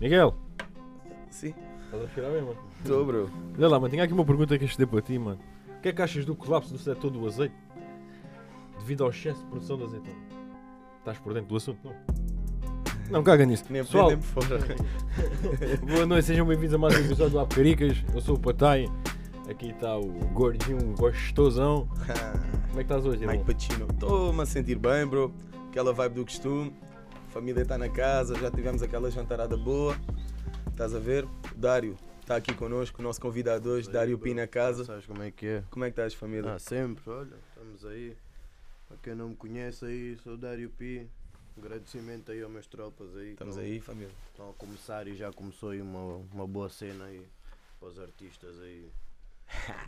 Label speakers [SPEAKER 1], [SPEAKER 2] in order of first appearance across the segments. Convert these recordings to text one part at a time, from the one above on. [SPEAKER 1] Miguel,
[SPEAKER 2] Sim.
[SPEAKER 1] estás a chorar mesmo? mano?
[SPEAKER 2] Estou, bro.
[SPEAKER 1] Olha lá, mano, tinha aqui uma pergunta que eu te dei para ti, mano. O que é que achas do colapso do setor do azeite devido ao excesso de produção de azeitona? Estás por dentro do assunto? Não. Não, caga nisso.
[SPEAKER 2] Nem
[SPEAKER 1] Pessoal,
[SPEAKER 2] por nem por fora.
[SPEAKER 1] Boa noite, sejam bem-vindos a mais um episódio do Apericas. Eu sou o Patai. Aqui está o gordinho gostosão.
[SPEAKER 2] Ah,
[SPEAKER 1] Como é que estás hoje,
[SPEAKER 2] Mike
[SPEAKER 1] irmão?
[SPEAKER 2] Pacino. Estou-me a sentir bem, bro. Aquela vibe do costume. A família está na casa, já tivemos aquela jantarada boa. Estás a ver? O Dário está aqui connosco, o nosso convidado hoje, Dário Pina Casa.
[SPEAKER 3] Sabes como é que é?
[SPEAKER 2] Como é que estás, família?
[SPEAKER 3] Ah, sempre, olha, estamos aí. Para quem não me conhece aí, sou Dário Pi. Agradecimento aí aos meus tropas aí. que
[SPEAKER 2] Estamos
[SPEAKER 3] estão-
[SPEAKER 2] aí, família.
[SPEAKER 3] Estão a começar e já começou aí uma, uma boa cena aí para os artistas aí.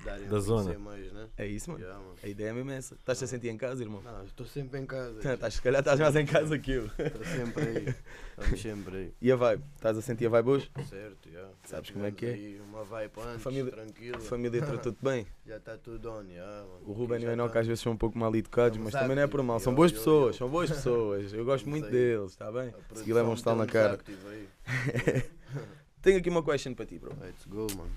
[SPEAKER 3] Darem a
[SPEAKER 1] Da zona.
[SPEAKER 3] conhecer Mais, né?
[SPEAKER 2] É isso, mano?
[SPEAKER 3] Já, mano.
[SPEAKER 2] A ideia é mesmo essa. Estás-te a sentir em casa, irmão?
[SPEAKER 3] Não, estou sempre em casa.
[SPEAKER 2] Estás, se calhar estás mais em casa que eu.
[SPEAKER 3] Estou sempre aí. Estamos sempre aí.
[SPEAKER 2] E a vibe? Estás a sentir a vibe hoje?
[SPEAKER 3] Certo, já. Já
[SPEAKER 2] Sabes como é
[SPEAKER 3] tivemos
[SPEAKER 2] que é?
[SPEAKER 3] Aí uma vai para antes,
[SPEAKER 2] Família-
[SPEAKER 3] tranquilo.
[SPEAKER 2] A família tratou-te bem.
[SPEAKER 3] Já está tudo on, já, mano.
[SPEAKER 2] O
[SPEAKER 3] Aqui
[SPEAKER 2] Ruben e
[SPEAKER 3] já
[SPEAKER 2] o Enoch
[SPEAKER 3] tá-
[SPEAKER 2] às vezes são um pouco mal educados,
[SPEAKER 3] Estamos
[SPEAKER 2] mas também não é por mal. São boas
[SPEAKER 3] activos,
[SPEAKER 2] pessoas,
[SPEAKER 3] eu-
[SPEAKER 2] são boas pessoas. Eu gosto
[SPEAKER 3] Estamos
[SPEAKER 2] muito
[SPEAKER 3] aí.
[SPEAKER 2] deles, está bem?
[SPEAKER 3] a
[SPEAKER 2] Se
[SPEAKER 3] produção
[SPEAKER 2] levam um estalo na
[SPEAKER 3] estamos
[SPEAKER 2] cara.
[SPEAKER 3] active aí.
[SPEAKER 2] Tenho aqui uma question para ti, bro.
[SPEAKER 3] Let's go, mano.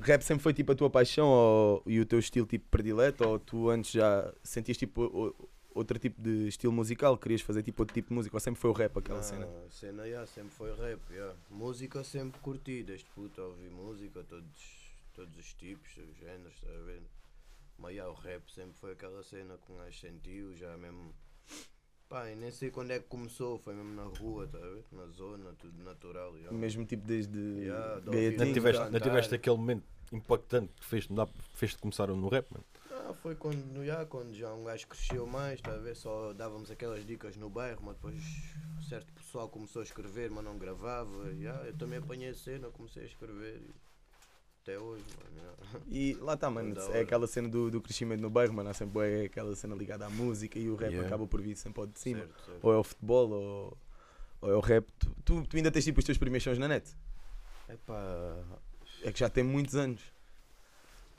[SPEAKER 2] Rap sempre foi tipo a tua paixão ou, e o teu estilo tipo predileto? Ou tu antes já sentias tipo o- o- outro tipo de estilo musical? Querias fazer tipo outro tipo de música? Ou sempre foi o rap aquela
[SPEAKER 3] Não,
[SPEAKER 2] cena?
[SPEAKER 3] A cena já, sempre foi rap, já. Música sempre curti, desde puto a ouvir música, todos, todos os tipos, os géneros, estás a ver? Mas já, o rap sempre foi aquela cena que um gajo sentiu, já mesmo. Pá, e nem sei quando é que começou, foi mesmo na rua, estás a ver? Na zona, tudo natural, já.
[SPEAKER 2] Mesmo tipo desde
[SPEAKER 3] Yeah, dou
[SPEAKER 2] gaiatinho?
[SPEAKER 1] Não
[SPEAKER 3] Sim,
[SPEAKER 1] tiveste,
[SPEAKER 3] tá,
[SPEAKER 1] não tiveste
[SPEAKER 3] tá.
[SPEAKER 1] aquele momento impactante que fez-te mudar- fez-te começar no rap, mano?
[SPEAKER 3] Ah, foi quando já, quando já um gajo cresceu mais, está a ver? Só dávamos aquelas dicas no bairro, mas depois certo pessoal começou a escrever, mas não gravava. e, ah, eu também apanhei a cena, comecei a escrever. e até hoje, mano. já.
[SPEAKER 2] E lá está, mano,
[SPEAKER 3] Da
[SPEAKER 2] é
[SPEAKER 3] hora.
[SPEAKER 2] aquela cena do, do crescimento no bairro, mano. Há sempre bué aquela cena ligada à música e o rap
[SPEAKER 1] Yeah.
[SPEAKER 2] acaba por vir sempre ao de cima.
[SPEAKER 3] Certo, certo.
[SPEAKER 2] Ou é o futebol, ou, ou é o rap. Tu, tu, tu ainda tens tipo os teus primeiros sons na net.
[SPEAKER 3] Epá,
[SPEAKER 2] É que já tem muitos anos.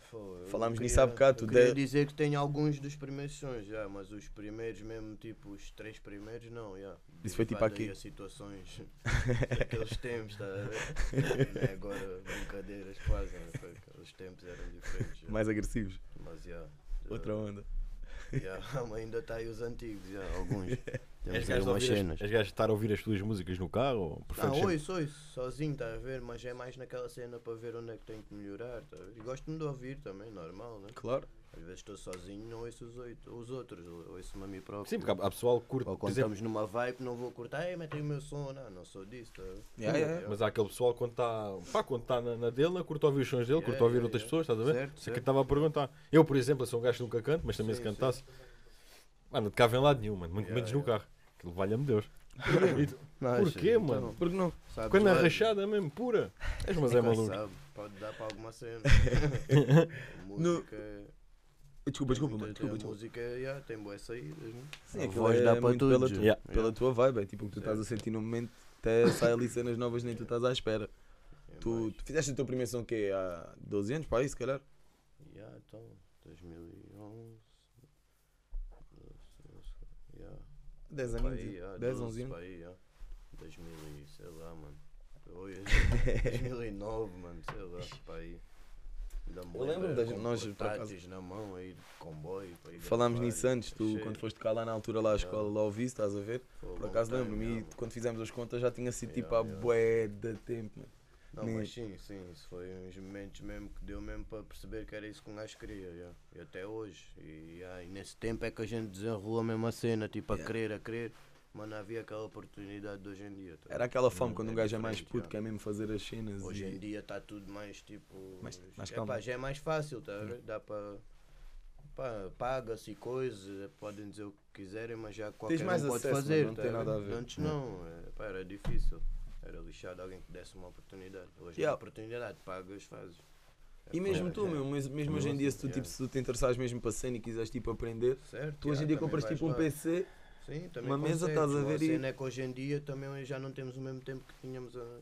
[SPEAKER 3] Foi, eu
[SPEAKER 2] Falámos
[SPEAKER 3] queria-
[SPEAKER 2] nisso há bocado, é- tu
[SPEAKER 3] Eu queria
[SPEAKER 2] de-
[SPEAKER 3] dizer que tenho alguns dos primeiros sons, já, mas os primeiros mesmo, tipo, os três primeiros, não, já.
[SPEAKER 2] Isso foi tipo
[SPEAKER 3] Derivado
[SPEAKER 2] aqui.
[SPEAKER 3] aí a situações daqueles tempos, tá a ver? Não é agora brincadeiras quase, né? Foi aqueles tempos eram diferentes. já.
[SPEAKER 2] Mais agressivos.
[SPEAKER 3] Mas, já. já,
[SPEAKER 2] Outra onda.
[SPEAKER 3] já, ainda está aí os antigos, já, alguns.
[SPEAKER 1] És
[SPEAKER 3] Temos aí
[SPEAKER 1] gajo de
[SPEAKER 3] umas
[SPEAKER 1] é ouvir as-
[SPEAKER 3] cenas.
[SPEAKER 1] és gajo de estar a ouvir as tuas músicas no carro? Ou
[SPEAKER 3] Não,
[SPEAKER 1] preferes sempre-
[SPEAKER 3] ouço, ouço, sozinho, está a ver, mas é mais naquela cena para ver onde é que tenho que melhorar, tá a ver? E gosto-me de ouvir também, normal, né?
[SPEAKER 2] Claro.
[SPEAKER 3] Às vezes estou sozinho, não ouço os, oito, os outros, ou- ouço-me a mim próprio.
[SPEAKER 1] Sim, porque há há pessoal que curte,
[SPEAKER 3] Ou
[SPEAKER 1] por
[SPEAKER 3] quando
[SPEAKER 1] exemplo,
[SPEAKER 3] estamos numa vibe, não vou cortar, ei, metem o meu som, não, não sou disso. Tá?
[SPEAKER 2] Yeah, yeah,
[SPEAKER 1] Mas há aquele pessoal quando está pá, quando tá na, na dele, curto ouvir os sons dele,
[SPEAKER 3] Yeah,
[SPEAKER 1] curto ouvir
[SPEAKER 3] yeah,
[SPEAKER 1] outras
[SPEAKER 3] yeah.
[SPEAKER 1] pessoas, estás a ver?
[SPEAKER 3] Certo,
[SPEAKER 1] Isso é que eu
[SPEAKER 3] certo.
[SPEAKER 1] estava a perguntar. Eu, por exemplo, sou um gajo que nunca canto, mas também se
[SPEAKER 3] Sim,
[SPEAKER 1] cantasse. Mano, não te cava em lado nenhum, mano, muito
[SPEAKER 3] Yeah,
[SPEAKER 1] menos no carro. Aquilo valha-me Deus. E tu-
[SPEAKER 3] Não,
[SPEAKER 1] Porquê,
[SPEAKER 3] achas?
[SPEAKER 1] mano?
[SPEAKER 2] Porque não?
[SPEAKER 3] Então, sabes
[SPEAKER 1] Quando é
[SPEAKER 3] lá,
[SPEAKER 1] rachada mesmo, pura. És mas é
[SPEAKER 3] quem
[SPEAKER 1] maluco.
[SPEAKER 3] sabe, pode dar para alguma cena. A
[SPEAKER 2] No-
[SPEAKER 3] música.
[SPEAKER 2] Desculpa, desculpa,
[SPEAKER 3] tem-
[SPEAKER 2] mano.
[SPEAKER 3] tem
[SPEAKER 2] Desculpa,
[SPEAKER 3] A
[SPEAKER 2] desculpa.
[SPEAKER 3] música, yeah, tem boas saídas, né?
[SPEAKER 2] Sim,
[SPEAKER 3] A
[SPEAKER 2] aquilo
[SPEAKER 3] voz dá
[SPEAKER 2] é
[SPEAKER 3] para
[SPEAKER 2] muito
[SPEAKER 3] tudo,
[SPEAKER 2] pela,
[SPEAKER 3] já.
[SPEAKER 2] tu-
[SPEAKER 1] Yeah.
[SPEAKER 2] pela tua vibe. É tipo o que tu
[SPEAKER 3] Certo.
[SPEAKER 2] estás a sentir no momento. Até sai ali cenas novas nem tu estás à espera.
[SPEAKER 3] É
[SPEAKER 2] Tu, tu fizeste a tua primeira som que há 12 anos, para aí, se calhar.
[SPEAKER 3] mais- Yeah, então, 2011. 12, yeah.
[SPEAKER 2] 10
[SPEAKER 3] Pá,
[SPEAKER 2] anos.
[SPEAKER 3] aí, ah,
[SPEAKER 2] 10,
[SPEAKER 3] 12,
[SPEAKER 2] 11 né? anos.
[SPEAKER 3] pá, aí, ah. 2000 e sei lá, mano. Oi, 2009, mano, sei lá, pá, aí. Ainda me
[SPEAKER 2] Eu lembro
[SPEAKER 3] lembro
[SPEAKER 2] da
[SPEAKER 3] com
[SPEAKER 2] gente- nós, por acaso-
[SPEAKER 3] portáteis na mão, aí, de comboio. pá, aí,
[SPEAKER 2] Falámos
[SPEAKER 3] gravar,
[SPEAKER 2] nisso antes, tu
[SPEAKER 3] achei.
[SPEAKER 2] quando foste tocar lá na altura lá à escola, lá ouviste, estás a ver?
[SPEAKER 3] Foi
[SPEAKER 2] Por
[SPEAKER 3] long
[SPEAKER 2] acaso
[SPEAKER 3] time,
[SPEAKER 2] lembro-me,
[SPEAKER 3] yeah,
[SPEAKER 2] e
[SPEAKER 3] mano.
[SPEAKER 2] quando fizemos as contas já tinha sido
[SPEAKER 3] Yeah,
[SPEAKER 2] tipo a
[SPEAKER 3] yeah.
[SPEAKER 2] bué de tempo, mano.
[SPEAKER 3] Não,
[SPEAKER 2] nem-
[SPEAKER 3] mas sim, sim, isso foi uns momentos mesmo que deu mesmo para perceber que era isso que um gajo queria, yeah. e até hoje. E, yeah, e nesse tempo é que a gente desenrolou a mesma cena, tipo, a querer, a querer, mas não havia aquela oportunidade de hoje em dia. tá
[SPEAKER 2] Era aquela fome
[SPEAKER 3] É
[SPEAKER 2] quando um gajo é
[SPEAKER 3] diferente,
[SPEAKER 2] mais puto,
[SPEAKER 3] já.
[SPEAKER 2] que é mesmo fazer as cenas.
[SPEAKER 3] Hoje em
[SPEAKER 2] E...
[SPEAKER 3] dia está tudo mais tipo.
[SPEAKER 2] Mais- mais
[SPEAKER 3] epá,
[SPEAKER 2] calmo.
[SPEAKER 3] já é mais fácil, tá a ver? Dá para. pá, Paga-se e coisas, podem dizer o que quiserem, mas já qualquer
[SPEAKER 2] mais
[SPEAKER 3] um pode
[SPEAKER 2] acesso, mas
[SPEAKER 3] fazer.
[SPEAKER 2] não
[SPEAKER 3] tá
[SPEAKER 2] tem nada a
[SPEAKER 3] ver?
[SPEAKER 2] ver.
[SPEAKER 3] Antes não, é, pá, era difícil. Era lixado alguém que desse uma oportunidade. Hoje é
[SPEAKER 2] Yeah.
[SPEAKER 3] uma oportunidade, pagas, fazes. É
[SPEAKER 2] E mesmo
[SPEAKER 3] pá,
[SPEAKER 2] tu,
[SPEAKER 3] é-
[SPEAKER 2] meu, mes- mesmo hoje em dia, se tu, tipo, se tu te interessares mesmo para a cena e quiseres tipo aprender,
[SPEAKER 3] Certo,
[SPEAKER 2] tu hoje
[SPEAKER 3] yeah,
[SPEAKER 2] em dia
[SPEAKER 3] também
[SPEAKER 2] compras
[SPEAKER 3] vais
[SPEAKER 2] tipo um
[SPEAKER 3] lá.
[SPEAKER 2] PC,
[SPEAKER 3] Sim, também
[SPEAKER 2] uma mesa,
[SPEAKER 3] consegues,
[SPEAKER 2] estás a
[SPEAKER 3] mas
[SPEAKER 2] ver, e-
[SPEAKER 3] cena é que hoje em dia também já não temos o mesmo tempo que tínhamos a.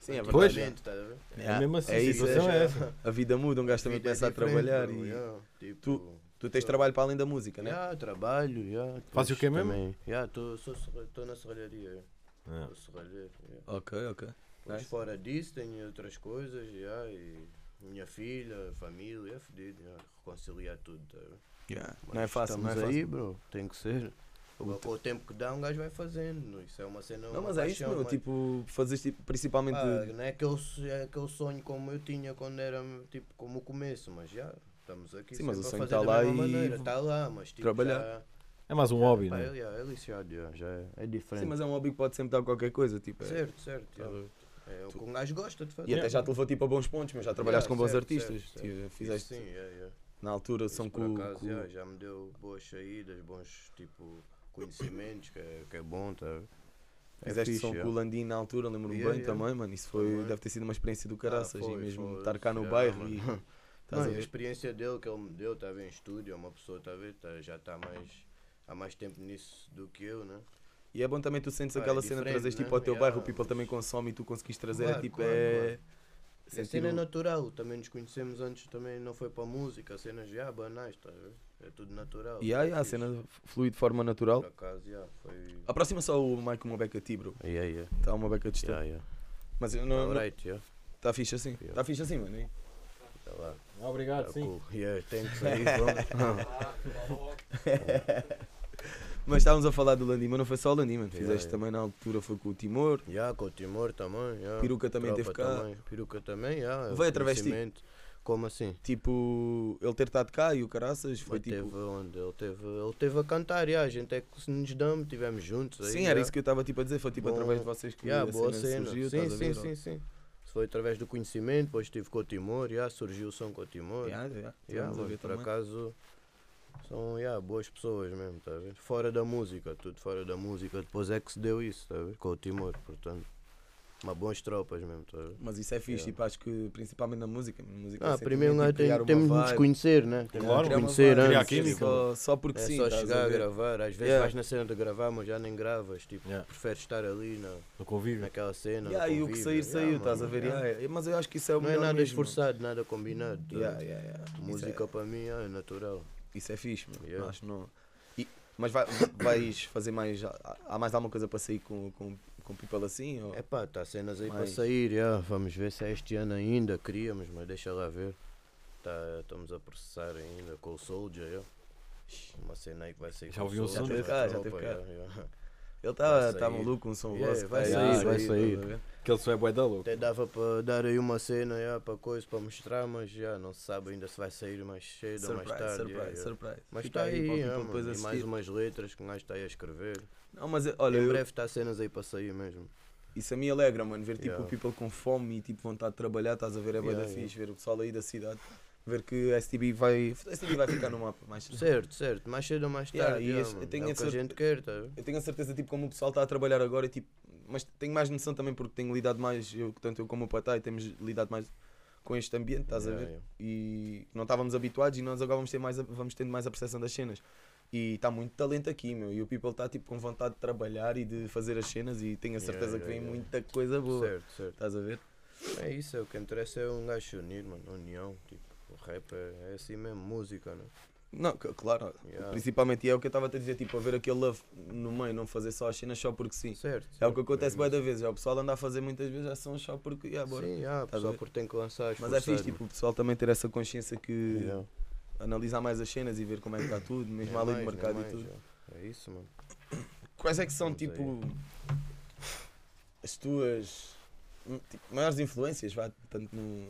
[SPEAKER 2] Sim, é
[SPEAKER 1] verdade.
[SPEAKER 3] antigamente, estás a ver?
[SPEAKER 1] É mesmo assim,
[SPEAKER 2] É
[SPEAKER 1] a
[SPEAKER 2] isso,
[SPEAKER 1] situação
[SPEAKER 3] já-
[SPEAKER 1] é essa.
[SPEAKER 2] a vida muda, um gajo também
[SPEAKER 3] vida é
[SPEAKER 2] começa a
[SPEAKER 3] diferente,
[SPEAKER 2] trabalhar
[SPEAKER 3] bro,
[SPEAKER 2] e
[SPEAKER 3] yeah, tipo,
[SPEAKER 2] tu tens trabalho para além da música, né?
[SPEAKER 3] Já, trabalho, já.
[SPEAKER 1] Fazes o quê mesmo?
[SPEAKER 3] Já, estou na serralharia.
[SPEAKER 1] É.
[SPEAKER 3] Estou serralheiro. já.
[SPEAKER 2] Ok, ok.
[SPEAKER 3] Mas
[SPEAKER 2] Ah. Nice.
[SPEAKER 3] fora disso, tenho outras coisas, já, e minha filha, família, é fedido, já, reconciliar tudo, tá? a ver?
[SPEAKER 2] Yeah.
[SPEAKER 3] Mas
[SPEAKER 2] Não é fácil, não é
[SPEAKER 3] estamos
[SPEAKER 2] fácil.
[SPEAKER 3] aí, bro, tem que ser. O, com o tempo que dá, um gajo vai fazendo, isso é uma cena,
[SPEAKER 2] Não,
[SPEAKER 3] uma
[SPEAKER 2] mas é isso,
[SPEAKER 3] paixão,
[SPEAKER 2] meu.
[SPEAKER 3] mano.
[SPEAKER 2] Tipo, fazes tipo, principalmente.
[SPEAKER 3] Ah, não é aquele, so- é aquele sonho como eu tinha quando era tipo como o começo, mas já estamos aqui.
[SPEAKER 2] Sim, mas
[SPEAKER 3] sempre
[SPEAKER 2] o sonho
[SPEAKER 3] a fazer
[SPEAKER 2] tá
[SPEAKER 3] da
[SPEAKER 2] lá
[SPEAKER 3] mesma
[SPEAKER 2] e
[SPEAKER 3] maneira,
[SPEAKER 2] v-
[SPEAKER 3] tá lá, mas tipo,
[SPEAKER 2] trabalhar.
[SPEAKER 3] já-
[SPEAKER 1] É mais um hobby,
[SPEAKER 3] pá,
[SPEAKER 1] né?
[SPEAKER 3] ele, já, é lixado, já, já é- é
[SPEAKER 2] Sim,
[SPEAKER 3] diferente.
[SPEAKER 2] mas é um hobby que pode sempre dar qualquer coisa. Tipo, é-
[SPEAKER 3] Certo, certo.
[SPEAKER 2] Tá
[SPEAKER 3] já.
[SPEAKER 2] bem.
[SPEAKER 3] É o que um gajo gosta de fazer.
[SPEAKER 2] E até já te levou tipo a bons pontos, mas já trabalhaste
[SPEAKER 3] Yeah,
[SPEAKER 2] com bons
[SPEAKER 3] certo,
[SPEAKER 2] artistas.
[SPEAKER 3] certo,
[SPEAKER 2] Tipo,
[SPEAKER 3] certo.
[SPEAKER 2] Fizeste
[SPEAKER 3] Isso Sim, é, é.
[SPEAKER 2] na altura são
[SPEAKER 3] Isso por
[SPEAKER 2] com.
[SPEAKER 3] acaso,
[SPEAKER 2] com-
[SPEAKER 3] já, já me deu boas saídas, bons tipo conhecimentos, que é, que é bom, tá? É
[SPEAKER 2] Fizeste
[SPEAKER 3] fixe,
[SPEAKER 2] som
[SPEAKER 3] já.
[SPEAKER 2] com o Landim na altura, lembro-me
[SPEAKER 3] Yeah,
[SPEAKER 2] bem
[SPEAKER 3] yeah.
[SPEAKER 2] também, mano. Isso foi,
[SPEAKER 3] Também. Ah,
[SPEAKER 2] deve ter sido uma experiência do caraças.
[SPEAKER 3] foi,
[SPEAKER 2] e mesmo
[SPEAKER 3] foi,
[SPEAKER 2] estar cá no
[SPEAKER 3] já,
[SPEAKER 2] bairro
[SPEAKER 3] mano. é
[SPEAKER 2] e.
[SPEAKER 3] Não,
[SPEAKER 2] Estás a
[SPEAKER 3] e a
[SPEAKER 2] ver?
[SPEAKER 3] experiência dele que ele me deu, estava em estúdio, é uma pessoa, tá a ver, tá- já está mais há mais tempo nisso do que eu, né?
[SPEAKER 2] E é bom também tu sentes
[SPEAKER 3] Ah, é
[SPEAKER 2] aquela cena de
[SPEAKER 3] diferente,
[SPEAKER 2] trazeres
[SPEAKER 3] né?
[SPEAKER 2] tipo ao teu
[SPEAKER 3] Yeah,
[SPEAKER 2] bairro, o people
[SPEAKER 3] mas-
[SPEAKER 2] também consome e tu conseguiste trazer. é
[SPEAKER 3] Claro,
[SPEAKER 2] tipo,
[SPEAKER 3] claro,
[SPEAKER 2] é.
[SPEAKER 3] E A
[SPEAKER 2] sentir
[SPEAKER 3] cena é
[SPEAKER 2] o-
[SPEAKER 3] natural, também nos conhecemos antes, também não foi para música, cenas já banais, tá a ver? É tudo natural.
[SPEAKER 2] E aí,
[SPEAKER 3] é
[SPEAKER 2] a
[SPEAKER 3] fixe.
[SPEAKER 2] cena flui de forma
[SPEAKER 3] Por
[SPEAKER 2] natural.
[SPEAKER 3] acaso, já, foi...
[SPEAKER 2] Aproxima só o Mike uma beca a ti, bro.
[SPEAKER 3] Yeah, yeah,
[SPEAKER 2] Está uma beca
[SPEAKER 3] yeah,
[SPEAKER 2] distante.
[SPEAKER 3] yeah. Tá,
[SPEAKER 2] Mas eu não.
[SPEAKER 3] Alright, yeah,
[SPEAKER 2] Está fixe assim. Está fixe assim, mano. e-
[SPEAKER 3] tá lá,
[SPEAKER 1] Obrigado,
[SPEAKER 3] tá
[SPEAKER 1] sim.
[SPEAKER 3] cool. Yeah, tem que sair, vamos.
[SPEAKER 2] Mas estávamos a falar do Landim, mas não foi só o Landim, mano.
[SPEAKER 3] Yeah,
[SPEAKER 2] Fizeste
[SPEAKER 3] yeah.
[SPEAKER 2] também na altura, foi com o Timor.
[SPEAKER 3] Yeah, com o Timor também, yeah.
[SPEAKER 2] Peruca também
[SPEAKER 3] Tropa
[SPEAKER 2] teve cá.
[SPEAKER 3] também, Peruca também, yeah.
[SPEAKER 2] Veio através de ti?
[SPEAKER 3] conhecimento. Como assim?
[SPEAKER 2] Tipo, ele ter estado cá e o caraças foi
[SPEAKER 3] Foi teve
[SPEAKER 2] tipo.
[SPEAKER 3] onde? Ele teve, ele teve a cantar, yeah, a gente é que se nos damos, estivemos juntos. aí,
[SPEAKER 2] Sim, era
[SPEAKER 3] yeah.
[SPEAKER 2] isso que eu estava tipo, a dizer. Foi tipo
[SPEAKER 3] Bom-
[SPEAKER 2] através de vocês que
[SPEAKER 3] yeah,
[SPEAKER 2] a
[SPEAKER 3] boa
[SPEAKER 2] cena,
[SPEAKER 3] cena.
[SPEAKER 2] né? surgiu.
[SPEAKER 3] sim,
[SPEAKER 2] estás a
[SPEAKER 3] sim,
[SPEAKER 2] ver,
[SPEAKER 3] sim, sim. Isso foi através do conhecimento, depois estive com o Timor, yeah, surgiu o som com o Timor.
[SPEAKER 2] Yeah, yeah,
[SPEAKER 3] Yeah,
[SPEAKER 2] tivemos a
[SPEAKER 3] mano,
[SPEAKER 2] ver
[SPEAKER 3] Tá por
[SPEAKER 2] também.
[SPEAKER 3] acaso são yeah, boas pessoas mesmo, tá a ver? Fora da música, tudo fora da música, depois é que se deu isso, tá a ver? Com o Timor, portanto. Mas boas tropas mesmo, tá a ver?
[SPEAKER 2] Mas isso é fixe,
[SPEAKER 3] Yeah.
[SPEAKER 2] tipo, acho que principalmente na música. mano, música é
[SPEAKER 3] Ah,
[SPEAKER 2] sentimento
[SPEAKER 3] primeiro
[SPEAKER 2] e
[SPEAKER 3] nós
[SPEAKER 2] criar
[SPEAKER 3] tem-
[SPEAKER 2] uma
[SPEAKER 3] temos de nos
[SPEAKER 2] vibe.
[SPEAKER 3] conhecer, né?
[SPEAKER 1] Claro,
[SPEAKER 3] Temos de
[SPEAKER 2] Criar
[SPEAKER 3] nos
[SPEAKER 2] uma
[SPEAKER 3] conhecer
[SPEAKER 2] vibe,
[SPEAKER 1] criar
[SPEAKER 3] antes.
[SPEAKER 1] química.
[SPEAKER 2] Só, só porque
[SPEAKER 3] É
[SPEAKER 2] sim.
[SPEAKER 3] só
[SPEAKER 2] estás a
[SPEAKER 3] chegar a
[SPEAKER 2] ver.
[SPEAKER 3] gravar, às vezes
[SPEAKER 2] Yeah.
[SPEAKER 3] vais na cena de gravar, mas já nem gravas, tipo,
[SPEAKER 1] Yeah.
[SPEAKER 3] preferes estar ali na,
[SPEAKER 1] No convívio.
[SPEAKER 3] naquela cena.
[SPEAKER 2] Yeah,
[SPEAKER 3] no
[SPEAKER 2] e o que
[SPEAKER 3] convívio.
[SPEAKER 2] sair,
[SPEAKER 3] Yeah,
[SPEAKER 2] saiu, estás a
[SPEAKER 3] mano,
[SPEAKER 2] ver?
[SPEAKER 3] yeah.
[SPEAKER 2] yeah. Mas eu acho que isso é o
[SPEAKER 3] Não é
[SPEAKER 2] melhor
[SPEAKER 3] nada
[SPEAKER 2] mesmo.
[SPEAKER 3] esforçado, nada combinado. tá
[SPEAKER 2] Yeah,
[SPEAKER 3] vendo?
[SPEAKER 2] yeah, yeah. Isso
[SPEAKER 3] Música
[SPEAKER 2] é-
[SPEAKER 3] para mim é natural.
[SPEAKER 2] Isso é fixe, mano.
[SPEAKER 3] Yeah.
[SPEAKER 2] Acho que não. E- mas vai- vais fazer mais. há- Há mais alguma coisa para sair com, com, com people assim? Ou...
[SPEAKER 3] É pá, está cenas aí para
[SPEAKER 2] Mas-
[SPEAKER 3] sair, yeah. vamos ver se é este ano ainda, queríamos, mas deixa lá ver. Tá, estamos a processar ainda com o Soldier, yeah. uma cena aí que vai sair
[SPEAKER 1] Já
[SPEAKER 3] com o
[SPEAKER 1] ouvi um
[SPEAKER 3] Soulja,
[SPEAKER 1] som
[SPEAKER 3] com a
[SPEAKER 1] desse?
[SPEAKER 2] Ah, Já teve
[SPEAKER 3] tropa,
[SPEAKER 2] cá, já teve
[SPEAKER 3] yeah, yeah.
[SPEAKER 2] Ele
[SPEAKER 3] vai
[SPEAKER 2] está
[SPEAKER 3] sair.
[SPEAKER 2] tá maluco, um som
[SPEAKER 3] Yeah,
[SPEAKER 2] vosso.
[SPEAKER 3] vai
[SPEAKER 2] tá aí,
[SPEAKER 3] sair, vai sair.
[SPEAKER 2] tá a ver?
[SPEAKER 1] Aquele só é bué da louco.
[SPEAKER 3] Até dava para dar aí uma cena yeah, para coisa, para mostrar, mas já não se sabe ainda se vai sair mais cedo ou
[SPEAKER 2] Surprise,
[SPEAKER 3] mais tarde.
[SPEAKER 2] surprise,
[SPEAKER 3] yeah, yeah.
[SPEAKER 2] surprise.
[SPEAKER 3] Mas
[SPEAKER 2] Fica
[SPEAKER 3] está aí,
[SPEAKER 2] para o
[SPEAKER 3] yeah,
[SPEAKER 2] people tipo, depois
[SPEAKER 3] mano, e mais
[SPEAKER 2] assistir.
[SPEAKER 3] umas letras que um gajo está aí a escrever.
[SPEAKER 2] Não, mas é, olha,
[SPEAKER 3] em
[SPEAKER 2] eu-
[SPEAKER 3] breve está cenas aí para sair mesmo.
[SPEAKER 2] isso a mim alegra, mano. Ver tipo
[SPEAKER 3] Yeah.
[SPEAKER 2] o people com fome e tipo vontade de trabalhar, estás a ver, é bué da
[SPEAKER 3] Yeah,
[SPEAKER 2] fixe. Ver o pessoal aí da cidade, ver que a STB vai, STB vai ficar no mapa mais cedo.
[SPEAKER 3] Certo, certo, mais cedo ou mais
[SPEAKER 2] Yeah,
[SPEAKER 3] tarde.
[SPEAKER 2] e
[SPEAKER 3] yeah,
[SPEAKER 2] esse- eu
[SPEAKER 3] mano,
[SPEAKER 2] tenho
[SPEAKER 3] é o
[SPEAKER 2] esse
[SPEAKER 3] que a
[SPEAKER 2] outro-
[SPEAKER 3] gente quer, tá? a ver?
[SPEAKER 2] Eu tenho a certeza, tipo, como o pessoal está a trabalhar agora, tipo, mas tenho mais noção também porque tenho lidado mais, eu, tanto eu como o Patai, temos lidado mais com este ambiente, estás
[SPEAKER 3] Yeah,
[SPEAKER 2] a ver?
[SPEAKER 3] yeah.
[SPEAKER 2] E não estávamos habituados e nós agora vamos, ter mais, a- vamos tendo mais a percepção das cenas. E está muito talento aqui, meu. E o people está tipo, com vontade de trabalhar e de fazer as cenas e tenho a
[SPEAKER 3] Yeah,
[SPEAKER 2] certeza
[SPEAKER 3] yeah,
[SPEAKER 2] que vem
[SPEAKER 3] yeah.
[SPEAKER 2] muita coisa boa.
[SPEAKER 3] Certo, certo.
[SPEAKER 2] Estás a ver?
[SPEAKER 3] É isso, é o que interessa é um gajo se unir, mano, união, tipo, o rap é, é assim mesmo, música, né?
[SPEAKER 2] Não, c- claro.
[SPEAKER 3] Yeah.
[SPEAKER 2] Principalmente e é o que eu estava a te dizer, tipo, a ver aquele love no meio, não fazer só as cenas só porque sim.
[SPEAKER 3] Certo.
[SPEAKER 2] É o que
[SPEAKER 3] certo,
[SPEAKER 2] acontece
[SPEAKER 3] mesmo
[SPEAKER 2] bem da vez, é o pessoal anda a fazer muitas vezes ação só porque, yeah,
[SPEAKER 3] isso.
[SPEAKER 2] bora.
[SPEAKER 3] Sim, ah, yeah,
[SPEAKER 2] Estás a
[SPEAKER 3] só
[SPEAKER 2] ver?
[SPEAKER 3] porque tem que lançar
[SPEAKER 2] Mas é fixe,
[SPEAKER 3] esforçar,
[SPEAKER 2] tipo, o pessoal também ter essa consciência que
[SPEAKER 3] mano. Yeah.
[SPEAKER 2] analisar mais as cenas e ver como é que está tudo, mesmo
[SPEAKER 3] Nem
[SPEAKER 2] a lei do
[SPEAKER 3] mais, nem
[SPEAKER 2] mercado e
[SPEAKER 3] mais,
[SPEAKER 2] tudo.
[SPEAKER 3] yeah. É isso, mano.
[SPEAKER 2] Quais é que são,
[SPEAKER 3] Vamos aí.
[SPEAKER 2] tipo, as tuas hum, tipo, maiores influências, vá, tanto no...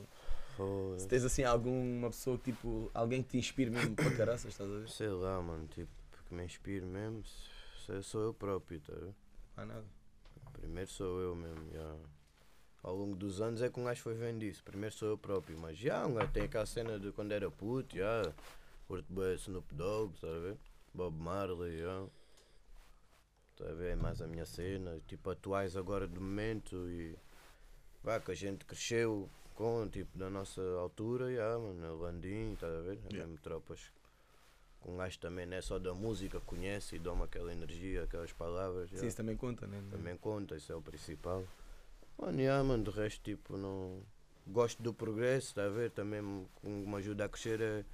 [SPEAKER 3] Foda-se.
[SPEAKER 2] Se tens, assim, alguma pessoa que, tipo, alguém que te inspire mesmo para caraças, estás a ver?
[SPEAKER 3] Sei lá, mano, tipo, que me inspiro mesmo, se- se- sou eu próprio, tá? a ver?
[SPEAKER 2] Não há nada.
[SPEAKER 3] Primeiro sou eu mesmo, já. Ao longo dos anos é que um gajo foi vendo isso. Primeiro sou eu próprio, mas já, um gajo tem aquela cena de quando era puto, já. Curto bem Snoop Dogg, tá a ver? Bob Marley, já. Tá a ver? É mais a minha cena, tipo, atuais agora do momento e. Vá, que a gente cresceu com, tipo, da nossa altura, já, mano. Landim, tá a ver? É mesmo tropas que um gajo também não é só da música, conhece e dá-me aquela energia, aquelas palavras. já.
[SPEAKER 2] Sim, isso também conta, né?
[SPEAKER 3] Também conta, isso é o principal. Mano, yeah, mano, de resto, tipo, não. Gosto do progresso, está a ver? Também me, com- me ajuda a crescer. é-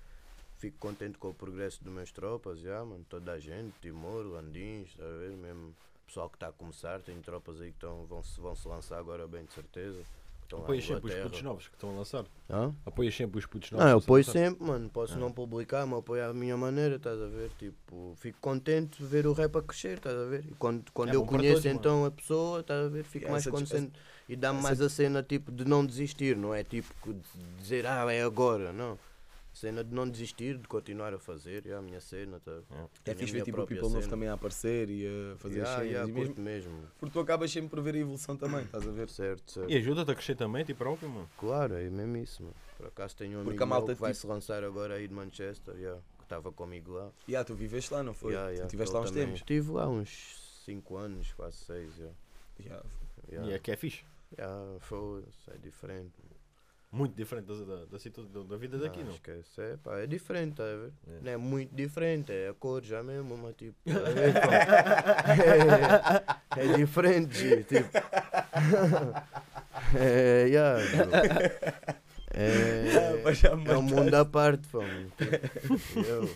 [SPEAKER 3] Fico contente com o progresso dos meus tropas, já, mano. Toda tá a gente, Timor, Landins, está a ver? Mesmo pessoal que está a começar, tem tropas aí que tão, vão, se, vão se lançar agora bem de certeza. que Estão lá em
[SPEAKER 1] Apoias sempre os putos
[SPEAKER 3] Inglaterra.
[SPEAKER 1] novos que estão a lançar.
[SPEAKER 3] Hã?
[SPEAKER 1] Apoias sempre os putos novos.
[SPEAKER 3] Não, Ah, eu
[SPEAKER 1] que estão a
[SPEAKER 3] apoio
[SPEAKER 1] lançar.
[SPEAKER 3] sempre, mano.
[SPEAKER 2] É.
[SPEAKER 3] Posso não publicar, mas apoio à minha maneira, estás a ver? Tipo, fico contente de ver o rap a crescer, estás a ver? E quando, quando
[SPEAKER 1] É
[SPEAKER 3] eu
[SPEAKER 1] bom para
[SPEAKER 3] conheço
[SPEAKER 1] todos, mano.
[SPEAKER 3] então a pessoa, estás a ver? Fico
[SPEAKER 2] Yeah,
[SPEAKER 3] mais
[SPEAKER 2] essa-
[SPEAKER 3] contente e dá-me mais a cena tipo de não desistir, não é tipo que de dizer ah, é agora, não. Cena de não desistir, de continuar a fazer, é a minha cena, tá?
[SPEAKER 2] É fixe ver tipo o People Novo também a aparecer e a fazer as
[SPEAKER 3] yeah,
[SPEAKER 2] cenas.
[SPEAKER 3] yeah,
[SPEAKER 2] e mesmo-
[SPEAKER 3] curto mesmo.
[SPEAKER 2] Porque tu acabas sempre por ver a evolução também, estás a ver?
[SPEAKER 3] Certo, certo.
[SPEAKER 1] E ajuda-te a crescer também, tipo próprio, mano.
[SPEAKER 3] Claro, é mesmo isso, mano. Por acaso tenho um
[SPEAKER 2] Porque
[SPEAKER 3] amigo
[SPEAKER 2] a malta,
[SPEAKER 3] meu que vai
[SPEAKER 2] tipo-
[SPEAKER 3] se lançar agora aí de Manchester, yeah, que estava comigo lá.
[SPEAKER 2] E ah, tu viveste lá, não foi?
[SPEAKER 3] Yeah, yeah,
[SPEAKER 2] tu estiveste
[SPEAKER 3] que
[SPEAKER 2] lá
[SPEAKER 3] ele
[SPEAKER 2] uns
[SPEAKER 3] também-
[SPEAKER 2] tempos.
[SPEAKER 3] Estive lá uns 5 anos, quase 6. Yeah.
[SPEAKER 2] Yeah.
[SPEAKER 1] E
[SPEAKER 3] Yeah.
[SPEAKER 1] é que é fixe.
[SPEAKER 3] Yeah, foi, é diferente.
[SPEAKER 1] Muito diferente da, da, da, situa- da- da vida daqui,
[SPEAKER 3] Ah,
[SPEAKER 1] não.
[SPEAKER 3] Esquece. É, pá, é diferente, tá a ver?
[SPEAKER 1] É.
[SPEAKER 3] Não é muito diferente, é a cor já mesmo, mas tipo. tá a ver, pá? é, é diferente, G, tipo. é, yeah, bro.
[SPEAKER 2] Ah,
[SPEAKER 3] é,
[SPEAKER 2] mas já me
[SPEAKER 3] é um mundo à parte, Tipo, fome.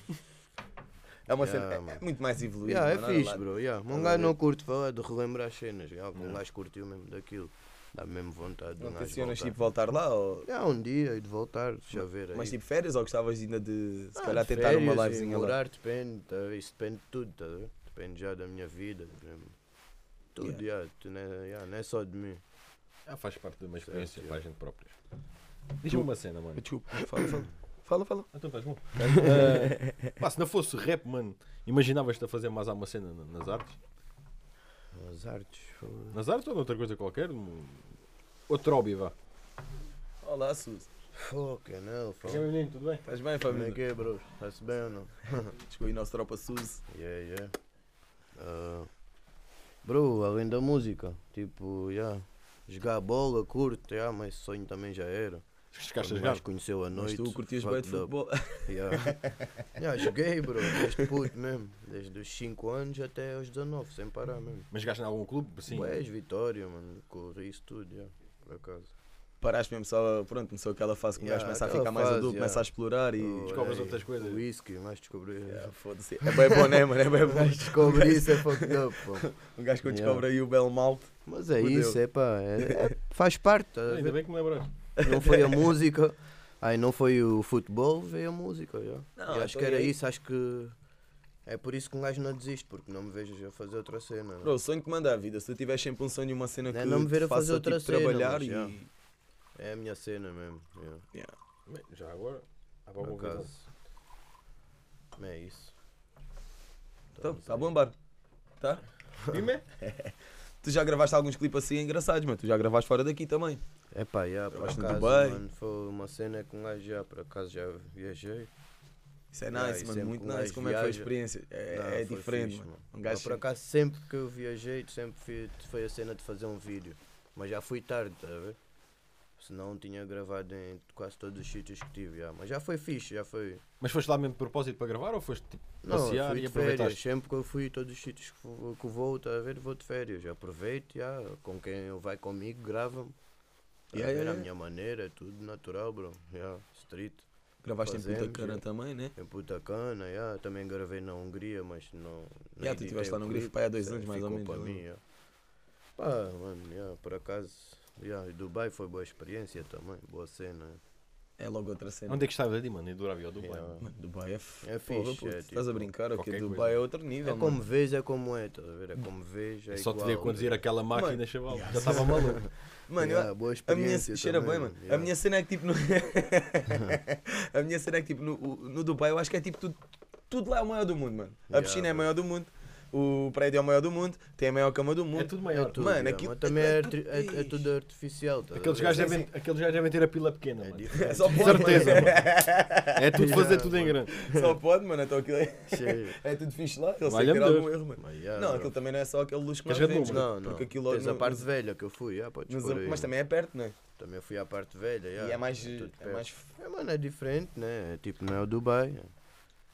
[SPEAKER 2] É uma
[SPEAKER 3] Yeah,
[SPEAKER 2] cena. é- É,
[SPEAKER 3] mano.
[SPEAKER 2] muito mais evoluído.
[SPEAKER 3] Yeah, é
[SPEAKER 2] mano, olha
[SPEAKER 3] fixe,
[SPEAKER 2] lá.
[SPEAKER 3] bro. Yeah. Um
[SPEAKER 2] Nada a
[SPEAKER 3] gajo
[SPEAKER 2] ver.
[SPEAKER 3] não curte falar de relembrar as cenas. Yeah. Um gajo curtiu mesmo daquilo. Dá mesmo vontade de um
[SPEAKER 2] Não
[SPEAKER 3] gajo
[SPEAKER 2] tencionas
[SPEAKER 3] voltar.
[SPEAKER 2] tipo voltar lá ou.
[SPEAKER 3] Yeah, um dia e de voltar, já ver
[SPEAKER 2] Mas
[SPEAKER 3] aí.
[SPEAKER 2] tipo férias ou gostavas ainda de se
[SPEAKER 3] Ah,
[SPEAKER 2] calhar
[SPEAKER 3] de
[SPEAKER 2] tentar
[SPEAKER 3] férias
[SPEAKER 2] uma
[SPEAKER 3] e
[SPEAKER 2] livezinha lá?
[SPEAKER 3] morar, depende, tá? a ver? isso depende de tudo, tá? a ver? depende já da minha vida. por exemplo. Tudo,
[SPEAKER 2] Yeah.
[SPEAKER 3] yeah, tu não, é, yeah, não é só de mim.
[SPEAKER 1] Ah, faz parte de uma
[SPEAKER 3] Certo,
[SPEAKER 1] experiência
[SPEAKER 3] yeah.
[SPEAKER 1] para a gente própria. Diz-me uma cena, mano.
[SPEAKER 2] Desculpa, fala, fala. Fala, fala.
[SPEAKER 1] Então estás bom. Ah, pá, se não fosse rap, mano, imaginavas-te a fazer mais alguma cena na- nas artes?
[SPEAKER 3] As artes. foda.
[SPEAKER 1] Nas artes ou noutra coisa qualquer? Um- Outro hobby, vá.
[SPEAKER 2] Olá, Suzy.
[SPEAKER 3] Foca, não,
[SPEAKER 1] É
[SPEAKER 3] foca.
[SPEAKER 1] menino, tudo bem?
[SPEAKER 2] Estás bem,
[SPEAKER 3] Como é
[SPEAKER 2] família?
[SPEAKER 3] que é, bro? Está-se bem ou não?
[SPEAKER 2] Chegou aí nosso tropa Suzy.
[SPEAKER 3] Yeah, yeah. Ah, bro, além da música, tipo, yeah, jogar bola, curto, yeah, mas sonho também já era.
[SPEAKER 1] Os
[SPEAKER 3] Quando
[SPEAKER 1] caixas
[SPEAKER 3] o
[SPEAKER 1] gás.
[SPEAKER 3] gajo conheceu a
[SPEAKER 2] Mas
[SPEAKER 3] noite.
[SPEAKER 2] tu curtias bem de
[SPEAKER 3] fucked up.
[SPEAKER 2] futebol.
[SPEAKER 3] Yeah. yeah, joguei, bro, desde puto mesmo. Desde os 5 anos até aos 19, sem parar mesmo.
[SPEAKER 1] Mas gastas em algum clube? assim? Sim.
[SPEAKER 3] Boés, Vitória, mano, corri isso tudo, yeah, por acaso.
[SPEAKER 2] Paraste mesmo só. Pronto, começou aquela fase que o gajo
[SPEAKER 3] Yeah,
[SPEAKER 2] começa a
[SPEAKER 3] aquela
[SPEAKER 2] ficar mais
[SPEAKER 3] fase,
[SPEAKER 2] adulto,
[SPEAKER 3] yeah.
[SPEAKER 2] começa a explorar e.
[SPEAKER 3] Oh,
[SPEAKER 1] Descobres
[SPEAKER 3] ei,
[SPEAKER 1] outras coisas.
[SPEAKER 3] Whisky, mais descobri.
[SPEAKER 2] Yeah, Foda-se. É bem bom, né, mano? É bem
[SPEAKER 3] O
[SPEAKER 2] bom.
[SPEAKER 3] gajo descobre isso, é fucked up, pô.
[SPEAKER 2] Um gajo quando
[SPEAKER 3] Yeah.
[SPEAKER 2] descobre aí o belo malte.
[SPEAKER 3] Mas é
[SPEAKER 2] Fudeu.
[SPEAKER 3] isso, é pá, é- é- faz parte, tá a ver?
[SPEAKER 1] Ainda bem que me lembraste.
[SPEAKER 3] não foi a música, aí não foi o futebol, veio a música. já.
[SPEAKER 2] Não,
[SPEAKER 3] E
[SPEAKER 2] então
[SPEAKER 3] acho que era
[SPEAKER 2] e aí?
[SPEAKER 3] isso, acho que é por isso que um gajo não desiste, porque não me vejo a fazer outra cena. não.
[SPEAKER 2] Bro, o sonho que manda é a vida. Se tu tiver sempre um sonho, uma cena
[SPEAKER 3] Não
[SPEAKER 2] que
[SPEAKER 3] é não me ver
[SPEAKER 2] te
[SPEAKER 3] a fazer
[SPEAKER 2] faça
[SPEAKER 3] outra
[SPEAKER 2] tipo,
[SPEAKER 3] cena,
[SPEAKER 2] trabalhar
[SPEAKER 3] mas,
[SPEAKER 2] e. Então,
[SPEAKER 3] yeah. É a minha cena mesmo. já.
[SPEAKER 1] Bem, já agora. Há
[SPEAKER 3] Por
[SPEAKER 1] alguma coisa?
[SPEAKER 3] acaso. É isso.
[SPEAKER 2] Então,
[SPEAKER 3] Estamos
[SPEAKER 2] tá
[SPEAKER 3] aí.
[SPEAKER 2] bom, Bar? Tá?
[SPEAKER 1] Dime?
[SPEAKER 2] Tu já gravaste alguns clipes assim engraçados, mano. Tu já gravaste fora daqui também.
[SPEAKER 3] É pá, já, por
[SPEAKER 2] Trabalhaste no
[SPEAKER 3] acaso,
[SPEAKER 2] Dubai.
[SPEAKER 3] mano, foi uma cena que um gajo já, por acaso, já viajei.
[SPEAKER 2] Isso é
[SPEAKER 3] Yeah,
[SPEAKER 2] nice,
[SPEAKER 3] e
[SPEAKER 2] mano.
[SPEAKER 3] sempre
[SPEAKER 2] Muito
[SPEAKER 3] que um gajo
[SPEAKER 2] nice. Como é que foi a
[SPEAKER 3] viaja-
[SPEAKER 2] experiência? É,
[SPEAKER 3] Não,
[SPEAKER 2] é
[SPEAKER 3] foi
[SPEAKER 2] diferente,
[SPEAKER 3] fixe,
[SPEAKER 2] mano. Um
[SPEAKER 3] Mas
[SPEAKER 2] gajo
[SPEAKER 3] por acaso, sempre que eu viajei, sempre fui- foi a cena de fazer um vídeo. Mas já fui tarde, tá a ver? Senão tinha gravado em quase todos os sítios que tive, já. Mas já foi fixe, já foi.
[SPEAKER 1] Mas foste lá mesmo de propósito para gravar ou foste tipo,
[SPEAKER 3] Não, eu
[SPEAKER 1] passear
[SPEAKER 3] fui
[SPEAKER 1] e
[SPEAKER 3] de férias.
[SPEAKER 1] aproveitaste?
[SPEAKER 3] Sempre que eu fui, todos os sítios que vou, que vou tá a ver, vou de férias. Já aproveito, já. Com quem eu vai comigo, grava-me. Tá
[SPEAKER 2] Yeah,
[SPEAKER 3] a ver
[SPEAKER 2] yeah,
[SPEAKER 3] a
[SPEAKER 2] yeah.
[SPEAKER 3] minha maneira, é tudo natural, bro. Já, street.
[SPEAKER 2] Gravaste em Puta
[SPEAKER 3] fazemos,
[SPEAKER 2] Cana
[SPEAKER 3] yeah.
[SPEAKER 2] também, né?
[SPEAKER 3] Em É Puta Cana, já. Também gravei na Hungria, mas não.
[SPEAKER 2] Já, tu estiveste lá na Hungria, foi há dois anos, mais ou menos,
[SPEAKER 3] Para
[SPEAKER 2] eu
[SPEAKER 3] mim, já. Pá, mano, já, por acaso. já, e Dubai foi boa experiência também, boa cena.
[SPEAKER 2] É logo outra cena.
[SPEAKER 1] Onde é que estavas ali, mano? Em Duravio, Dubai.
[SPEAKER 3] Yeah.
[SPEAKER 1] mano.
[SPEAKER 2] Mano, Dubai é, f...
[SPEAKER 3] É
[SPEAKER 2] Porra,
[SPEAKER 3] fixe,
[SPEAKER 2] puto,
[SPEAKER 3] é,
[SPEAKER 2] Estás a
[SPEAKER 3] tipo,
[SPEAKER 2] brincar, ok?
[SPEAKER 1] qualquer
[SPEAKER 2] Dubai
[SPEAKER 1] coisa.
[SPEAKER 2] é outro
[SPEAKER 3] É
[SPEAKER 2] nível, mano.
[SPEAKER 3] como vês, é como é, estás a ver? É como vês, é
[SPEAKER 1] Só te
[SPEAKER 3] igual.
[SPEAKER 1] via conduzir aquela máquina,
[SPEAKER 2] Mano,
[SPEAKER 1] chaval. Já estava maluco.
[SPEAKER 2] Mano, eu-
[SPEAKER 3] Yeah, boa
[SPEAKER 2] A minha
[SPEAKER 3] experiência
[SPEAKER 2] cheira
[SPEAKER 3] também,
[SPEAKER 2] bem, mano. A
[SPEAKER 3] yeah.
[SPEAKER 2] minha cena é que tipo no... A minha cena é que tipo no, no Dubai eu acho que é tipo tudo, tudo lá é o maior do mundo, mano. A
[SPEAKER 3] Yeah,
[SPEAKER 2] piscina é a
[SPEAKER 3] bro.
[SPEAKER 2] maior do mundo, o prédio é o maior do mundo, tem a maior cama do mundo.
[SPEAKER 1] É tudo maior.
[SPEAKER 3] Tudo,
[SPEAKER 2] Mano,
[SPEAKER 3] yeah,
[SPEAKER 2] aquilo-
[SPEAKER 3] mas também é,
[SPEAKER 2] é tudo
[SPEAKER 3] arti- é- é
[SPEAKER 2] fixe.
[SPEAKER 3] tudo artificial. estás a
[SPEAKER 1] Aqueles
[SPEAKER 3] ver?
[SPEAKER 1] gajos
[SPEAKER 3] É
[SPEAKER 1] devem, aqueles gajos devem ter a pila pequena,
[SPEAKER 3] É
[SPEAKER 1] mano.
[SPEAKER 3] diferente.
[SPEAKER 2] só
[SPEAKER 1] Com
[SPEAKER 2] pode,
[SPEAKER 1] certeza,
[SPEAKER 2] mano.
[SPEAKER 1] mano. É tudo fazer tudo em grande.
[SPEAKER 2] Só pode, mano. Então aquilo é,
[SPEAKER 3] Cheio.
[SPEAKER 2] é tudo fixe lá. Eu sei que
[SPEAKER 1] Valha-me
[SPEAKER 2] terá algum
[SPEAKER 1] Deus.
[SPEAKER 2] erro, mano.
[SPEAKER 3] Mas, yeah,
[SPEAKER 2] Não,
[SPEAKER 3] bro.
[SPEAKER 2] aquilo também não é só aquele luxo que nós
[SPEAKER 1] Mas é de
[SPEAKER 2] vemos,
[SPEAKER 1] número.
[SPEAKER 2] mano.
[SPEAKER 3] Não, não.
[SPEAKER 2] Porque aquilo logo
[SPEAKER 3] Tens a
[SPEAKER 2] no-
[SPEAKER 3] parte
[SPEAKER 2] nos-
[SPEAKER 3] velha que eu fui, yeah, podes
[SPEAKER 2] nos-
[SPEAKER 3] pôr aí,
[SPEAKER 2] Mas
[SPEAKER 3] mano.
[SPEAKER 2] também é perto, não é?
[SPEAKER 3] Também fui à parte velha.
[SPEAKER 2] E
[SPEAKER 3] yeah.
[SPEAKER 2] é mais.
[SPEAKER 3] tudo
[SPEAKER 2] É
[SPEAKER 3] perto.
[SPEAKER 2] mais...
[SPEAKER 3] É, mano, é diferente, né? É tipo, não é o Dubai.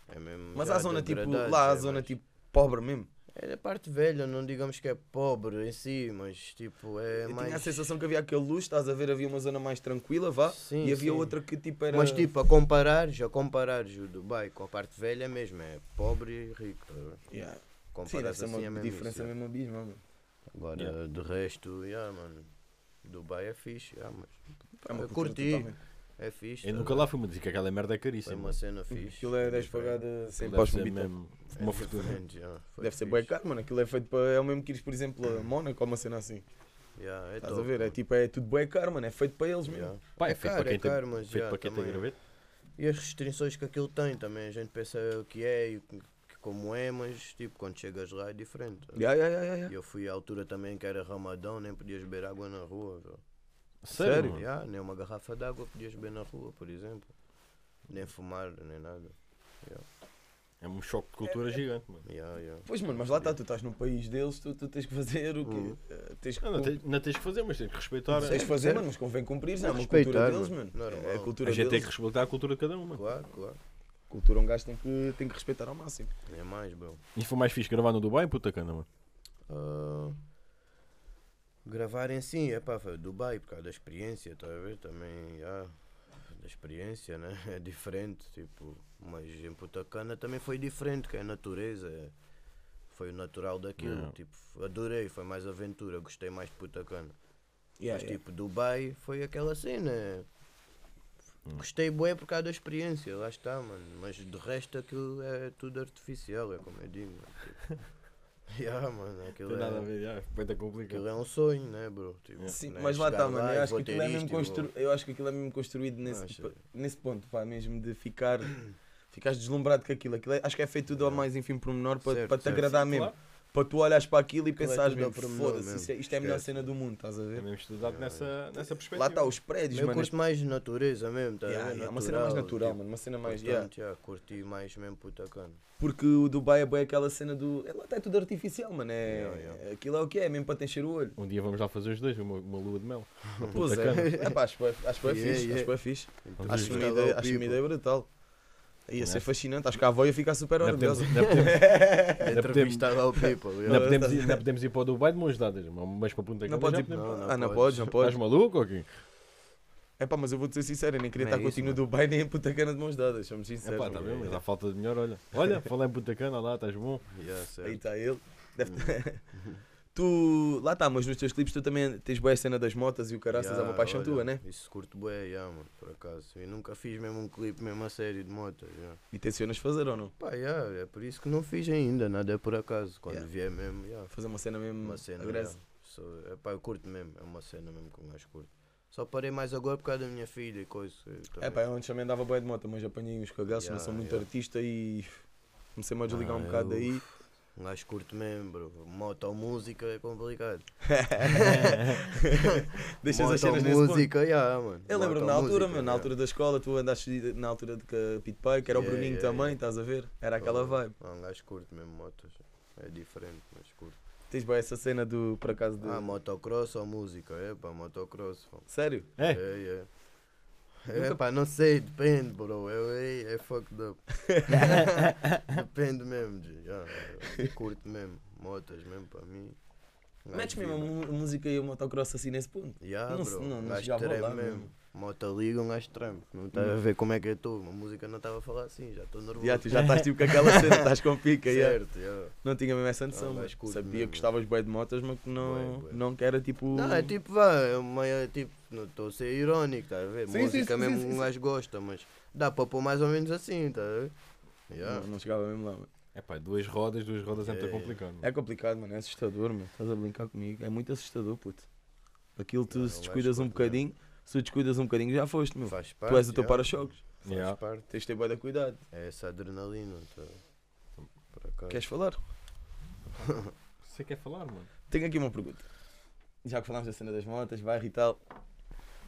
[SPEAKER 3] É mesmo.
[SPEAKER 2] Mas
[SPEAKER 3] já
[SPEAKER 2] há zona tipo.
[SPEAKER 3] degradado,
[SPEAKER 2] Lá há
[SPEAKER 3] é
[SPEAKER 2] zona
[SPEAKER 3] mais-
[SPEAKER 2] tipo pobre mesmo.
[SPEAKER 3] É da parte velha, não digamos que é pobre em si, mas tipo, é
[SPEAKER 2] Eu
[SPEAKER 3] mais.
[SPEAKER 2] tinha a sensação que havia aquele luxo, estás a ver, havia uma zona mais tranquila, vá,
[SPEAKER 3] Sim,
[SPEAKER 2] e havia
[SPEAKER 3] sim.
[SPEAKER 2] outra que tipo era.
[SPEAKER 3] Mas tipo, a comparares, a comparares o Dubai com a parte velha mesmo, é pobre é e rico. tá a ver?
[SPEAKER 2] Yeah. Sim, deve
[SPEAKER 3] Compara-se
[SPEAKER 2] ser uma
[SPEAKER 3] assim é mesmo isso,
[SPEAKER 2] diferença
[SPEAKER 3] yeah.
[SPEAKER 2] mesmo abismal, mano.
[SPEAKER 3] Agora,
[SPEAKER 1] Yeah.
[SPEAKER 3] de resto, yeah, mano. Dubai é fixe, yeah, mas
[SPEAKER 2] É uma
[SPEAKER 3] Eu
[SPEAKER 2] cultura
[SPEAKER 3] curti.
[SPEAKER 2] totalmente.
[SPEAKER 3] é fixe.
[SPEAKER 1] Eu
[SPEAKER 3] tá
[SPEAKER 1] nunca
[SPEAKER 3] ligado?
[SPEAKER 1] lá fui, mas diz que aquela merda é
[SPEAKER 3] Foi
[SPEAKER 1] caríssima.
[SPEAKER 3] uma cena fixe.
[SPEAKER 2] Aquilo é 10
[SPEAKER 3] diferente.
[SPEAKER 2] pagada sem
[SPEAKER 1] Deve
[SPEAKER 2] pós
[SPEAKER 1] ser
[SPEAKER 2] convite.
[SPEAKER 1] mesmo
[SPEAKER 3] É
[SPEAKER 1] uma fortuna.
[SPEAKER 3] diferente, yeah, foi
[SPEAKER 2] Deve ser
[SPEAKER 3] fixe.
[SPEAKER 2] bué caro, mano. Aquilo é feito para. É o mesmo que ires, por exemplo, a Mónaco ou uma cena assim.
[SPEAKER 3] Yeah, é
[SPEAKER 2] Estás a
[SPEAKER 3] top,
[SPEAKER 2] ver? É
[SPEAKER 3] mano.
[SPEAKER 2] tipo, é tudo bué caro, mano. É feito para eles mesmo.
[SPEAKER 3] Yeah.
[SPEAKER 1] Pá, é
[SPEAKER 3] É
[SPEAKER 1] feito
[SPEAKER 3] caro,
[SPEAKER 1] para quem
[SPEAKER 3] é
[SPEAKER 1] tem
[SPEAKER 3] caro, mas
[SPEAKER 1] feito
[SPEAKER 3] já,
[SPEAKER 1] para quem tem
[SPEAKER 3] também- é.
[SPEAKER 1] graveto.
[SPEAKER 3] E as restrições que aquilo tem também, a gente pensa o que é e o que- como é, mas tipo, quando chegas lá é diferente. tá?
[SPEAKER 2] Yeah, yeah, yeah, yeah,
[SPEAKER 3] E
[SPEAKER 2] yeah.
[SPEAKER 3] Eu fui à altura também que era ramadão, nem podias beber água na rua. velho.
[SPEAKER 1] Sério? mano?
[SPEAKER 3] Yeah, nem uma garrafa d'água podias beber na rua, por exemplo. Nem fumar, nem nada.
[SPEAKER 1] É um choque de cultura gigante, mano.
[SPEAKER 3] Yeah, yeah.
[SPEAKER 2] Pois, mano, mas lá está, tu estás num país deles, tu, tu tens que fazer o quê?
[SPEAKER 3] Uhum.
[SPEAKER 2] Eh, tens que.
[SPEAKER 1] Não, não, tens, é, não tens que fazer, mas tens que respeitar.
[SPEAKER 2] Tens
[SPEAKER 1] A
[SPEAKER 2] que fazer, mano, mas convém cumprir, não é uma
[SPEAKER 3] Respeitar,
[SPEAKER 2] cultura deles, mano.
[SPEAKER 3] mano. Normal.
[SPEAKER 2] É a cultura
[SPEAKER 1] gente tem
[SPEAKER 2] deles.
[SPEAKER 1] que respeitar a cultura de cada um, mano.
[SPEAKER 3] Claro, claro.
[SPEAKER 2] Cultura um gajo tem que, tem que respeitar ao máximo.
[SPEAKER 3] É mais, bro.
[SPEAKER 1] E foi mais fixe gravar no Dubai, puta cana, mano.
[SPEAKER 3] Ah, gravarem sim, é pá, foi Dubai, por causa da experiência, estás a ver? Também, já, da experiência, né? É diferente, tipo, mas em Putacana também foi diferente, que é a natureza, é- foi o natural daquilo,
[SPEAKER 1] Yeah.
[SPEAKER 3] tipo, adorei, foi mais aventura, gostei mais de Putacana.
[SPEAKER 1] É,
[SPEAKER 2] Yeah,
[SPEAKER 3] mas
[SPEAKER 2] yeah.
[SPEAKER 3] tipo, Dubai foi aquela cena. é,
[SPEAKER 1] Hum.
[SPEAKER 3] Gostei bué por causa da experiência, lá está, mano. Mas de resto aquilo é tudo artificial, é como eu digo, mano. Tipo, yeah, mano,
[SPEAKER 1] Não
[SPEAKER 3] aquilo
[SPEAKER 1] tem nada a
[SPEAKER 3] é,
[SPEAKER 1] ver, já. Foi tão complicado.
[SPEAKER 3] Aquilo é um sonho, né, bro? Tipo,
[SPEAKER 2] Sim,
[SPEAKER 3] né,
[SPEAKER 2] mas lá
[SPEAKER 3] chegar
[SPEAKER 2] está, mano.
[SPEAKER 3] lá
[SPEAKER 2] Eu
[SPEAKER 3] e
[SPEAKER 2] acho, que
[SPEAKER 3] tipo, vou
[SPEAKER 2] aquilo
[SPEAKER 3] ter
[SPEAKER 2] é mesmo
[SPEAKER 3] isto e vou-
[SPEAKER 2] constru... eu acho que aquilo é mesmo construído nesse,
[SPEAKER 3] Acho.
[SPEAKER 2] pa- nesse ponto, pá, mesmo de ficar. Ficares deslumbrado com aquilo. aquilo é- acho que é feito tudo ao mais enfim pormenor para
[SPEAKER 3] Certo,
[SPEAKER 2] para te
[SPEAKER 3] certo.
[SPEAKER 2] agradar
[SPEAKER 1] Sim,
[SPEAKER 2] mesmo.
[SPEAKER 1] claro.
[SPEAKER 2] Para tu olhares para aquilo e
[SPEAKER 3] Aquilo é
[SPEAKER 2] pensares
[SPEAKER 3] tudo ao
[SPEAKER 2] mesmo,
[SPEAKER 3] pormenor
[SPEAKER 2] foda-se,
[SPEAKER 3] mesmo.
[SPEAKER 2] isto é- isto é a melhor
[SPEAKER 3] Esquece.
[SPEAKER 2] cena do mundo, estás a
[SPEAKER 1] É
[SPEAKER 2] ver?
[SPEAKER 1] mesmo estudado nessa, nessa perspectiva.
[SPEAKER 2] Lá
[SPEAKER 3] tá
[SPEAKER 2] está, os prédios,
[SPEAKER 3] Eu
[SPEAKER 2] mano. é
[SPEAKER 3] curto mais natureza mesmo, tá?
[SPEAKER 2] Yeah,
[SPEAKER 3] a ver?
[SPEAKER 2] yeah, é uma cena mais natural,
[SPEAKER 3] tipo,
[SPEAKER 2] mano. Uma cena mais. yeah.
[SPEAKER 3] Portanto, yeah, curti mais mesmo putacano.
[SPEAKER 2] Porque o Dubai é bem aquela cena do. Lá está é tudo artificial, mano. É...
[SPEAKER 3] Yeah, yeah.
[SPEAKER 2] Aquilo é o que é, mesmo para te encher o olho.
[SPEAKER 1] Um dia vamos lá fazer os dois, uma, uma lua de mel.
[SPEAKER 2] Pois é. é pá, acho que é fixe.
[SPEAKER 3] Yeah, yeah.
[SPEAKER 2] Acho que é fixe.
[SPEAKER 1] Vamos
[SPEAKER 2] Acho
[SPEAKER 1] ver.
[SPEAKER 2] uma ideia, acho uma ideia brutal. Ia ser
[SPEAKER 3] é?
[SPEAKER 1] Né?
[SPEAKER 2] fascinante, acho que a avó ia ficar super
[SPEAKER 1] Ainda podemos,
[SPEAKER 2] orgulhosa.
[SPEAKER 1] ainda podemos, ainda podemos,
[SPEAKER 3] É Entrevistar ao people. yeah.
[SPEAKER 1] ainda podemos ir- ainda podemos ir para o Dubai de mãos dadas, mas para a Punta Cana
[SPEAKER 2] Não podes
[SPEAKER 1] já
[SPEAKER 2] ir.
[SPEAKER 1] podemos.
[SPEAKER 3] não, não
[SPEAKER 2] Ah, não
[SPEAKER 3] podes.
[SPEAKER 2] podes, não
[SPEAKER 1] Estás
[SPEAKER 2] podes.
[SPEAKER 1] maluco ou quê?
[SPEAKER 2] É pá, mas eu vou-te ser sincero, eu nem queria
[SPEAKER 3] Não é
[SPEAKER 2] estar contigo no
[SPEAKER 3] isso, tá
[SPEAKER 2] Dubai nem em puta cana de mãos dadas, somos
[SPEAKER 1] É
[SPEAKER 2] sinceros.
[SPEAKER 1] pá, está
[SPEAKER 2] mano.
[SPEAKER 1] bem, mas há falta de melhor, olha. Olha, falei em Punta Cana, lá, estás bom.
[SPEAKER 3] Yeah,
[SPEAKER 2] Aí
[SPEAKER 3] certo.
[SPEAKER 2] está ele. Deve-
[SPEAKER 3] Uhum.
[SPEAKER 2] tu. Lá está, mas nos teus clipes tu também tens boa a cena das motas e o caraças é uma
[SPEAKER 3] Yeah,
[SPEAKER 2] paixão
[SPEAKER 3] olha,
[SPEAKER 2] tua, né?
[SPEAKER 3] Isso curto bué, yeah, mano, por acaso. E nunca fiz mesmo um clipe, mesmo a série de moto. yeah.
[SPEAKER 2] E tencionas fazer ou não?
[SPEAKER 3] Pá, yeah, é por isso que não fiz ainda, nada é por acaso. Quando
[SPEAKER 2] Yeah.
[SPEAKER 3] vier mesmo, yeah,
[SPEAKER 2] É Fazer uma cena mesmo.
[SPEAKER 3] uma cena.
[SPEAKER 2] agressiva.
[SPEAKER 3] yeah. Sou- é pá, eu curto mesmo, é uma cena mesmo que eu mais curto. Só parei mais agora por causa da minha filha e coisa. eu também-
[SPEAKER 2] É pá, eu antes também andava boia de moto, mas apanhei uns cagaços, não
[SPEAKER 3] Yeah,
[SPEAKER 2] sou muito
[SPEAKER 3] yeah.
[SPEAKER 2] artista e comecei-me a desligar um
[SPEAKER 3] Ah,
[SPEAKER 2] bocado
[SPEAKER 3] eu-
[SPEAKER 2] aí.
[SPEAKER 3] Um gajo curto mesmo, bro. Moto ou música é complicado.
[SPEAKER 2] Deixas
[SPEAKER 3] Moto
[SPEAKER 2] as cenas
[SPEAKER 3] ou
[SPEAKER 2] nesse ponto.
[SPEAKER 3] música, yeah, mano.
[SPEAKER 2] Eu lembro-me
[SPEAKER 3] Moto
[SPEAKER 2] na
[SPEAKER 3] ou
[SPEAKER 2] altura,
[SPEAKER 3] música,
[SPEAKER 2] meu, na
[SPEAKER 3] yeah.
[SPEAKER 2] altura da escola, tu andaste de- na altura de Pitpai, que era o
[SPEAKER 3] Yeah,
[SPEAKER 2] Bruninho
[SPEAKER 3] yeah,
[SPEAKER 2] também,
[SPEAKER 3] yeah.
[SPEAKER 2] estás a ver? Era aquela vibe.
[SPEAKER 3] Ah, um gajo curto mesmo motos. É diferente, mas curto.
[SPEAKER 2] Tens bem essa cena do, por acaso, do...
[SPEAKER 3] Ah, motocross ou música? É pá, motocross. pô.
[SPEAKER 2] Sério?
[SPEAKER 3] É,
[SPEAKER 1] É,
[SPEAKER 3] é.
[SPEAKER 2] Nunca-
[SPEAKER 3] É pá, não sei, depende, bro. Eu, é, é fucked up. depende mesmo, G. yeah. Eu curto mesmo. Motas mesmo para mim. Um gajo
[SPEAKER 2] Metes mesmo a
[SPEAKER 3] vibra.
[SPEAKER 2] mu- música e o motocross assim nesse ponto?
[SPEAKER 3] Yeah,
[SPEAKER 2] Não se-
[SPEAKER 3] bro.
[SPEAKER 2] não-
[SPEAKER 3] Não,
[SPEAKER 2] não
[SPEAKER 3] gajo
[SPEAKER 2] chegava
[SPEAKER 3] treme
[SPEAKER 2] lá
[SPEAKER 3] mesmo.
[SPEAKER 2] mesmo. Hum.
[SPEAKER 3] Mota liga, um gajo treme. Não está a ver como é que eu estou. A música não estava a falar assim, já estou nervoso.
[SPEAKER 2] Já, tu já estás tipo com aquela cena, estás com pica, yeah.
[SPEAKER 3] certo, yeah.
[SPEAKER 2] Não tinha mesmo essa noção,
[SPEAKER 3] Não,
[SPEAKER 2] mas
[SPEAKER 3] mas Ah, curto
[SPEAKER 2] sabia
[SPEAKER 3] mesmo,
[SPEAKER 2] que gostavas bem de motas, mas que não,
[SPEAKER 3] Bué, bué.
[SPEAKER 2] não que era tipo...
[SPEAKER 3] Não, é tipo, vá, é uma- é tipo, não estou a ser irónico, estás a ver?
[SPEAKER 2] Sim, sim,
[SPEAKER 3] música
[SPEAKER 2] sim,
[SPEAKER 3] mesmo
[SPEAKER 2] sim,
[SPEAKER 3] um
[SPEAKER 2] sim.
[SPEAKER 3] gajo gosta, mas dá para pôr mais ou menos assim, estás a ver? Yeah.
[SPEAKER 2] não, não chegava mesmo lá, mano.
[SPEAKER 1] é pá, duas rodas, duas rodas é muito
[SPEAKER 3] É, é.
[SPEAKER 1] complicado. mano.
[SPEAKER 2] É complicado, mano. É assustador, mano. Estás a brincar comigo. É muito assustador, puto. Aquilo tu
[SPEAKER 3] Não,
[SPEAKER 2] se
[SPEAKER 3] Ah, eu
[SPEAKER 2] descuidas
[SPEAKER 3] acho
[SPEAKER 2] um
[SPEAKER 3] que pode,
[SPEAKER 2] bocadinho, se tu descuidas um bocadinho já foste, meu.
[SPEAKER 3] Faz parte.
[SPEAKER 2] Tu és o teu
[SPEAKER 3] yeah.
[SPEAKER 2] para-choques.
[SPEAKER 3] Faz
[SPEAKER 1] Yeah.
[SPEAKER 3] parte.
[SPEAKER 2] Tens de ter bué de cuidado.
[SPEAKER 3] É essa adrenalina, tá? Por acaso.
[SPEAKER 2] Queres falar?
[SPEAKER 1] Você quer falar, mano?
[SPEAKER 2] Tenho aqui uma pergunta. Já que falámos da cena das motas, bairro e tal.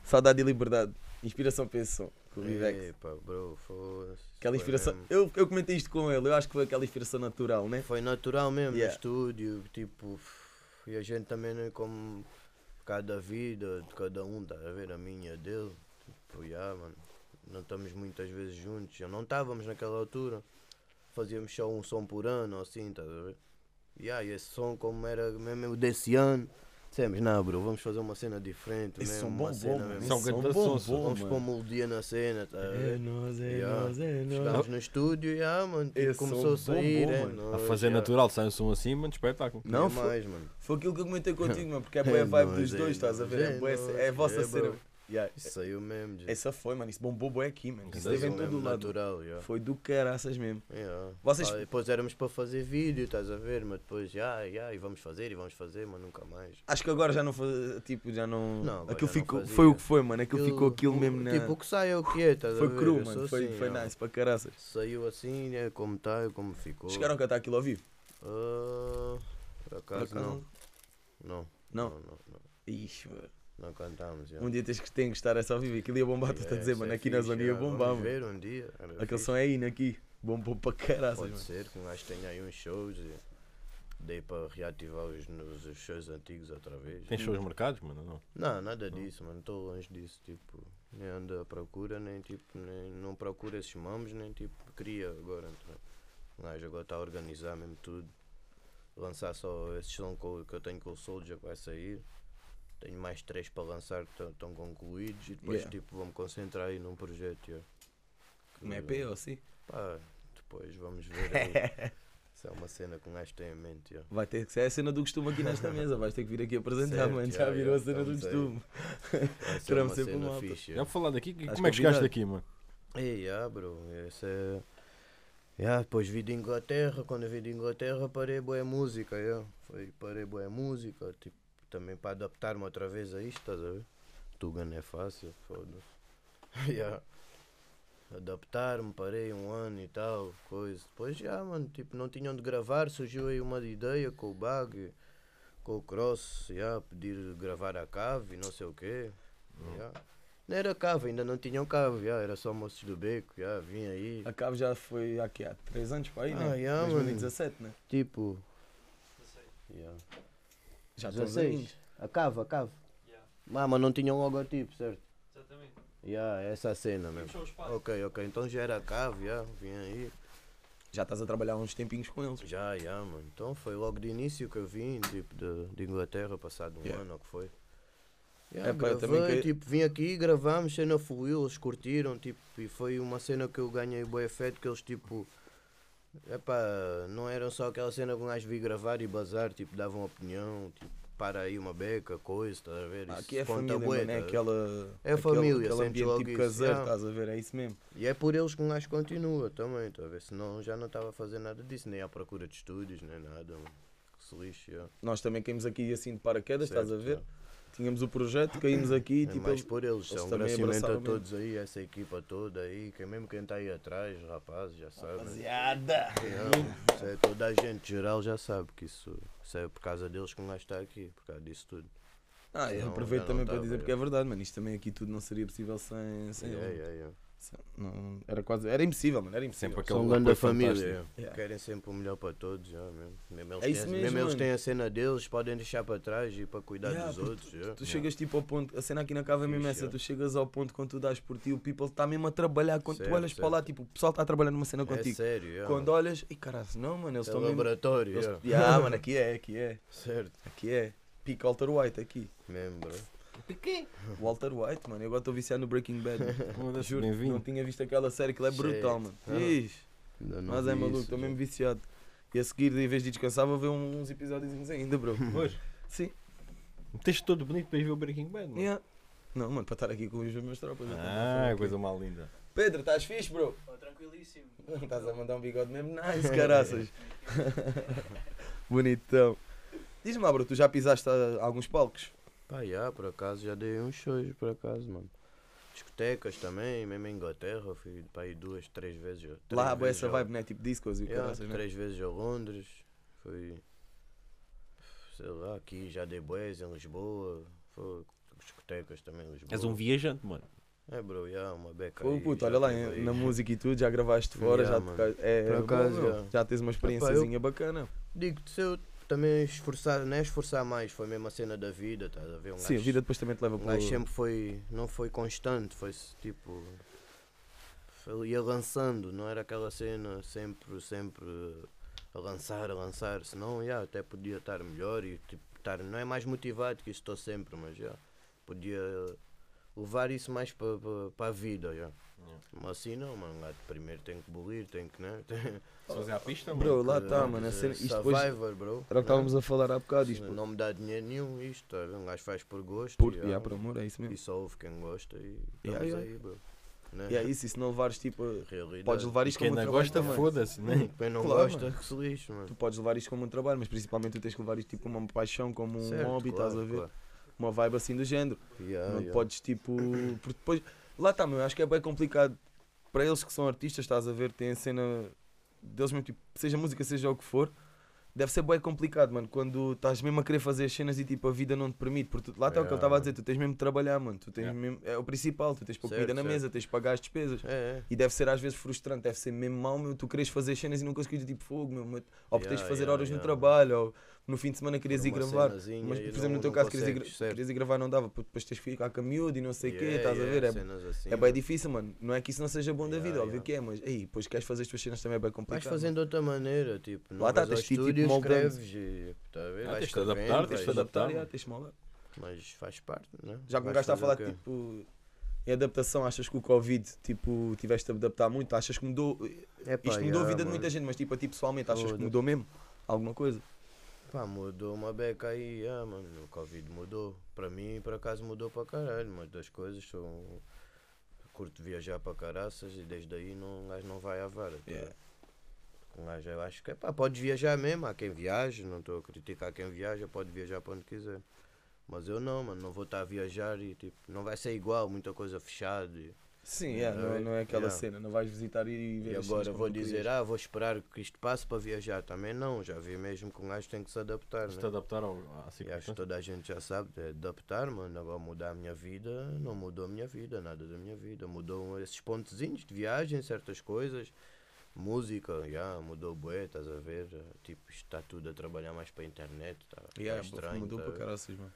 [SPEAKER 2] Saudade e liberdade. Inspiração para esse som. Com o Vivex.
[SPEAKER 3] Epa, bro, foda-se.
[SPEAKER 2] Aquela
[SPEAKER 3] Foi
[SPEAKER 2] inspiração.
[SPEAKER 3] mesmo-
[SPEAKER 2] Eu, eu comentei isto com ele. Eu acho que foi aquela inspiração natural, né?
[SPEAKER 3] Foi natural mesmo,
[SPEAKER 2] Yeah.
[SPEAKER 3] no estúdio, tipo, f- e a gente também não é como cada vida de cada um, tá a ver a minha dele, tipo, yeah, mano, não estamos muitas vezes juntos, já não estávamos naquela altura, fazíamos só um som por ano, ou assim, tá a ver? Yeah, e esse som como era mesmo o desse ano, Dissemos, não, bro, vamos fazer uma cena diferente,
[SPEAKER 4] Esse
[SPEAKER 3] mesmo,
[SPEAKER 4] som
[SPEAKER 3] uma
[SPEAKER 4] bom,
[SPEAKER 3] cena
[SPEAKER 4] bom, mano.
[SPEAKER 3] mesmo.
[SPEAKER 1] São
[SPEAKER 4] Esse som
[SPEAKER 1] grande
[SPEAKER 4] bom,
[SPEAKER 1] som,
[SPEAKER 4] bom,
[SPEAKER 3] Vamos pôr
[SPEAKER 4] mano. É,
[SPEAKER 3] melodia na cena, tá a
[SPEAKER 2] É.
[SPEAKER 3] ver?
[SPEAKER 4] nós,
[SPEAKER 3] Yeah. Chegámos no estúdio, yeah, mano, tipo,
[SPEAKER 4] Esse som
[SPEAKER 3] começou a
[SPEAKER 4] bom, bom,
[SPEAKER 3] sair, é
[SPEAKER 4] mano.
[SPEAKER 1] A
[SPEAKER 3] nóis,
[SPEAKER 1] fazer
[SPEAKER 3] yeah.
[SPEAKER 1] natural, sai um som assim, mano, espetáculo.
[SPEAKER 2] Não,
[SPEAKER 3] Não,
[SPEAKER 2] foi-
[SPEAKER 3] mais, mano.
[SPEAKER 2] Foi aquilo que eu comentei contigo, mano, porque é boa a vibe
[SPEAKER 3] nós,
[SPEAKER 2] dos
[SPEAKER 3] é
[SPEAKER 2] dois, estás a ver? É,
[SPEAKER 3] nós,
[SPEAKER 2] bué-
[SPEAKER 3] é
[SPEAKER 2] é a
[SPEAKER 3] nós,
[SPEAKER 2] vossa
[SPEAKER 3] é,
[SPEAKER 2] cena.
[SPEAKER 3] bro.
[SPEAKER 2] Yeah,
[SPEAKER 3] Isso saiu mesmo, gente.
[SPEAKER 2] Essa foi, mano. Isso bombou bué aqui, mano. Isso
[SPEAKER 3] Isso
[SPEAKER 2] teve em
[SPEAKER 3] mesmo,
[SPEAKER 2] todo o lado.
[SPEAKER 3] natural, yeah.
[SPEAKER 2] Foi do caraças mesmo.
[SPEAKER 3] Yeah.
[SPEAKER 2] Vocês-
[SPEAKER 3] Pá, depois éramos para fazer vídeo, estás a ver? Mas depois, já, já, e vamos fazer, e vamos fazer, mas nunca mais.
[SPEAKER 2] Acho que agora já não foi, tipo, já não...
[SPEAKER 3] Não, agora
[SPEAKER 2] aquilo
[SPEAKER 3] já não
[SPEAKER 2] ficou,
[SPEAKER 3] fazia.
[SPEAKER 2] foi o que foi, mano. Aquilo
[SPEAKER 3] Eu-
[SPEAKER 2] ficou aquilo
[SPEAKER 3] o-
[SPEAKER 2] mesmo na...
[SPEAKER 3] Tipo, o que sai é o que é, estás a
[SPEAKER 2] foi
[SPEAKER 3] ver?
[SPEAKER 2] cru,
[SPEAKER 3] Eu
[SPEAKER 2] mano.
[SPEAKER 3] sou
[SPEAKER 2] Foi,
[SPEAKER 3] assim,
[SPEAKER 2] foi
[SPEAKER 3] yeah.
[SPEAKER 2] nice para caraças.
[SPEAKER 3] Saiu assim, é como está, como ficou.
[SPEAKER 2] Chegaram a cantar aquilo ao vivo?
[SPEAKER 3] Ah, por acaso,
[SPEAKER 2] Por acaso
[SPEAKER 3] não. Não.
[SPEAKER 2] Não?
[SPEAKER 3] Não, não, não.
[SPEAKER 2] Ixi, mano.
[SPEAKER 3] Não cantámos, já.
[SPEAKER 2] Um dia tens que, tem que estar essa ao vivo. Aquilo ia bombar, tu estás a dizer,
[SPEAKER 3] isso
[SPEAKER 2] mano.
[SPEAKER 3] é
[SPEAKER 2] Aqui na
[SPEAKER 3] fixe,
[SPEAKER 2] zona ia
[SPEAKER 3] já, vamos
[SPEAKER 2] bombar, mano.
[SPEAKER 3] ver um dia. era
[SPEAKER 2] Aquele
[SPEAKER 3] fixe.
[SPEAKER 2] som é hino aqui. Bombou para caraças,
[SPEAKER 3] Pode
[SPEAKER 2] mano.
[SPEAKER 3] ser que um gajo tenha aí uns shows e dei para reativar os, nos- os shows antigos outra vez.
[SPEAKER 1] Tem shows marcados, mano? Não.
[SPEAKER 3] Não, nada disso, mano. Estou longe disso, tipo, nem ando à procura, nem tipo, nem, não procuro esses mamos, nem tipo, queria agora. Então, um gajo agora está a organizar mesmo tudo. Lançar só esse som que eu- que eu tenho com o Soldier que vai sair. Tenho mais três para lançar que estão concluídos e depois
[SPEAKER 2] Yeah.
[SPEAKER 3] tipo vou-me concentrar aí num projeto. yeah. Que-
[SPEAKER 2] Não é P.O., sim.
[SPEAKER 3] Pá, depois vamos ver aí. Se é uma cena que um gajo tem em mente. já.
[SPEAKER 2] Vai ter que ser a cena do costume aqui nesta mesa. Vais ter que vir aqui apresentar,
[SPEAKER 3] Certo,
[SPEAKER 2] mano. Já
[SPEAKER 3] já,
[SPEAKER 2] virou a
[SPEAKER 3] já,
[SPEAKER 2] cena do
[SPEAKER 3] estamos aí.
[SPEAKER 2] costume.
[SPEAKER 3] Vai ser
[SPEAKER 2] Teremos
[SPEAKER 3] uma
[SPEAKER 2] sempre
[SPEAKER 3] cena
[SPEAKER 2] malta.
[SPEAKER 3] fixe.
[SPEAKER 1] Já vou falar daqui, que-
[SPEAKER 2] Estás
[SPEAKER 1] como é que chegaste
[SPEAKER 2] convidado.
[SPEAKER 1] aqui, mano?
[SPEAKER 3] Ei, ah, bro, esse é. Yeah, ah, depois vim de Inglaterra, quando eu vim de Inglaterra parei boa música, yeah. Foi, parei boa música, tipo, também para adaptar-me outra vez a isto, estás a ver? Tuga não é fácil, foda-se. yeah. Adaptar-me, parei um ano e tal, coisa. Depois já, mano, tipo, não tinham de gravar, surgiu aí uma ideia com o bag, com o cross, yeah, pedir gravar a cave e não sei o quê. yeah. Não era cave, ainda não tinham cave, já, era só moços do beco, já, vinha aí.
[SPEAKER 2] A Cabo já foi aqui há 3 anos para aí, né?
[SPEAKER 3] Ah, yeah, mano.
[SPEAKER 2] 2017, né?
[SPEAKER 3] Tipo. Yeah.
[SPEAKER 2] Já estamos aí.
[SPEAKER 3] 16. A cave, a cave. Ah, mas não tinham logotipo, certo?
[SPEAKER 5] Exatamente.
[SPEAKER 3] Yeah, essa a cena mesmo.
[SPEAKER 5] Fechou o espaço.
[SPEAKER 3] Ok, ok, então já era a cave, já, vinha aí.
[SPEAKER 2] Já estás a trabalhar uns tempinhos com eles.
[SPEAKER 3] Já, já, mano. Então foi logo de início que eu vim, tipo, de, de Inglaterra, passado um
[SPEAKER 2] Yeah.
[SPEAKER 3] ano ou que foi. Yeah,
[SPEAKER 2] É, pá, eu
[SPEAKER 3] gravei,
[SPEAKER 2] também que-
[SPEAKER 3] tipo, vim aqui, gravámos, cena fluiu, eles curtiram, tipo, e foi uma cena que eu ganhei boa efeito, que eles, tipo, epá, não eram só aquela cena que um gajo vi gravar e bazar, tipo, davam opinião, tipo, para aí uma beca, coisa, estás a ver?
[SPEAKER 2] Ah,
[SPEAKER 3] Isso
[SPEAKER 2] Aqui é
[SPEAKER 3] conta
[SPEAKER 2] família,
[SPEAKER 3] bué,
[SPEAKER 2] mano. É
[SPEAKER 3] estás a ver?
[SPEAKER 2] aquela.
[SPEAKER 3] É
[SPEAKER 2] aquele-
[SPEAKER 3] família,
[SPEAKER 2] Aquele
[SPEAKER 3] sente
[SPEAKER 2] ambiente
[SPEAKER 3] logo
[SPEAKER 2] tipo
[SPEAKER 3] isso,
[SPEAKER 2] caseiro,
[SPEAKER 3] yeah.
[SPEAKER 2] estás a ver? É isso mesmo.
[SPEAKER 3] E é por eles que um gajo continua também, estás a ver? Senão já não estava a fazer nada disso, nem à procura de estúdios, nem nada, mano. Que se lixo, yeah.
[SPEAKER 2] Nós também caímos aqui assim de paraquedas, estás a
[SPEAKER 3] Certo,
[SPEAKER 2] ver? Tínhamos o projeto, caímos aqui,
[SPEAKER 3] É
[SPEAKER 2] tipo.
[SPEAKER 3] mais
[SPEAKER 2] eles-
[SPEAKER 3] por
[SPEAKER 2] eles
[SPEAKER 3] eles, é um
[SPEAKER 2] também
[SPEAKER 3] agradecimento a
[SPEAKER 2] abraçaram
[SPEAKER 3] todos aí, essa equipa toda aí, que mesmo quem está aí atrás, rapazes, já sabe. né?
[SPEAKER 2] Rapaziada!
[SPEAKER 3] É, isso é toda a gente geral já sabe que isso, isso é por causa deles que um gajo está aqui, por causa disso tudo.
[SPEAKER 2] Ah, eu
[SPEAKER 3] Não,
[SPEAKER 2] aproveito
[SPEAKER 3] já não tá
[SPEAKER 2] também para
[SPEAKER 3] tava,
[SPEAKER 2] dizer
[SPEAKER 3] já.
[SPEAKER 2] porque é verdade, mano. Isto também aqui tudo não seria possível sem. sem
[SPEAKER 3] Yeah,
[SPEAKER 2] eles.
[SPEAKER 3] yeah, yeah.
[SPEAKER 2] Sem- não- era quase. Era impossível, mano. Era impossível.
[SPEAKER 1] Sempre aquele
[SPEAKER 3] é, São
[SPEAKER 1] apoio
[SPEAKER 3] grande família.
[SPEAKER 1] fantástico.
[SPEAKER 3] yeah.
[SPEAKER 2] Yeah.
[SPEAKER 3] Querem sempre o melhor para todos, yeah, mesmo. Mesmo, eles
[SPEAKER 2] É
[SPEAKER 3] têm,
[SPEAKER 2] isso
[SPEAKER 3] a-
[SPEAKER 2] mesmo,
[SPEAKER 3] mesmo eles
[SPEAKER 2] mano.
[SPEAKER 3] têm a cena deles, podem deixar para trás e para cuidar
[SPEAKER 2] Yeah,
[SPEAKER 3] dos
[SPEAKER 2] porque
[SPEAKER 3] outros. yeah.
[SPEAKER 2] Tu chegas tipo ao ponto, a cena aqui na cava é mesmo
[SPEAKER 3] Fixe,
[SPEAKER 2] essa,
[SPEAKER 3] é.
[SPEAKER 2] tu chegas ao ponto quando tu dás por ti, o people está mesmo a trabalhar, quando tu
[SPEAKER 3] Certo,
[SPEAKER 2] olhas para lá,
[SPEAKER 3] certo.
[SPEAKER 2] tipo, o pessoal está a trabalhar numa cena
[SPEAKER 3] É
[SPEAKER 2] contigo.
[SPEAKER 3] sério, yeah.
[SPEAKER 2] Quando olhas, e caralho, não, mano, eles
[SPEAKER 3] é
[SPEAKER 2] estão mesmo.
[SPEAKER 3] laboratório,
[SPEAKER 2] Eles...
[SPEAKER 3] yeah.
[SPEAKER 2] Yeah, mano, aqui é, aqui é,
[SPEAKER 3] certo,
[SPEAKER 2] aqui é. Pico Walter White aqui.
[SPEAKER 3] mesmo, bro.
[SPEAKER 2] Walter White, mano, eu agora estou viciado no Breaking Bad. mano.
[SPEAKER 1] Foda-se,
[SPEAKER 2] Juro, não
[SPEAKER 1] Um Bem-vindo.
[SPEAKER 2] tinha visto aquela série, que é
[SPEAKER 3] Shit.
[SPEAKER 2] brutal, mano.
[SPEAKER 3] Ah.
[SPEAKER 2] Ixi,
[SPEAKER 3] Ainda não
[SPEAKER 2] mas é
[SPEAKER 3] vi
[SPEAKER 2] maluco,
[SPEAKER 3] isso,
[SPEAKER 2] estou
[SPEAKER 3] já.
[SPEAKER 2] mesmo viciado. E a seguir, em vez de descansar, vou ver uns episódios ainda, bro.
[SPEAKER 1] Hoje,
[SPEAKER 2] Sim,
[SPEAKER 1] meteste todo bonito para ir ver o Breaking Bad, mano.
[SPEAKER 2] yeah. Não, mano, para estar aqui com os meus tropas. eu tenho que estar
[SPEAKER 1] Ah,
[SPEAKER 2] aqui.
[SPEAKER 1] coisa mal linda.
[SPEAKER 2] Pedro, estás fixe, bro?
[SPEAKER 5] Pá, tranquilíssimo.
[SPEAKER 2] Estás a mandar um bigode mesmo nice, caraças. Bonitão. Diz-me lá, bro, tu já pisaste ah, alguns palcos?
[SPEAKER 3] Pá, já, por acaso já dei uns shows, por acaso, mano. Discotecas também, mesmo em Inglaterra, fui para aí duas, três vezes. Três
[SPEAKER 2] lá, boa
[SPEAKER 3] vezes
[SPEAKER 2] essa
[SPEAKER 3] ao-
[SPEAKER 2] vibe, né? Tipo discos e o
[SPEAKER 3] Yeah,
[SPEAKER 2] caraças, né?
[SPEAKER 3] três vezes a Londres, fui. Sei lá, aqui já dei boés em Lisboa, foi discotecas também em Lisboa.
[SPEAKER 1] És um viajante, mano.
[SPEAKER 3] É, bro, já, uma beca.
[SPEAKER 2] Ô,
[SPEAKER 3] aí,
[SPEAKER 2] puto,
[SPEAKER 3] já
[SPEAKER 2] olha lá,
[SPEAKER 3] tive
[SPEAKER 2] em-
[SPEAKER 3] aí.
[SPEAKER 2] na música e tudo, já gravaste fora,
[SPEAKER 3] Yeah,
[SPEAKER 2] já
[SPEAKER 3] mano.
[SPEAKER 2] tocaste. É,
[SPEAKER 3] Por
[SPEAKER 2] bom,
[SPEAKER 3] acaso,
[SPEAKER 2] bro.
[SPEAKER 3] yeah.
[SPEAKER 2] já tens uma experiênciazinha bacana.
[SPEAKER 3] Digo-te, se eu também esforçar, não é esforçar mais, foi mesmo a cena da vida, estás a ver? Um
[SPEAKER 2] Sim, a
[SPEAKER 3] gajo
[SPEAKER 2] vida depois também te leva
[SPEAKER 3] O
[SPEAKER 2] para
[SPEAKER 3] gajo sempre foi, não foi constante, foi tipo. Ele ia lançando, não era aquela cena sempre, sempre a lançar, a lançar, senão yeah, até podia estar melhor e tipo, estar, não é mais motivado que estou sempre, mas já podia levar isso mais para a vida. já. Mas assim não, mano, lá de primeiro tem que bulir, tem que, né? Tem,
[SPEAKER 1] Fazer a pista, mano.
[SPEAKER 2] Bro, lá está, Ah, tá, mano. A cena, isto depois, era
[SPEAKER 3] Survivor, bro. é?
[SPEAKER 2] o que estávamos a falar há bocado. Isto,
[SPEAKER 3] Não, não me dá dinheiro nenhum isto, tá vendo? Um gajo faz por gosto.
[SPEAKER 2] por,
[SPEAKER 3] já.
[SPEAKER 2] yeah, por amor, é isso
[SPEAKER 3] E um
[SPEAKER 2] mesmo.
[SPEAKER 3] só ouve quem gosta e
[SPEAKER 2] Yeah,
[SPEAKER 3] estamos
[SPEAKER 2] yeah.
[SPEAKER 3] aí, bro. Né?
[SPEAKER 2] E é isso, e se não levares tipo.
[SPEAKER 3] Realidade.
[SPEAKER 2] Podes levar isto
[SPEAKER 1] Quem
[SPEAKER 2] como um
[SPEAKER 1] não
[SPEAKER 2] trabalho
[SPEAKER 1] gosta,
[SPEAKER 2] também.
[SPEAKER 1] foda-se, né?
[SPEAKER 3] Quem não
[SPEAKER 2] Claro,
[SPEAKER 3] gosta, que se lixe, mano.
[SPEAKER 2] Tu podes levar isto como um trabalho, mas principalmente tu tens que levar isto tipo como uma paixão, como um
[SPEAKER 3] Certo,
[SPEAKER 2] hobby,
[SPEAKER 3] claro,
[SPEAKER 2] estás a ver?
[SPEAKER 3] claro.
[SPEAKER 2] Uma vibe assim do género.
[SPEAKER 3] Yeah,
[SPEAKER 2] não
[SPEAKER 3] yeah.
[SPEAKER 2] podes tipo. Porque depois. Lá está, meu, acho que é bem complicado para eles que são artistas, estás a ver, tem a cena deles mesmo, tipo, seja música, seja o que for. Deve ser bem complicado, mano, quando estás mesmo a querer fazer as cenas e tipo a vida não te permite. Porque tu- lá está o que ele
[SPEAKER 3] Yeah.
[SPEAKER 2] estava a dizer, tu tens mesmo de trabalhar, mano. Tu tens
[SPEAKER 1] Yeah.
[SPEAKER 2] mesmo, é o principal, tu tens para comida
[SPEAKER 3] Certo,
[SPEAKER 2] na
[SPEAKER 3] certo.
[SPEAKER 2] mesa, tens de pagar as despesas.
[SPEAKER 3] É, é.
[SPEAKER 2] E deve ser às vezes frustrante, deve ser mesmo mau, meu, tu queres fazer cenas e não conseguires, tipo, fogo, meu, meu, ou porque tens de
[SPEAKER 3] Yeah,
[SPEAKER 2] fazer
[SPEAKER 3] yeah,
[SPEAKER 2] horas no
[SPEAKER 3] yeah.
[SPEAKER 2] trabalho, ou no fim de semana querias ir
[SPEAKER 3] uma
[SPEAKER 2] gravar.
[SPEAKER 3] cenazinha
[SPEAKER 2] Mas,
[SPEAKER 3] e
[SPEAKER 2] por exemplo,
[SPEAKER 3] não-
[SPEAKER 2] no teu
[SPEAKER 3] não
[SPEAKER 2] caso, querias ir, gra-
[SPEAKER 3] consegues, certo.
[SPEAKER 2] querias ir gravar, não dava, porque depois tens que ficar com a miúdo e não sei o quê,
[SPEAKER 3] Yeah,
[SPEAKER 2] estás a
[SPEAKER 3] yeah,
[SPEAKER 2] ver? É,
[SPEAKER 3] cenas assim,
[SPEAKER 2] é bem
[SPEAKER 3] mano.
[SPEAKER 2] difícil, mano. Não é que isso não seja bom da
[SPEAKER 3] Yeah,
[SPEAKER 2] vida, óbvio
[SPEAKER 3] yeah.
[SPEAKER 2] que é, mas aí, depois queres fazer as tuas cenas também é bem complicado.
[SPEAKER 3] Vais fazendo de outra maneira, tipo, não
[SPEAKER 2] Lá tá,
[SPEAKER 3] vais ao
[SPEAKER 2] tens de ir, tipo,
[SPEAKER 3] estúdio,
[SPEAKER 2] moldando.
[SPEAKER 3] escreves e, tá a ver?
[SPEAKER 1] Ah,
[SPEAKER 3] Vais
[SPEAKER 1] tens de
[SPEAKER 3] escrevendo,
[SPEAKER 1] adaptar, tens de
[SPEAKER 3] vais-
[SPEAKER 2] mano.
[SPEAKER 1] adaptar,
[SPEAKER 2] Adaptar,
[SPEAKER 1] mano.
[SPEAKER 2] yeah, tens de moldar.
[SPEAKER 3] Mas faz parte, né?
[SPEAKER 2] Já que o
[SPEAKER 3] Vais
[SPEAKER 2] gajo está a
[SPEAKER 3] fazer o
[SPEAKER 2] falar,
[SPEAKER 3] quê?
[SPEAKER 2] tipo, em adaptação, achas que o Covid, tipo, tiveste de adaptar muito? Achas que mudou.
[SPEAKER 3] Epá,
[SPEAKER 2] tipo, Isto mudou a
[SPEAKER 3] yeah,
[SPEAKER 2] vida de
[SPEAKER 3] mano.
[SPEAKER 2] muita gente, mas, tipo, a ti pessoalmente, achas que
[SPEAKER 3] Foda-se.
[SPEAKER 2] mudou mesmo? Alguma coisa?
[SPEAKER 3] Pá, mudou uma beca aí, ah, mano. O Covid mudou. Para mim, por acaso, mudou para caralho. Mas das coisas são. Curto viajar para caraças e desde aí não, um gajo não vai à vara. tá?
[SPEAKER 2] Yeah.
[SPEAKER 3] Um gajo, eu acho que, pá, podes viajar mesmo. Há quem viaja, não estou a criticar quem viaja, pode viajar para onde quiser. Mas eu não, mano. Não vou estar a viajar e, tipo, não vai ser igual. Muita coisa fechada. E,
[SPEAKER 2] Sim, é, não, é- não é aquela
[SPEAKER 3] Yeah.
[SPEAKER 2] cena, não vais visitar e ver assim
[SPEAKER 3] e
[SPEAKER 2] as cenas
[SPEAKER 3] agora
[SPEAKER 2] como
[SPEAKER 3] vou
[SPEAKER 2] tu
[SPEAKER 3] dizer,
[SPEAKER 2] querias.
[SPEAKER 3] ah, vou esperar que isto passe para viajar. Também não. Já vi mesmo que um gajo tem que se adaptar,
[SPEAKER 1] Se
[SPEAKER 2] tá
[SPEAKER 3] né?
[SPEAKER 1] te adaptar ao, à
[SPEAKER 2] Tipo
[SPEAKER 3] E acho que
[SPEAKER 1] circunstância.
[SPEAKER 3] toda a gente já sabe, é adaptar, mano, agora mudar a minha vida, não mudou a minha vida, nada da minha vida. Mudou esses pontezinhos de viagem, certas coisas, música, já, mudou o bué, estás a ver? Tipo, está tudo a trabalhar mais para a internet, está
[SPEAKER 2] Yeah,
[SPEAKER 3] tá
[SPEAKER 2] pô,
[SPEAKER 3] estranho.
[SPEAKER 2] mudou
[SPEAKER 3] tá
[SPEAKER 2] para
[SPEAKER 3] a ver?
[SPEAKER 2] caraças, mano.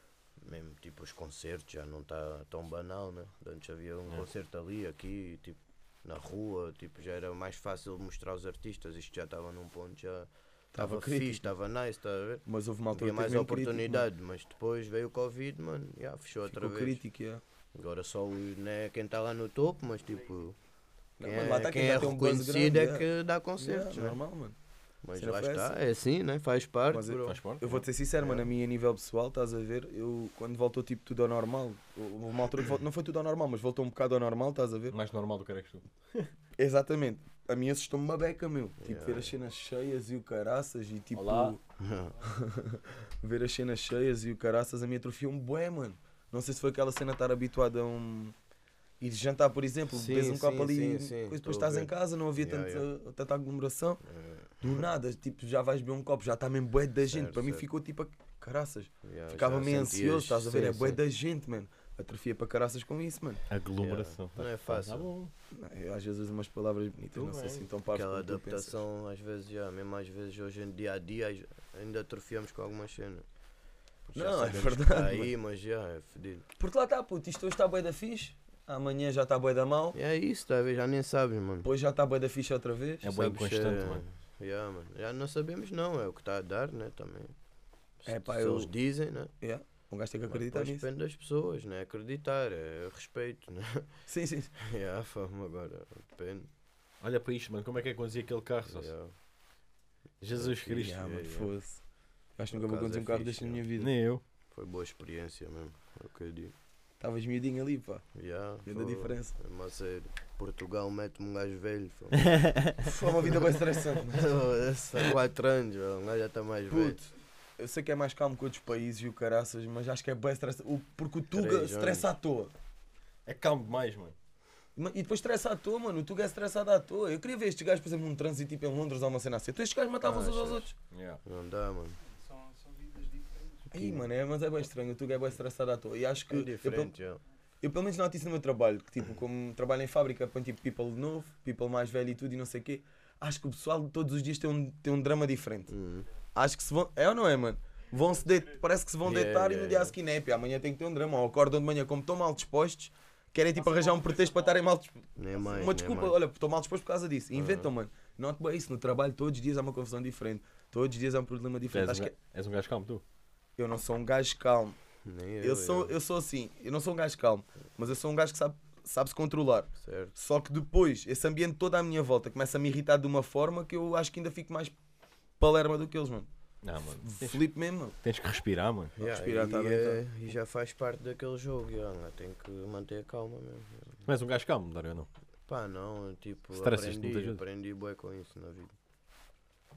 [SPEAKER 3] Mesmo tipo os concertos já não está tão banal, né? Antes havia
[SPEAKER 2] É.
[SPEAKER 3] um concerto ali, aqui, tipo, na rua, tipo, já era mais fácil mostrar os artistas, isto já estava num ponto, já estava fixe,
[SPEAKER 2] crítico.
[SPEAKER 3] estava nice, estás a ver?
[SPEAKER 2] Mas houve uma altura que teve
[SPEAKER 3] Havia mais
[SPEAKER 2] mesmo crítico,
[SPEAKER 3] oportunidade, mas depois veio o Covid, mano, já fechou
[SPEAKER 2] mano.
[SPEAKER 3] outra
[SPEAKER 2] Ficou
[SPEAKER 3] vez.
[SPEAKER 2] crítico, yeah.
[SPEAKER 3] Agora só o, né, quem está lá no topo, mas tipo,
[SPEAKER 2] Não,
[SPEAKER 3] quem
[SPEAKER 2] mas
[SPEAKER 3] é,
[SPEAKER 2] lá tá
[SPEAKER 3] quem
[SPEAKER 2] quem
[SPEAKER 3] é
[SPEAKER 2] já tem um buzz
[SPEAKER 3] reconhecido
[SPEAKER 2] grande,
[SPEAKER 3] é que dá concertos,
[SPEAKER 2] Yeah,
[SPEAKER 3] né?
[SPEAKER 2] normal, mano.
[SPEAKER 3] mas
[SPEAKER 2] Cena
[SPEAKER 3] lá
[SPEAKER 2] foi
[SPEAKER 3] está,
[SPEAKER 2] essa.
[SPEAKER 3] é assim, né? faz parte,
[SPEAKER 2] Mas é-
[SPEAKER 3] bro.
[SPEAKER 1] Faz parte.
[SPEAKER 2] Eu vou-te ser sincero, mano, a mim a nível pessoal, estás a ver, eu quando voltou tipo tudo ao normal, houve uma altura que voltou, não foi tudo ao normal, mas voltou um bocado ao normal, estás a ver?
[SPEAKER 1] Mais normal do que era que tu.
[SPEAKER 2] Exatamente. A mim assustou-me uma beca, meu. Tipo,
[SPEAKER 3] Yeah.
[SPEAKER 2] ver as cenas cheias e o caraças e tipo.
[SPEAKER 1] Olá.
[SPEAKER 2] ver as cenas cheias e o caraças, a minha atrofia um bué, mano. Não sei se foi aquela cena de estar habituado a um. Ir jantar, por exemplo,
[SPEAKER 3] Sim,
[SPEAKER 2] vês um
[SPEAKER 3] sim,
[SPEAKER 2] copo ali,
[SPEAKER 3] sim,
[SPEAKER 2] coisa,
[SPEAKER 3] sim,
[SPEAKER 2] depois
[SPEAKER 3] estou a
[SPEAKER 2] estás
[SPEAKER 3] ver.
[SPEAKER 2] em casa, não havia
[SPEAKER 3] Yeah,
[SPEAKER 2] tanta, tanta aglomeração. Do nada, tipo, já vais beber um copo, já está mesmo bué da gente.
[SPEAKER 3] Certo,
[SPEAKER 2] Para mim
[SPEAKER 3] certo.
[SPEAKER 2] ficou tipo, a- caraças.
[SPEAKER 3] Yeah,
[SPEAKER 2] Ficava
[SPEAKER 3] já
[SPEAKER 2] meio
[SPEAKER 3] sentias,
[SPEAKER 2] ansioso, estás a ver?
[SPEAKER 3] sim,
[SPEAKER 2] é bué
[SPEAKER 3] sim.
[SPEAKER 2] da gente, mano. Atrofia para caraças com isso, mano.
[SPEAKER 1] Aglomeração.
[SPEAKER 3] Yeah. Não é
[SPEAKER 1] Tá
[SPEAKER 3] fácil.
[SPEAKER 1] bom.
[SPEAKER 2] Não, eu às vezes uso umas palavras bonitas,
[SPEAKER 1] Tudo
[SPEAKER 2] não sei
[SPEAKER 1] bem.
[SPEAKER 2] se tão parvo como
[SPEAKER 3] Aquela
[SPEAKER 2] tu pensas.
[SPEAKER 3] adaptação, às vezes, já, mesmo às vezes, hoje em dia a dia, às- ainda atrofiamos com algumas cenas. Porque já
[SPEAKER 2] Não, é
[SPEAKER 3] sabemos que
[SPEAKER 2] verdade,
[SPEAKER 3] tá Aí, mas já, é fedido.
[SPEAKER 2] Porque lá está, puto, isto hoje está bué da fixe, amanhã já está bué da mal,
[SPEAKER 3] E É isso, tá a ver? Já nem sabes, mano.
[SPEAKER 2] depois já está bué da fixe outra vez.
[SPEAKER 1] É bem
[SPEAKER 3] Sabes,
[SPEAKER 1] constante,
[SPEAKER 3] é,
[SPEAKER 1] mano.
[SPEAKER 3] yeah, mano. Já não sabemos, não, é o que está a dar, né? Também. Se-
[SPEAKER 2] É, pá,
[SPEAKER 3] se
[SPEAKER 2] eu-
[SPEAKER 3] eles dizem, né?
[SPEAKER 2] Yeah. Um gajo tem que
[SPEAKER 3] Mas
[SPEAKER 2] acreditar
[SPEAKER 3] depois
[SPEAKER 2] nisso.
[SPEAKER 3] depende das pessoas, né? Acreditar, é respeito, né?
[SPEAKER 2] Sim, sim.
[SPEAKER 3] yeah, fama agora, depende.
[SPEAKER 1] Olha para isto, mano. Como é que é que conduzia aquele carro? sócio?
[SPEAKER 3] Yeah.
[SPEAKER 1] Jesus Cristo.
[SPEAKER 2] Yeah,
[SPEAKER 3] é,
[SPEAKER 2] mano,
[SPEAKER 3] yeah.
[SPEAKER 2] foda-se. Acho que
[SPEAKER 3] Por
[SPEAKER 2] nunca vou
[SPEAKER 3] acaso
[SPEAKER 2] conduzir
[SPEAKER 3] é
[SPEAKER 2] um carro
[SPEAKER 3] fixe,
[SPEAKER 2] deste na minha
[SPEAKER 3] yeah.
[SPEAKER 2] vida.
[SPEAKER 1] Nem eu.
[SPEAKER 3] Foi boa experiência mesmo, é o que eu digo.
[SPEAKER 2] Estavas miudinho ali, pá.
[SPEAKER 3] Yeah,
[SPEAKER 2] Grande
[SPEAKER 3] foi-
[SPEAKER 2] diferença.
[SPEAKER 3] Mas sério, Portugal mete-me um gajo velho. fô.
[SPEAKER 2] Foi uma vida bem estressante, mano.
[SPEAKER 3] Há 4 anos, velho, um gajo já está mais velho.
[SPEAKER 2] Puto, eu sei que é mais calmo que outros países e o caraças, mas acho que é bem estressante. O- Porque o Tuga
[SPEAKER 3] anos.
[SPEAKER 2] estressa à toa.
[SPEAKER 1] É calmo demais, mano.
[SPEAKER 2] Ma- E depois estressa à toa, mano. O Tuga é estressado à toa. Eu queria ver estes gajos, por exemplo, num trânsito tipo em Londres ou uma cena assim. Então estes gajos matavam uns
[SPEAKER 3] Ah,
[SPEAKER 2] aos
[SPEAKER 3] achas?
[SPEAKER 2] outros.
[SPEAKER 1] Yeah.
[SPEAKER 3] Não dá, mano.
[SPEAKER 2] Aí, mano, é, mas é bem estranho. O Tuga é bem estressado à toa. E acho que.
[SPEAKER 3] É
[SPEAKER 2] eu, pelo-
[SPEAKER 3] diferente, já.
[SPEAKER 2] Eu pelo menos noto isso no meu trabalho, que tipo, como trabalho em fábrica, põe tipo people novo, people mais velho e tudo e não sei o quê, acho que o pessoal todos os dias tem um, tem um drama diferente.
[SPEAKER 3] Uhum.
[SPEAKER 2] Acho que se vão. É ou não é, mano? Vão-se de... Parece que se vão
[SPEAKER 3] Yeah,
[SPEAKER 2] deitar e
[SPEAKER 3] yeah,
[SPEAKER 2] no dia a
[SPEAKER 3] yeah.
[SPEAKER 2] seguir é, pá, amanhã tem que ter um drama. Ou acordam de manhã, como estão mal dispostos, querem tipo arranjar um pretexto para estarem mal dispostos.
[SPEAKER 3] Nem mais.
[SPEAKER 2] Uma
[SPEAKER 3] nem
[SPEAKER 2] desculpa,
[SPEAKER 3] é mais. Uhum.
[SPEAKER 2] olha, estou mal disposto por causa disso. Inventam, mano. Noto bem isso, no trabalho todos os dias há uma confusão diferente, todos os dias há um problema
[SPEAKER 1] Tu és,
[SPEAKER 2] diferente.
[SPEAKER 1] um
[SPEAKER 2] Acho que
[SPEAKER 1] ga- és um gajo calmo, tu?
[SPEAKER 2] Eu não sou um gajo calmo.
[SPEAKER 3] Nem eu.
[SPEAKER 2] Eu sou, eu sou assim, eu não sou um gajo calmo, mas eu sou um gajo que sabe, sabe se controlar.
[SPEAKER 3] Certo.
[SPEAKER 2] Só que depois, esse ambiente todo à minha volta começa a me irritar de uma forma que eu acho que ainda fico mais palerma do que eles, mano.
[SPEAKER 1] Não, mano. Tens,
[SPEAKER 2] Felipe mesmo, mano.
[SPEAKER 1] tens que respirar, mano.
[SPEAKER 3] Yeah,
[SPEAKER 2] respirar,
[SPEAKER 3] e,
[SPEAKER 2] tá bem,
[SPEAKER 3] é, e já faz parte daquele jogo, yeah, né? tem que manter a calma mesmo. yeah.
[SPEAKER 1] Mas um gajo calmo, Dário, não.
[SPEAKER 3] Pá, não, eu, tipo,
[SPEAKER 1] Stressas-te muitas
[SPEAKER 3] aprendi,
[SPEAKER 1] vezes.
[SPEAKER 3] aprendi bué com isso na vida.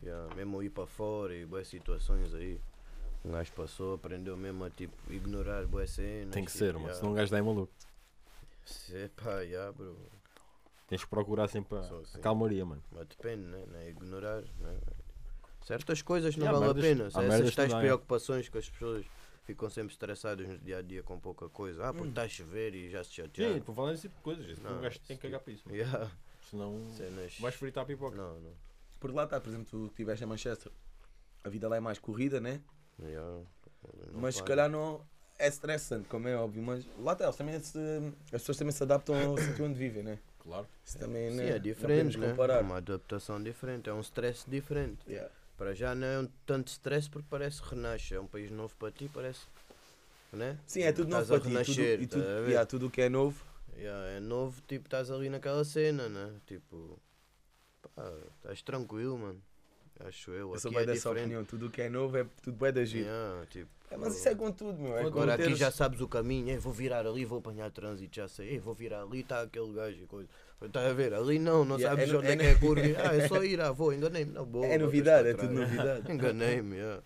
[SPEAKER 3] Yeah, mesmo ir para fora e boas situações aí. Um gajo passou, aprendeu mesmo a tipo, ignorar boas cenas.
[SPEAKER 1] Tem que
[SPEAKER 3] tipo,
[SPEAKER 1] ser, mano.
[SPEAKER 3] yeah.
[SPEAKER 1] Senão um gajo dá em maluco.
[SPEAKER 3] Se- pá, yeah, bro.
[SPEAKER 1] Tens que procurar sempre a,
[SPEAKER 3] Sou assim.
[SPEAKER 1] a calmaria, mano.
[SPEAKER 3] Mas depende, né? Não é ignorar. Né? Certas coisas não
[SPEAKER 1] Yeah,
[SPEAKER 3] vale
[SPEAKER 1] merdas-
[SPEAKER 3] a pena.
[SPEAKER 1] há
[SPEAKER 3] Essas
[SPEAKER 1] merdas que
[SPEAKER 3] tais
[SPEAKER 1] não dá, é.
[SPEAKER 3] preocupações que as pessoas ficam sempre estressadas no dia a dia com pouca coisa. Ah, porque está a chover e já se
[SPEAKER 1] Hum. Sim,
[SPEAKER 3] chatearam.
[SPEAKER 1] por falar nesse tipo de coisas.
[SPEAKER 3] Não,
[SPEAKER 1] um gajo tem
[SPEAKER 3] se-
[SPEAKER 1] que cagar para isso, mano.
[SPEAKER 3] Yeah.
[SPEAKER 1] Senão
[SPEAKER 3] Cenas.
[SPEAKER 1] vais fritar a pipoca.
[SPEAKER 3] Não, não.
[SPEAKER 2] Por lá está, por exemplo, tu estiveste em Manchester, a vida lá é mais corrida, né?
[SPEAKER 3] Yeah. Não
[SPEAKER 2] mas se
[SPEAKER 3] para.
[SPEAKER 2] calhar não é estressante, como é óbvio, mas lá está, eles também se, as pessoas também se adaptam ao sítio onde vivem, né?
[SPEAKER 1] Claro.
[SPEAKER 2] Isso também
[SPEAKER 3] Sim,
[SPEAKER 2] né?
[SPEAKER 3] é
[SPEAKER 2] não
[SPEAKER 3] diferente,
[SPEAKER 2] podemos
[SPEAKER 3] né?
[SPEAKER 2] comparar.
[SPEAKER 3] é uma adaptação diferente, é um stress diferente.
[SPEAKER 2] Yeah.
[SPEAKER 3] Para já não é um tanto stress porque parece que renasce, é um país novo para ti, parece. Né?
[SPEAKER 2] Sim, é tudo novo
[SPEAKER 3] Estás a
[SPEAKER 2] para ti, tudo,
[SPEAKER 3] renascer,
[SPEAKER 2] e tudo,
[SPEAKER 3] estás a ver?
[SPEAKER 2] yeah, tudo o que é novo,
[SPEAKER 3] Yeah, é novo, tipo, estás ali naquela cena, né? Tipo, pá, estás tranquilo, mano. Acho eu.
[SPEAKER 2] eu sou
[SPEAKER 3] aqui
[SPEAKER 2] bem
[SPEAKER 3] é
[SPEAKER 2] dessa
[SPEAKER 3] diferente.
[SPEAKER 2] opinião, tudo o que é novo é tudo bem da gira.
[SPEAKER 3] Yeah, tipo,
[SPEAKER 2] É, mas isso é com tudo, meu. É
[SPEAKER 3] agora
[SPEAKER 2] com
[SPEAKER 3] aqui
[SPEAKER 2] teres-
[SPEAKER 3] já sabes o caminho, Ei, vou virar ali, vou apanhar trânsito, já sei, Ei, vou virar ali, está aquele gajo e coisa. Estás a ver? Ali não, não
[SPEAKER 2] Yeah,
[SPEAKER 3] sabes
[SPEAKER 2] é no-
[SPEAKER 3] onde
[SPEAKER 2] é
[SPEAKER 3] é que é a curva. Ah, é só ir, ah, vou, enganei-me, não, boa.
[SPEAKER 2] É
[SPEAKER 3] voltas
[SPEAKER 2] novidade,
[SPEAKER 3] para
[SPEAKER 2] é tudo
[SPEAKER 3] trás.
[SPEAKER 2] novidade.
[SPEAKER 3] Enganei-me, yeah.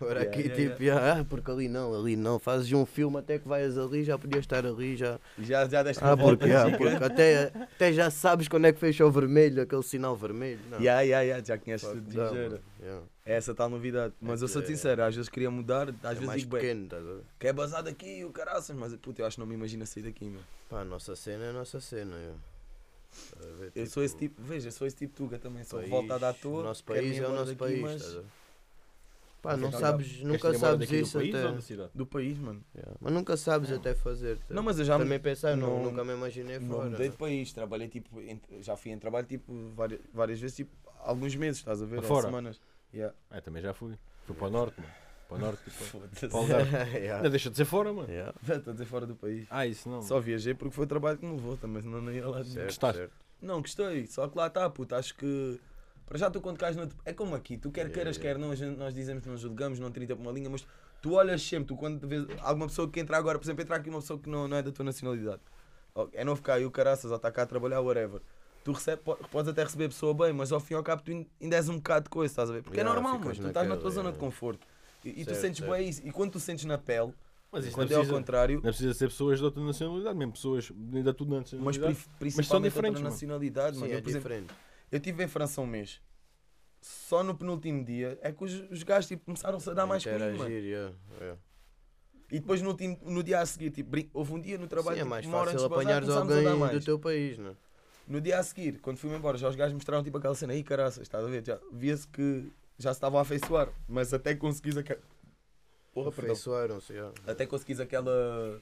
[SPEAKER 3] Agora
[SPEAKER 2] Yeah,
[SPEAKER 3] aqui,
[SPEAKER 2] yeah,
[SPEAKER 3] tipo, yeah, ah, porque ali não, ali não, fazes um filme até que vais ali, já podias estar ali, já.
[SPEAKER 2] Já, já deste
[SPEAKER 3] Ah, porque, ah, porque até, até já sabes quando é que fechou o vermelho, aquele sinal vermelho. Não.
[SPEAKER 2] Já, já, já, já conheces
[SPEAKER 3] Fuck
[SPEAKER 2] tudo de
[SPEAKER 3] that,
[SPEAKER 2] ligeiro.
[SPEAKER 3] mano. Yeah.
[SPEAKER 2] É essa tal novidade. Mas eu sou
[SPEAKER 3] que-
[SPEAKER 2] sincero, às vezes queria mudar, às
[SPEAKER 3] é
[SPEAKER 2] vezes
[SPEAKER 3] mais
[SPEAKER 2] digo, bem,
[SPEAKER 3] pequeno, estás a ver?
[SPEAKER 2] quer basar daqui e o caraças, mas puta, eu acho que não me imagino sair daqui, meu.
[SPEAKER 3] Pá, a nossa cena é a nossa cena. yeah. Estás a ver,
[SPEAKER 2] Eu sou esse tipo, veja, eu sou esse tipo tuga também, sou
[SPEAKER 3] país,
[SPEAKER 2] voltado à toa.
[SPEAKER 3] O nosso
[SPEAKER 2] quero
[SPEAKER 3] país
[SPEAKER 2] ir
[SPEAKER 3] é o
[SPEAKER 2] embora
[SPEAKER 3] nosso
[SPEAKER 2] daqui,
[SPEAKER 3] país.
[SPEAKER 2] mas-
[SPEAKER 3] estás a ver? Pá, não
[SPEAKER 2] Afinal,
[SPEAKER 3] sabes, nunca sabes isso até.
[SPEAKER 1] cidade?
[SPEAKER 2] Do país, mano. É.
[SPEAKER 3] Yeah, Mas nunca sabes até fazer. estás a
[SPEAKER 2] Não,
[SPEAKER 3] ver?
[SPEAKER 2] mas eu já me-
[SPEAKER 3] Também pensei, não,
[SPEAKER 2] não-
[SPEAKER 3] nunca me imaginei
[SPEAKER 2] Não
[SPEAKER 3] É fora.
[SPEAKER 2] mudei de país, trabalhei tipo, em- já fui em trabalho tipo várias, várias vezes, tipo, alguns meses, estás a ver? Ou
[SPEAKER 1] Afora?
[SPEAKER 2] semanas. Yeah.
[SPEAKER 1] É, também já fui. Fui para o norte, mano. Para o norte, tipo.
[SPEAKER 2] Foda-se.
[SPEAKER 1] para o Algarve.
[SPEAKER 3] Yeah,
[SPEAKER 1] Não deixa de ser fora,
[SPEAKER 2] é
[SPEAKER 1] mano.
[SPEAKER 3] yeah,
[SPEAKER 2] Estou a dizer fora do país.
[SPEAKER 1] Ah, isso não.
[SPEAKER 2] Só viajei porque foi o trabalho que me levou também, senão não ia lá de
[SPEAKER 3] certo,
[SPEAKER 1] Gostaste?
[SPEAKER 3] certo.
[SPEAKER 2] Não, gostei. Só que lá está, puto. Acho que. Para já tu quando cais no. É como aqui. Tu quer
[SPEAKER 3] Yeah,
[SPEAKER 2] queiras,
[SPEAKER 3] yeah.
[SPEAKER 2] quer não. a gente- Nós dizemos, não julgamos, não trinta por uma linha. Mas tu olhas sempre. Tu quando vês alguma pessoa que entra agora. Por exemplo, entra aqui uma pessoa que não, não é da tua nacionalidade. Ou- É novo cá e o caraças. Ou está cá a trabalhar, whatever. Tu recebe, po- podes até receber a pessoa bem. Mas ao fim e ao cabo tu ain- ainda és um bocado de coisa. Estás a ver? Porque
[SPEAKER 3] Yeah,
[SPEAKER 2] é normal, mas
[SPEAKER 3] ficas
[SPEAKER 2] tu estás na
[SPEAKER 3] naquela,
[SPEAKER 2] tua zona de
[SPEAKER 3] yeah.
[SPEAKER 2] conforto. E, e tu
[SPEAKER 3] Certo,
[SPEAKER 2] sentes
[SPEAKER 3] certo.
[SPEAKER 2] bem isso. E quando tu sentes na pele.
[SPEAKER 1] Mas isso não
[SPEAKER 2] quando é ao
[SPEAKER 1] precisa,
[SPEAKER 2] contrário.
[SPEAKER 1] não precisa ser pessoas de outra nacionalidade, mesmo pessoas da tua
[SPEAKER 2] Mas
[SPEAKER 1] nacionalidade.
[SPEAKER 2] pri- principalmente a
[SPEAKER 1] diferentes,
[SPEAKER 2] outra
[SPEAKER 1] mano.
[SPEAKER 2] nacionalidade.
[SPEAKER 3] Sim,
[SPEAKER 2] mano.
[SPEAKER 3] é
[SPEAKER 2] Eu, por exemplo,
[SPEAKER 3] diferente.
[SPEAKER 2] Eu estive em França um mês. Só no penúltimo dia é que os, os gajos tipo, começaram-se a dar mais comigo, mano.
[SPEAKER 3] Interagir, yeah, yeah.
[SPEAKER 2] E depois no, último, no dia a seguir, tipo, brin- houve um dia no trabalho
[SPEAKER 3] Sim, é
[SPEAKER 2] tipo,
[SPEAKER 3] mais
[SPEAKER 2] uma hora
[SPEAKER 3] fácil
[SPEAKER 2] antes de bazar,
[SPEAKER 3] apanhares
[SPEAKER 2] começámos a dar
[SPEAKER 3] alguém do
[SPEAKER 2] mais.
[SPEAKER 3] teu país, não é?
[SPEAKER 2] No dia a seguir, quando fui-me embora, já os gajos mostraram tipo aquela cena aí, caraças, estás a ver? Já, via-se que já se estavam a afeiçoar, mas até conseguis aquela. Porra, perdão.
[SPEAKER 3] Afeiçoaram-se, yeah.
[SPEAKER 2] Até conseguis aquela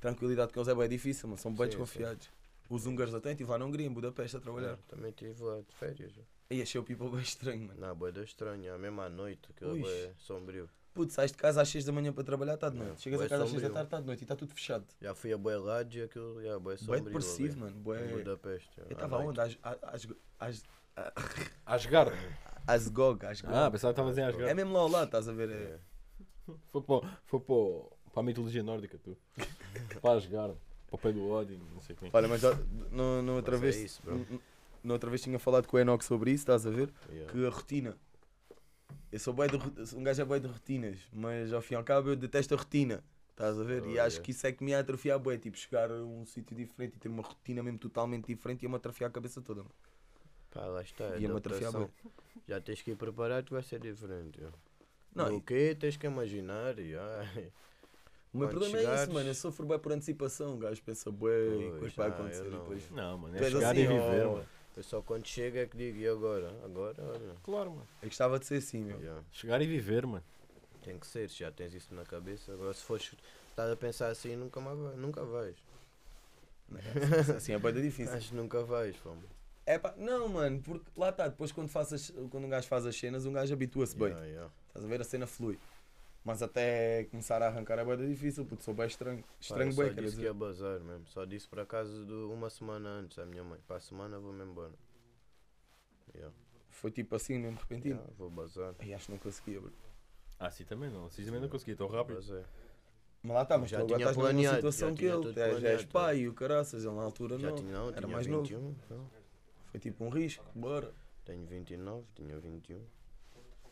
[SPEAKER 2] tranquilidade que eles é bem difícil, mano. São bem
[SPEAKER 3] Sim,
[SPEAKER 2] desconfiados. Os húngaros até estive lá na Hungria, em Budapeste, a trabalhar.
[SPEAKER 3] Também estive lá de férias. já.
[SPEAKER 2] E achei o people bem estranho, mano.
[SPEAKER 3] Na boeda estranha, mesmo à noite, aquilo
[SPEAKER 2] Ui.
[SPEAKER 3] é sombrio.
[SPEAKER 2] Puto, sais de casa às 6 da manhã para trabalhar, está de noite.
[SPEAKER 3] É,
[SPEAKER 2] Chegas
[SPEAKER 3] bué
[SPEAKER 2] a casa às 6 da
[SPEAKER 3] sombrio.
[SPEAKER 2] tarde, está de noite e está tudo fechado.
[SPEAKER 3] Já fui a bué lados e aquilo, já, bué
[SPEAKER 2] Bué
[SPEAKER 3] sombrio.
[SPEAKER 2] depressivo,
[SPEAKER 3] ali,
[SPEAKER 2] mano. Bué...
[SPEAKER 3] Em Budapeste. já,
[SPEAKER 2] Eu
[SPEAKER 3] à
[SPEAKER 2] estava
[SPEAKER 3] noite.
[SPEAKER 2] onde? Às, às, às,
[SPEAKER 1] Asgard.
[SPEAKER 2] às GOG, às GOG.
[SPEAKER 1] Ah, pensava que estavas em
[SPEAKER 2] é
[SPEAKER 1] Asgard.
[SPEAKER 2] mesmo lá ao lado, estás a ver? É.
[SPEAKER 3] É.
[SPEAKER 1] Foi para, foi para, para a mitologia nórdica, tu. para Asgard. Para o pé do Odin, não sei é quem.
[SPEAKER 2] Olha, mas já, no, no outra
[SPEAKER 3] Mas é
[SPEAKER 2] vez.
[SPEAKER 3] isso, bro.
[SPEAKER 2] n- n- na outra vez tinha falado com o Enoch sobre isso, estás a ver?
[SPEAKER 3] Yeah.
[SPEAKER 2] Que a rotina. Eu sou bué de ro- sou um gajo é bué de rotinas, mas ao fim e ao cabo eu detesto a rotina. Estás a ver?
[SPEAKER 3] Oh,
[SPEAKER 2] e
[SPEAKER 3] yeah.
[SPEAKER 2] acho que isso é que me ia atrofiar bué, tipo chegar a um sítio diferente e ter uma rotina mesmo totalmente diferente e ia-me atrofiar a cabeça toda. mano.
[SPEAKER 3] Pá, lá está,
[SPEAKER 2] Ia-me atrofiar
[SPEAKER 3] adaptação.
[SPEAKER 2] bué.
[SPEAKER 3] Já tens que ir preparado que vai ser diferente. já.
[SPEAKER 2] Não,
[SPEAKER 3] o quê? Tens que imaginar, já.
[SPEAKER 2] O meu
[SPEAKER 3] Quando
[SPEAKER 2] problema é isso,
[SPEAKER 3] chegares-
[SPEAKER 2] mano. Eu sofro bem por antecipação. O gajo pensa, bué, e
[SPEAKER 3] Pois,
[SPEAKER 2] depois vai
[SPEAKER 3] ah,
[SPEAKER 2] acontecer.
[SPEAKER 3] eu
[SPEAKER 2] e
[SPEAKER 3] não.
[SPEAKER 2] depois...
[SPEAKER 1] Não, mano,
[SPEAKER 2] Tu
[SPEAKER 1] é
[SPEAKER 2] és
[SPEAKER 1] chegar
[SPEAKER 2] assim,
[SPEAKER 1] e viver,
[SPEAKER 2] ó.
[SPEAKER 1] mano.
[SPEAKER 3] Eu só quando chega é que digo, e agora? Agora, olha.
[SPEAKER 1] Claro, mano.
[SPEAKER 2] Eu gostava de ser assim, meu.
[SPEAKER 3] já.
[SPEAKER 1] Chegar e viver, mano.
[SPEAKER 3] Tem que ser, já tens isso na cabeça. Agora se fores estar a pensar assim, nunca mais vai- nunca vais.
[SPEAKER 2] Assim é bué da difícil.
[SPEAKER 3] Mas nunca vais, fome.
[SPEAKER 2] É pá, não, mano, porque lá tá, está. Depois quando, faças, quando um gajo faz as cenas, um gajo habitua-se bem.
[SPEAKER 3] Já, já.
[SPEAKER 2] Estás a ver? A cena flui. Mas até começar a arrancar é bem difícil, porque sou bem estranho. Estranho
[SPEAKER 3] Pá, eu
[SPEAKER 2] bem,
[SPEAKER 3] só
[SPEAKER 2] quer
[SPEAKER 3] disse
[SPEAKER 2] dizer.
[SPEAKER 3] que ia bazar mesmo. Só disse por acaso de uma semana antes à minha mãe. Para a semana vou-me embora. Yeah.
[SPEAKER 2] Foi tipo assim mesmo, repentino.
[SPEAKER 3] Yeah, Ah, vou bazar.
[SPEAKER 2] Ai, acho que não conseguia, bro.
[SPEAKER 1] Ah, sim, também não. Sim, também não consegui, tão rápido.
[SPEAKER 3] Bazar.
[SPEAKER 2] Mas lá está, mas tu
[SPEAKER 3] Já
[SPEAKER 2] agora
[SPEAKER 3] tinha
[SPEAKER 2] estás na mesma
[SPEAKER 3] planeado,
[SPEAKER 2] situação
[SPEAKER 3] já
[SPEAKER 2] que
[SPEAKER 3] tinha
[SPEAKER 2] ele.
[SPEAKER 3] tudo
[SPEAKER 2] Já, já és
[SPEAKER 3] planeado,
[SPEAKER 2] pai e o caraças, ele na altura
[SPEAKER 3] Já
[SPEAKER 2] não.
[SPEAKER 3] tinha, não,
[SPEAKER 2] Era
[SPEAKER 3] tinha
[SPEAKER 2] mais novo.
[SPEAKER 3] 21. Não.
[SPEAKER 2] Foi tipo um risco, bora.
[SPEAKER 3] Tenho 29, tinha 21.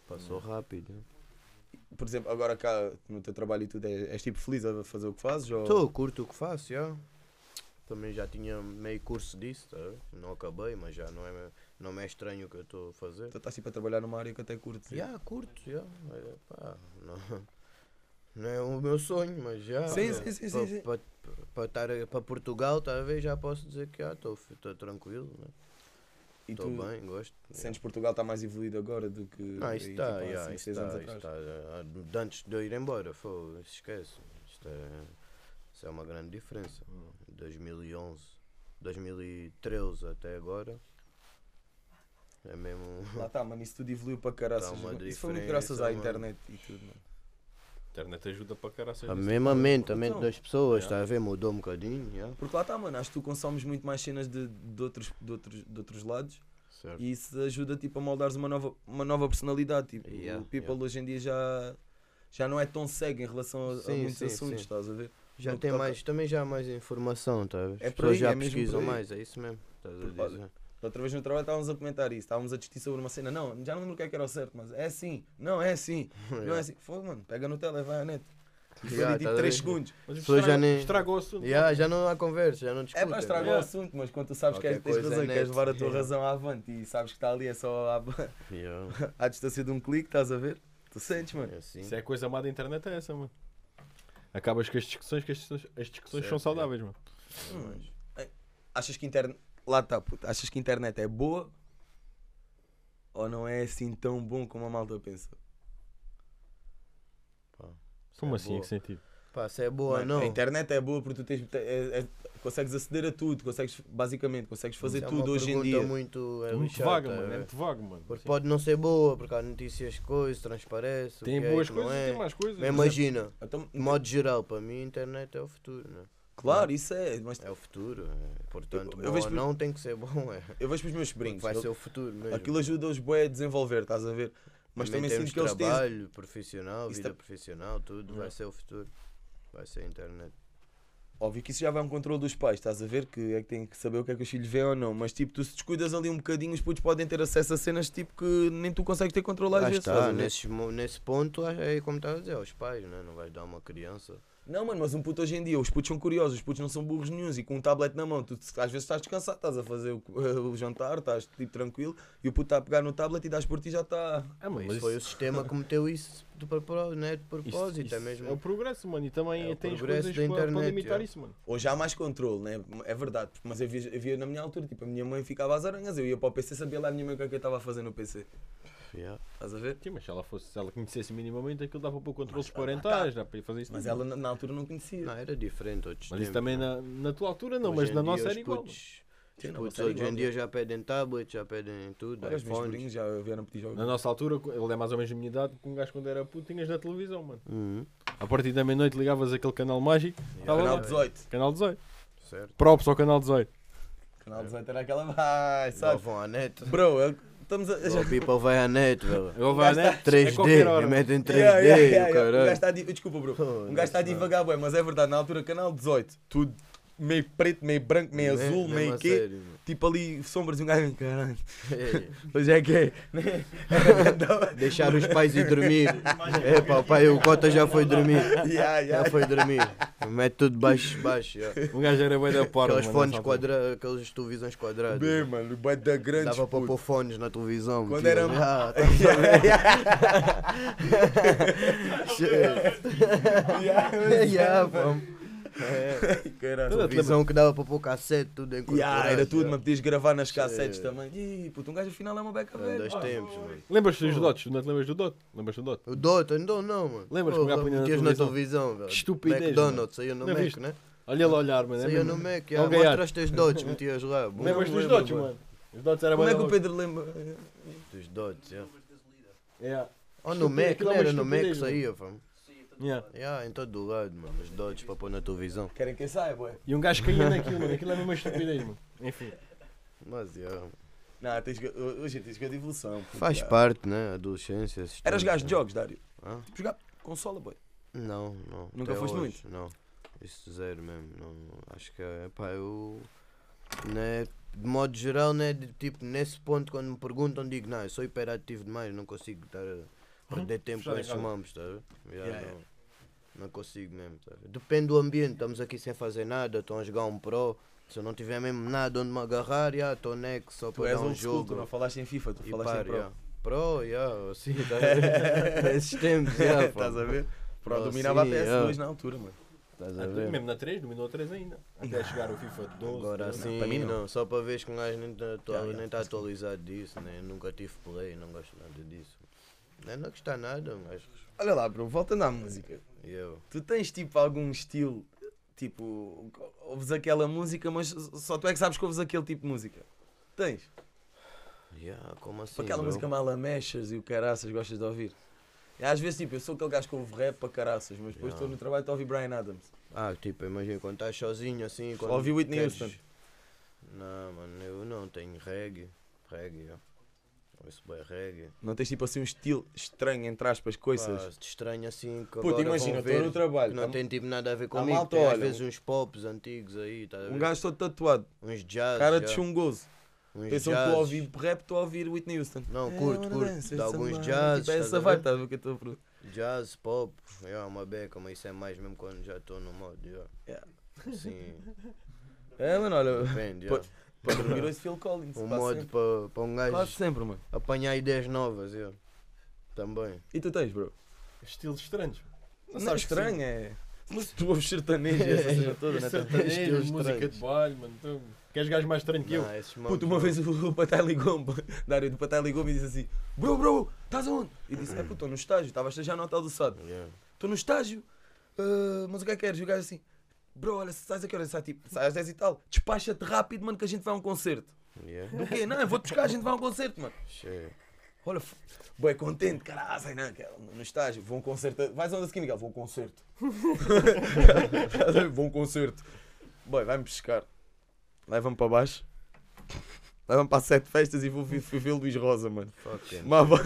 [SPEAKER 3] Passou rápido.
[SPEAKER 2] Por exemplo, agora cá no teu trabalho e tudo, és, és tipo feliz a fazer o que fazes? Ou...
[SPEAKER 3] Estou, curto o que faço, já. Também já tinha meio curso disso, tá? a ver? não acabei, mas já não é, não me é estranho o que eu estou a fazer.
[SPEAKER 2] Tu estás tipo a trabalhar numa área que até curtes.
[SPEAKER 3] Já, curto, já. É, pá, não, não é o meu sonho, mas já.
[SPEAKER 2] Sim, sim, sim, sim, sim.
[SPEAKER 3] Para Portugal, talvez já posso dizer que estou tranquilo,
[SPEAKER 2] E
[SPEAKER 3] estou
[SPEAKER 2] tu
[SPEAKER 3] bem, gosto. já.
[SPEAKER 2] sentes que Portugal está mais evoluído agora do que
[SPEAKER 3] Não, Ah, isso
[SPEAKER 2] aí,
[SPEAKER 3] está,
[SPEAKER 2] tipo, há
[SPEAKER 3] yeah,
[SPEAKER 2] cinco,
[SPEAKER 3] isso
[SPEAKER 2] seis anos
[SPEAKER 3] está, isso
[SPEAKER 2] atrás?
[SPEAKER 3] está. ah, de Antes de eu ir embora, foi, esquece. Isto é, isso é uma grande diferença.
[SPEAKER 2] Hum.
[SPEAKER 3] 2011, 2013 até agora. É mesmo.
[SPEAKER 2] Lá está, mano, isso tudo evoluiu para caraças.
[SPEAKER 3] Tá uma
[SPEAKER 2] mano. isso foi muito
[SPEAKER 3] diferença,
[SPEAKER 2] graças à
[SPEAKER 3] mano.
[SPEAKER 2] internet e tudo, mano.
[SPEAKER 1] A internet ajuda para tipo, caralho.
[SPEAKER 3] A mesma mente, a mente
[SPEAKER 2] Então,
[SPEAKER 3] das pessoas, está a ver? Mudou um bocadinho, yeah.
[SPEAKER 2] Porque lá está, mano, acho que tu consomes muito mais cenas de, de, outros, de, outros, de outros lados
[SPEAKER 3] certo.
[SPEAKER 2] e isso ajuda tipo, a moldares uma nova, uma nova personalidade. Tipo, o
[SPEAKER 3] Yeah,
[SPEAKER 2] people
[SPEAKER 3] yeah.
[SPEAKER 2] hoje em dia já, já não é tão cego em relação a, a
[SPEAKER 3] Sim,
[SPEAKER 2] muitos
[SPEAKER 3] sim,
[SPEAKER 2] assuntos,
[SPEAKER 3] sim.
[SPEAKER 2] estás a ver?
[SPEAKER 3] Já
[SPEAKER 2] no que
[SPEAKER 3] tem
[SPEAKER 2] Então toca-
[SPEAKER 3] mais, também já há mais informação, está a ver? As
[SPEAKER 2] É por
[SPEAKER 3] pessoas
[SPEAKER 2] aí,
[SPEAKER 3] já
[SPEAKER 2] é mesmo por
[SPEAKER 3] pesquisam
[SPEAKER 2] aí.
[SPEAKER 3] mais, é isso mesmo. Estás
[SPEAKER 2] Porque,
[SPEAKER 3] a
[SPEAKER 2] olha,
[SPEAKER 3] dizer.
[SPEAKER 2] Outra vez no trabalho estávamos a comentar isso, estávamos a discutir sobre uma cena, não, já não lembro o que é que era o certo, mas é assim, não é assim, não é assim. Foi, mano, pega no tele, vai à net. E foi
[SPEAKER 3] Yeah,
[SPEAKER 2] de tipo
[SPEAKER 3] tá
[SPEAKER 2] 3
[SPEAKER 3] bem.
[SPEAKER 2] segundos.
[SPEAKER 1] Mas
[SPEAKER 3] pessoas já
[SPEAKER 1] estraga,
[SPEAKER 3] nem-
[SPEAKER 1] estraga o assunto.
[SPEAKER 3] Yeah, já não há conversa, já não
[SPEAKER 2] É
[SPEAKER 3] discutem. tá
[SPEAKER 2] para estragar
[SPEAKER 1] yeah.
[SPEAKER 2] o assunto, mas quando tu sabes
[SPEAKER 3] Qualquer
[SPEAKER 2] que é que tens
[SPEAKER 3] coisa é
[SPEAKER 2] razão, e queres
[SPEAKER 3] net.
[SPEAKER 2] levar a tua
[SPEAKER 3] Yeah.
[SPEAKER 2] razão avante e sabes que está ali é só à,
[SPEAKER 3] Yeah,
[SPEAKER 2] à distância de um clique, estás a ver? Tu sentes, mano.
[SPEAKER 3] é assim.
[SPEAKER 1] Isso é a coisa má da internet, é essa, mano. Acabas com as discussões, que as discussões, as discussões
[SPEAKER 3] Certo,
[SPEAKER 1] são
[SPEAKER 3] é.
[SPEAKER 1] saudáveis, mano.
[SPEAKER 2] Hum. Achas que internet. Lá está, puto. Achas que internet é boa? Ou não é assim tão bom como a malta pensa?
[SPEAKER 3] Isso
[SPEAKER 1] Como
[SPEAKER 3] é
[SPEAKER 1] assim? Em
[SPEAKER 3] boa.
[SPEAKER 1] que sentido?
[SPEAKER 3] Pá, se é boa ou
[SPEAKER 2] Mano,
[SPEAKER 3] não.
[SPEAKER 2] A internet é boa porque tu tens, é- é- consegues aceder a tudo, consegues, basicamente, consegues fazer
[SPEAKER 3] Isso é uma
[SPEAKER 2] tudo hoje em
[SPEAKER 3] pergunta
[SPEAKER 2] dia.
[SPEAKER 3] Muito, é
[SPEAKER 1] muito
[SPEAKER 3] lixada,
[SPEAKER 1] vago,
[SPEAKER 3] é.
[SPEAKER 2] né?
[SPEAKER 1] mano. É muito vago, mano.
[SPEAKER 3] Porque
[SPEAKER 1] Sim.
[SPEAKER 3] pode não ser boa, porque há notícias, coisas, transparece. o
[SPEAKER 1] Tem
[SPEAKER 3] que é,
[SPEAKER 1] boas
[SPEAKER 3] que não
[SPEAKER 1] coisas e
[SPEAKER 3] é.
[SPEAKER 1] tem más
[SPEAKER 2] né?
[SPEAKER 1] coisas.
[SPEAKER 3] Mas
[SPEAKER 1] Mas é-
[SPEAKER 3] imagina,
[SPEAKER 2] Então,
[SPEAKER 3] de modo geral, para mim a internet é o futuro, né?
[SPEAKER 2] claro, isso é. Mas
[SPEAKER 3] É o futuro. é. Portanto,
[SPEAKER 2] Eu- eu
[SPEAKER 3] bom
[SPEAKER 2] vejo
[SPEAKER 3] ou
[SPEAKER 2] por-
[SPEAKER 3] não tem que ser bom, é.
[SPEAKER 2] eu vejo para os meus
[SPEAKER 3] Porque
[SPEAKER 2] brincos.
[SPEAKER 3] vai ser o futuro mesmo.
[SPEAKER 2] Aquilo ajuda-os bué a desenvolver, estás a ver? Mas também,
[SPEAKER 3] temos
[SPEAKER 2] sinto que eles têm.
[SPEAKER 3] trabalho, profissional,
[SPEAKER 2] Isso
[SPEAKER 3] vida
[SPEAKER 2] tam-
[SPEAKER 3] profissional, tudo.
[SPEAKER 1] Yeah.
[SPEAKER 2] Uhum.
[SPEAKER 3] Vai ser o futuro. Vai ser a internet.
[SPEAKER 2] Óbvio que isso já vai um controle dos pais, estás a ver? Que é que têm que saber o que é que os filhos veem ou não. Mas tipo, tu se descuidas ali um bocadinho, os putos podem ter acesso a cenas tipo que nem tu consegues ter controle às
[SPEAKER 3] Lá
[SPEAKER 2] vezes. né? estás a
[SPEAKER 3] está, né?
[SPEAKER 2] ver?
[SPEAKER 3] nesses mo- nesse ponto, é como estás a dizer, aos pais, né? Não vais dar uma criança.
[SPEAKER 2] Não, mano, mas um puto hoje em dia, os putos são curiosos, os putos não são burros nenhuns e com um tablet na mão, tu às vezes estás descansado, estás a fazer o, o jantar, estás tipo tranquilo e o puto está a pegar no tablet e dás por ti e já está.
[SPEAKER 1] Ah, mano,
[SPEAKER 3] Isso
[SPEAKER 1] mas
[SPEAKER 3] foi o
[SPEAKER 1] isso-
[SPEAKER 3] sistema que meteu isso de propósito, né? de
[SPEAKER 1] isso-
[SPEAKER 3] propósito
[SPEAKER 1] isso
[SPEAKER 3] é mesmo.
[SPEAKER 1] É o progresso, mano. E também
[SPEAKER 3] É o
[SPEAKER 1] tem as
[SPEAKER 3] progresso
[SPEAKER 1] coisas
[SPEAKER 3] da
[SPEAKER 1] para, para
[SPEAKER 3] internet, é.
[SPEAKER 1] limitar
[SPEAKER 3] já.
[SPEAKER 1] isso, mano.
[SPEAKER 2] Hoje há mais controle, né? É verdade, porque- mas eu via, eu via na minha altura, tipo, a minha mãe ficava às aranhas, eu ia para o PC, sabia lá a minha mãe o que é que eu estava a fazer no PC,
[SPEAKER 1] é.
[SPEAKER 3] Yeah.
[SPEAKER 2] estás a ver?
[SPEAKER 1] Sim, mas se ela, fosse, se ela conhecesse minimamente aquilo, dava para controles
[SPEAKER 3] Tá.
[SPEAKER 1] parentais, dá para ir fazer isso.
[SPEAKER 2] Mas
[SPEAKER 1] tudo.
[SPEAKER 2] ela na, na altura não conhecia.
[SPEAKER 3] Não, era diferente outros
[SPEAKER 1] Mas
[SPEAKER 3] tempos,
[SPEAKER 1] isso também
[SPEAKER 3] né?
[SPEAKER 1] na, na tua altura não,
[SPEAKER 3] Hoje
[SPEAKER 1] mas
[SPEAKER 3] em
[SPEAKER 1] na
[SPEAKER 3] dia
[SPEAKER 1] nossa
[SPEAKER 3] os
[SPEAKER 1] era igual. mano.
[SPEAKER 3] putos-
[SPEAKER 2] Sim,
[SPEAKER 3] Os
[SPEAKER 2] na
[SPEAKER 3] putos
[SPEAKER 2] nossa era
[SPEAKER 3] hoje em
[SPEAKER 2] igual,
[SPEAKER 3] dia já pedem tablet, já pedem tudo,
[SPEAKER 2] Olha, os meus
[SPEAKER 3] iPhones.
[SPEAKER 2] primos já vieram pedir jogos.
[SPEAKER 1] Na nossa altura, ele é mais ou menos a minha idade, com um gajo quando era puto, tinhas na televisão, mano.
[SPEAKER 3] Uhum.
[SPEAKER 1] A partir da meia-noite ligavas aquele canal mágico, tava
[SPEAKER 2] Canal
[SPEAKER 1] lá.
[SPEAKER 2] 18.
[SPEAKER 1] Canal 18.
[SPEAKER 3] Certo.
[SPEAKER 1] Props ao canal 18.
[SPEAKER 2] Canal 18 era aquela vai,
[SPEAKER 3] Só
[SPEAKER 1] Tá.
[SPEAKER 2] sabe?
[SPEAKER 3] vão à net.
[SPEAKER 2] Bro, eu- estamos a. já-
[SPEAKER 3] O people vai à net, velho.
[SPEAKER 1] Agora vai, né? É
[SPEAKER 3] 3D,
[SPEAKER 1] qualquer hora.
[SPEAKER 3] metem 3D,
[SPEAKER 2] Yeah, yeah, yeah,
[SPEAKER 3] o
[SPEAKER 2] yeah. Um gajo
[SPEAKER 3] caralho.
[SPEAKER 2] está a di- Desculpa, bro.
[SPEAKER 3] Oh,
[SPEAKER 2] Um gajo está a
[SPEAKER 3] não.
[SPEAKER 2] divagar, bué, mas é verdade. Na altura, canal 18, tudo meio preto, meio branco, meio
[SPEAKER 3] Me-
[SPEAKER 2] azul,
[SPEAKER 3] Né? mesmo
[SPEAKER 2] meio
[SPEAKER 3] a
[SPEAKER 2] quê.
[SPEAKER 3] sério, mano.
[SPEAKER 2] Tipo ali, sombras e um gajo. Caralho,
[SPEAKER 3] É.
[SPEAKER 2] hoje é que é.
[SPEAKER 3] Deixar os pais ir dormir. É pá, o pai, o Cota já foi dormir.
[SPEAKER 2] Yeah,
[SPEAKER 3] Já
[SPEAKER 2] yeah.
[SPEAKER 3] foi dormir. Mete tudo baixo, baixo. yeah.
[SPEAKER 1] Um gajo era bem da porta.
[SPEAKER 3] Aqueles fones quadrados, aqueles televisões quadradas.
[SPEAKER 2] Bem, mano, bué da grande.
[SPEAKER 3] Dava para
[SPEAKER 2] puto.
[SPEAKER 3] pôr fones na televisão.
[SPEAKER 2] Quando
[SPEAKER 3] tinha-
[SPEAKER 2] era-
[SPEAKER 3] Ah, tá-
[SPEAKER 2] Yeah, yeah,
[SPEAKER 3] Shit.
[SPEAKER 2] yeah.
[SPEAKER 3] Yeah, pô. É,
[SPEAKER 2] Caralho.
[SPEAKER 3] televisão que dava para pôr cassete, tudo em
[SPEAKER 2] Yeah, era tudo, mas podias gravar nas cassetes
[SPEAKER 3] Sim.
[SPEAKER 2] também. Ih, puto, um gajo afinal é uma beca velha.
[SPEAKER 3] um Dois tempos,
[SPEAKER 2] é
[SPEAKER 3] mano.
[SPEAKER 1] Lembras-te
[SPEAKER 3] Hum.
[SPEAKER 1] dos dots? Não te lembras do dot? Lembras-te do dot?
[SPEAKER 3] O Dota, não, não, mano.
[SPEAKER 1] Lembras
[SPEAKER 3] Pô,
[SPEAKER 1] que o gajo punha na
[SPEAKER 3] metias na
[SPEAKER 1] televisão?
[SPEAKER 3] televisão, velho.
[SPEAKER 1] Que estupidez, mano.
[SPEAKER 3] McDonald's, saiu no
[SPEAKER 1] Não
[SPEAKER 3] Mac,
[SPEAKER 1] viste?
[SPEAKER 3] né?
[SPEAKER 1] Olha ele a olhar, mano. é
[SPEAKER 3] Saiu no
[SPEAKER 1] mesmo-
[SPEAKER 3] Mac,
[SPEAKER 1] Não
[SPEAKER 3] yeah.
[SPEAKER 1] ganhaste.
[SPEAKER 3] mostraste as Dots, metias lá. Bom,
[SPEAKER 1] Lembras-te dos
[SPEAKER 3] lembro,
[SPEAKER 1] dots, mano? Os dots era
[SPEAKER 2] Como
[SPEAKER 1] bué
[SPEAKER 2] é
[SPEAKER 1] da
[SPEAKER 2] que o
[SPEAKER 1] louco.
[SPEAKER 2] Pedro lembra?
[SPEAKER 3] Dos Dots, yeah.
[SPEAKER 1] É.
[SPEAKER 3] Ou no
[SPEAKER 1] Estupidez,
[SPEAKER 3] Mac,
[SPEAKER 1] aquilo é uma
[SPEAKER 3] não era no Mac que
[SPEAKER 1] estupidez, mano.
[SPEAKER 3] saía, fam.
[SPEAKER 1] Yeah.
[SPEAKER 3] Yeah, em todo lado, mano. Os dotes para pôr na televisão.
[SPEAKER 2] Querem que saia, boy?
[SPEAKER 1] E um gajo caía naquilo, mano. Aquilo é mesmo uma estupidez, mano. Enfim.
[SPEAKER 3] Mas, yeah.
[SPEAKER 2] Não, tens que, hoje tens que a evolução. puto,
[SPEAKER 3] Faz
[SPEAKER 2] já.
[SPEAKER 3] parte, né? Adolescência. esses
[SPEAKER 2] Eras
[SPEAKER 3] tempos,
[SPEAKER 2] gajo de
[SPEAKER 3] né?
[SPEAKER 2] jogos, Dário?
[SPEAKER 3] Hã?
[SPEAKER 2] Tipo, jogar consola, boy.
[SPEAKER 3] Não, não.
[SPEAKER 2] Nunca
[SPEAKER 3] Até
[SPEAKER 2] foste muito?
[SPEAKER 3] hoje, Não. Isso zero mesmo. Não, não. Acho que é. Pá, eu. Né, de modo geral, né? De, tipo, nesse ponto, quando me perguntam, digo, não, eu sou hiperativo demais, não consigo estar
[SPEAKER 2] Uhum.
[SPEAKER 3] a perder tempo
[SPEAKER 1] fechado
[SPEAKER 3] com
[SPEAKER 1] em
[SPEAKER 3] esses
[SPEAKER 1] casa.
[SPEAKER 3] mamos, tá a ver? Yeah,
[SPEAKER 2] Yeah,
[SPEAKER 3] não, não consigo mesmo, tá a ver? Depende do ambiente, estamos aqui sem fazer nada, estão a jogar um pro. Se eu não tiver mesmo nada onde me agarrar, já, estou neco só
[SPEAKER 2] Tu
[SPEAKER 3] para
[SPEAKER 2] és
[SPEAKER 3] dar um
[SPEAKER 2] old school, tu
[SPEAKER 3] jogo.
[SPEAKER 2] não falaste em FIFA, tu
[SPEAKER 3] E
[SPEAKER 2] falaste
[SPEAKER 3] par,
[SPEAKER 2] em Pro.
[SPEAKER 3] já. Pro, já, assim, tá a ver? Nesses tempos, já, pá.
[SPEAKER 2] Estás a ver? Pro
[SPEAKER 3] Ah,
[SPEAKER 2] dominava
[SPEAKER 3] sim,
[SPEAKER 2] a PS2
[SPEAKER 3] é.
[SPEAKER 2] na altura, mano.
[SPEAKER 3] Estás a ver?
[SPEAKER 1] Ah, Mesmo na 3, dominou a 3 ainda. Até chegar o FIFA 12.
[SPEAKER 3] Agora
[SPEAKER 1] 13.
[SPEAKER 3] sim,
[SPEAKER 2] pra mim não.
[SPEAKER 3] não. só para ver que um gajo nem está
[SPEAKER 2] Já, já,
[SPEAKER 3] atualizado disso, né? Eu nunca tive play, não gosto nada disso. Não, é não gosto nada, mas.
[SPEAKER 2] Olha lá, bro, voltando à música.
[SPEAKER 3] E eu.
[SPEAKER 2] Tu tens tipo algum estilo, tipo, ouves aquela música, mas só tu é que sabes que ouves aquele tipo de música. Tens?
[SPEAKER 3] Yeah, como assim?
[SPEAKER 2] Tipo aquela
[SPEAKER 3] bro?
[SPEAKER 2] música malamechas e o caraças gostas de ouvir. E às vezes, tipo, eu sou aquele gajo que ouve rap para caraças, mas depois estou no trabalho e estou a ouvir Brian Adams.
[SPEAKER 3] Ah, tipo, imagina quando estás sozinho assim. Quando
[SPEAKER 2] ouvi Whitney
[SPEAKER 3] queres-
[SPEAKER 2] Houston.
[SPEAKER 3] Não, mano, eu não tenho reggae. Reggae, ó. Ouço bem reggae.
[SPEAKER 2] Não tens tipo assim um estilo estranho, entre aspas, coisas.
[SPEAKER 3] Pá, estranho assim. Que
[SPEAKER 2] Puta,
[SPEAKER 3] agora
[SPEAKER 2] imagina,
[SPEAKER 3] vão
[SPEAKER 2] eu tô no
[SPEAKER 3] ver,
[SPEAKER 2] trabalho,
[SPEAKER 3] que Não
[SPEAKER 2] tá-
[SPEAKER 3] tem tipo nada a ver comigo.
[SPEAKER 2] malta
[SPEAKER 3] Tem às
[SPEAKER 2] olha,
[SPEAKER 3] vezes uns pops antigos aí, tá a
[SPEAKER 2] um
[SPEAKER 3] ver?
[SPEAKER 2] gajo todo tatuado,
[SPEAKER 3] Uns jazz.
[SPEAKER 2] cara de é
[SPEAKER 3] já,
[SPEAKER 2] chungoso. Pensam
[SPEAKER 3] uns
[SPEAKER 2] que estou a
[SPEAKER 3] jazz.
[SPEAKER 2] ouvir rap, estou a ouvir Whitney Houston. É,
[SPEAKER 3] Não, curto, curto. Dá alguns jazz.
[SPEAKER 2] Tipo, é
[SPEAKER 3] tá estás a
[SPEAKER 2] essa
[SPEAKER 3] ver?
[SPEAKER 2] vibe, estás a ver que eu estou a pro-
[SPEAKER 3] Jazz, pop, é uma beca, mas isso é mais mesmo quando já estou no modo. já.
[SPEAKER 2] Yeah.
[SPEAKER 3] Sim,
[SPEAKER 2] É, mano, olha,
[SPEAKER 3] depende. já.
[SPEAKER 2] Pô, para dormir hoje Phil Collins.
[SPEAKER 3] Um
[SPEAKER 2] quase
[SPEAKER 3] modo
[SPEAKER 2] sempre.
[SPEAKER 3] para um
[SPEAKER 2] Quase
[SPEAKER 3] gajo
[SPEAKER 2] sempre, mano.
[SPEAKER 3] apanhar ideias novas. já. Também.
[SPEAKER 2] E tu tens, bro?
[SPEAKER 1] Estilos estranhos.
[SPEAKER 2] Não, é
[SPEAKER 1] sabes que
[SPEAKER 2] estranho, é... Mas tu ouves sertanejo e essa cena toda, não é?
[SPEAKER 1] Sertanejo,
[SPEAKER 3] né? Estilos
[SPEAKER 1] música
[SPEAKER 3] estranhos.
[SPEAKER 1] de baile, mano. Tu queres gajo mais estranho que eu?
[SPEAKER 3] Não, é. esses mamos
[SPEAKER 2] Puta, uma
[SPEAKER 3] não.
[SPEAKER 2] vez o Patai ligou-me, Dário, do Patai ligou-me e disse assim: Bro, bro, estás onde? E disse: É, puto, estou no estágio, estava a estagiar no hotel do Sado.
[SPEAKER 3] Yeah.
[SPEAKER 2] Estou no estágio, ah, mas o que é que queres? E o gajo assim: Bro, olha, sais a que hora? Sai, tipo, sai às 10 e tal, despacha-te rápido, mano, que a gente vai a um concerto.
[SPEAKER 3] Yeah.
[SPEAKER 2] Do quê? Não, eu vou-te buscar, a gente vai a um concerto, mano.
[SPEAKER 3] Cheio.
[SPEAKER 2] Olha, f- bué contente, caralho, sai não, cara, no estágio, vou a um concerto. Vais onde assim, Miguel? Vou a um concerto. vou a um concerto. Boy, vai-me pescar. Leva-me para baixo. Leva-me para sete festas e vou vi- fui ver Luís Rosa, mano.
[SPEAKER 3] Fucking.
[SPEAKER 2] Má vai-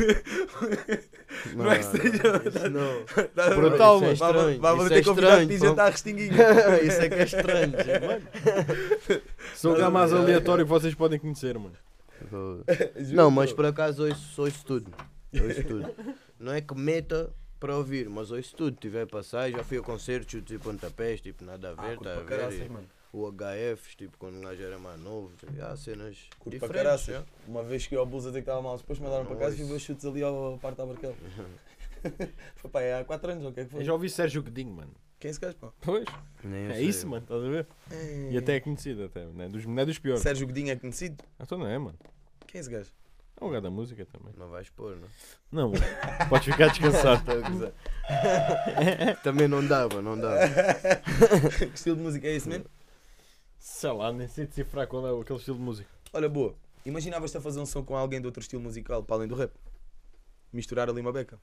[SPEAKER 3] Não,
[SPEAKER 2] é que seja-
[SPEAKER 3] Isso não.
[SPEAKER 2] Tá-
[SPEAKER 1] Brutal, mano.
[SPEAKER 2] Vai- vai-
[SPEAKER 3] Isso é
[SPEAKER 2] Vai vai
[SPEAKER 3] estranho,
[SPEAKER 2] ter
[SPEAKER 3] isso é
[SPEAKER 2] convidado de
[SPEAKER 3] estranho,
[SPEAKER 2] jantar
[SPEAKER 3] pô.
[SPEAKER 2] à restinguinha.
[SPEAKER 3] Isso é que é estranho, já,
[SPEAKER 2] tipo.
[SPEAKER 3] mano.
[SPEAKER 1] Sou o cara mais
[SPEAKER 3] é.
[SPEAKER 1] aleatório que vocês podem conhecer, mano.
[SPEAKER 3] Vou-
[SPEAKER 2] Juro,
[SPEAKER 3] Não, mas
[SPEAKER 2] bro.
[SPEAKER 3] por acaso ouço, ouço tudo. Ouço tudo. Não é que meta para ouvir, mas ouço tudo. Tiver passagem, já fui a concertos, chutes e pontapés, tipo, nada a ver,
[SPEAKER 2] Ah, curto
[SPEAKER 3] tá a
[SPEAKER 2] pra
[SPEAKER 3] ver?
[SPEAKER 2] caraças,
[SPEAKER 3] e
[SPEAKER 2] mano.
[SPEAKER 3] o HF, tipo, quando o gajo era mais novo, tipo, há cenas
[SPEAKER 2] Curto para
[SPEAKER 3] diferentes.
[SPEAKER 2] caraças.
[SPEAKER 3] já. Oh,
[SPEAKER 2] Uma vez que eu abuso a dizer que estava mal, depois mandaram
[SPEAKER 3] Não
[SPEAKER 2] para casa e
[SPEAKER 3] ouço.
[SPEAKER 2] vi os chutes ali ao parto da Barquel. Foi pá, é há 4 anos, ou o que é que
[SPEAKER 1] Eu
[SPEAKER 2] foi?
[SPEAKER 1] já ouvi Sérgio Godinho, mano.
[SPEAKER 2] Quem é esse gajo, pá?
[SPEAKER 1] Pois.
[SPEAKER 3] Nem eu
[SPEAKER 1] É
[SPEAKER 3] sei.
[SPEAKER 1] isso, mano. Estás a ver? E até é conhecido, até. Não é dos, não é dos piores.
[SPEAKER 2] Sérgio Godinho é conhecido?
[SPEAKER 1] Então não é, mano.
[SPEAKER 2] Quem é esse gajo?
[SPEAKER 1] É um gajo da música também.
[SPEAKER 3] Não vais pôr, não?
[SPEAKER 1] Não, mano. Podes ficar descansado.
[SPEAKER 3] Estou a gozar. Também não dava, não dava.
[SPEAKER 2] que estilo de música é esse mesmo?
[SPEAKER 1] Sei lá, nem sei decifrar qual é o- aquele estilo de música.
[SPEAKER 2] Olha, boa. Imaginavas-te a fazer um som com alguém de outro estilo musical, para além do rap? Misturar ali uma beca?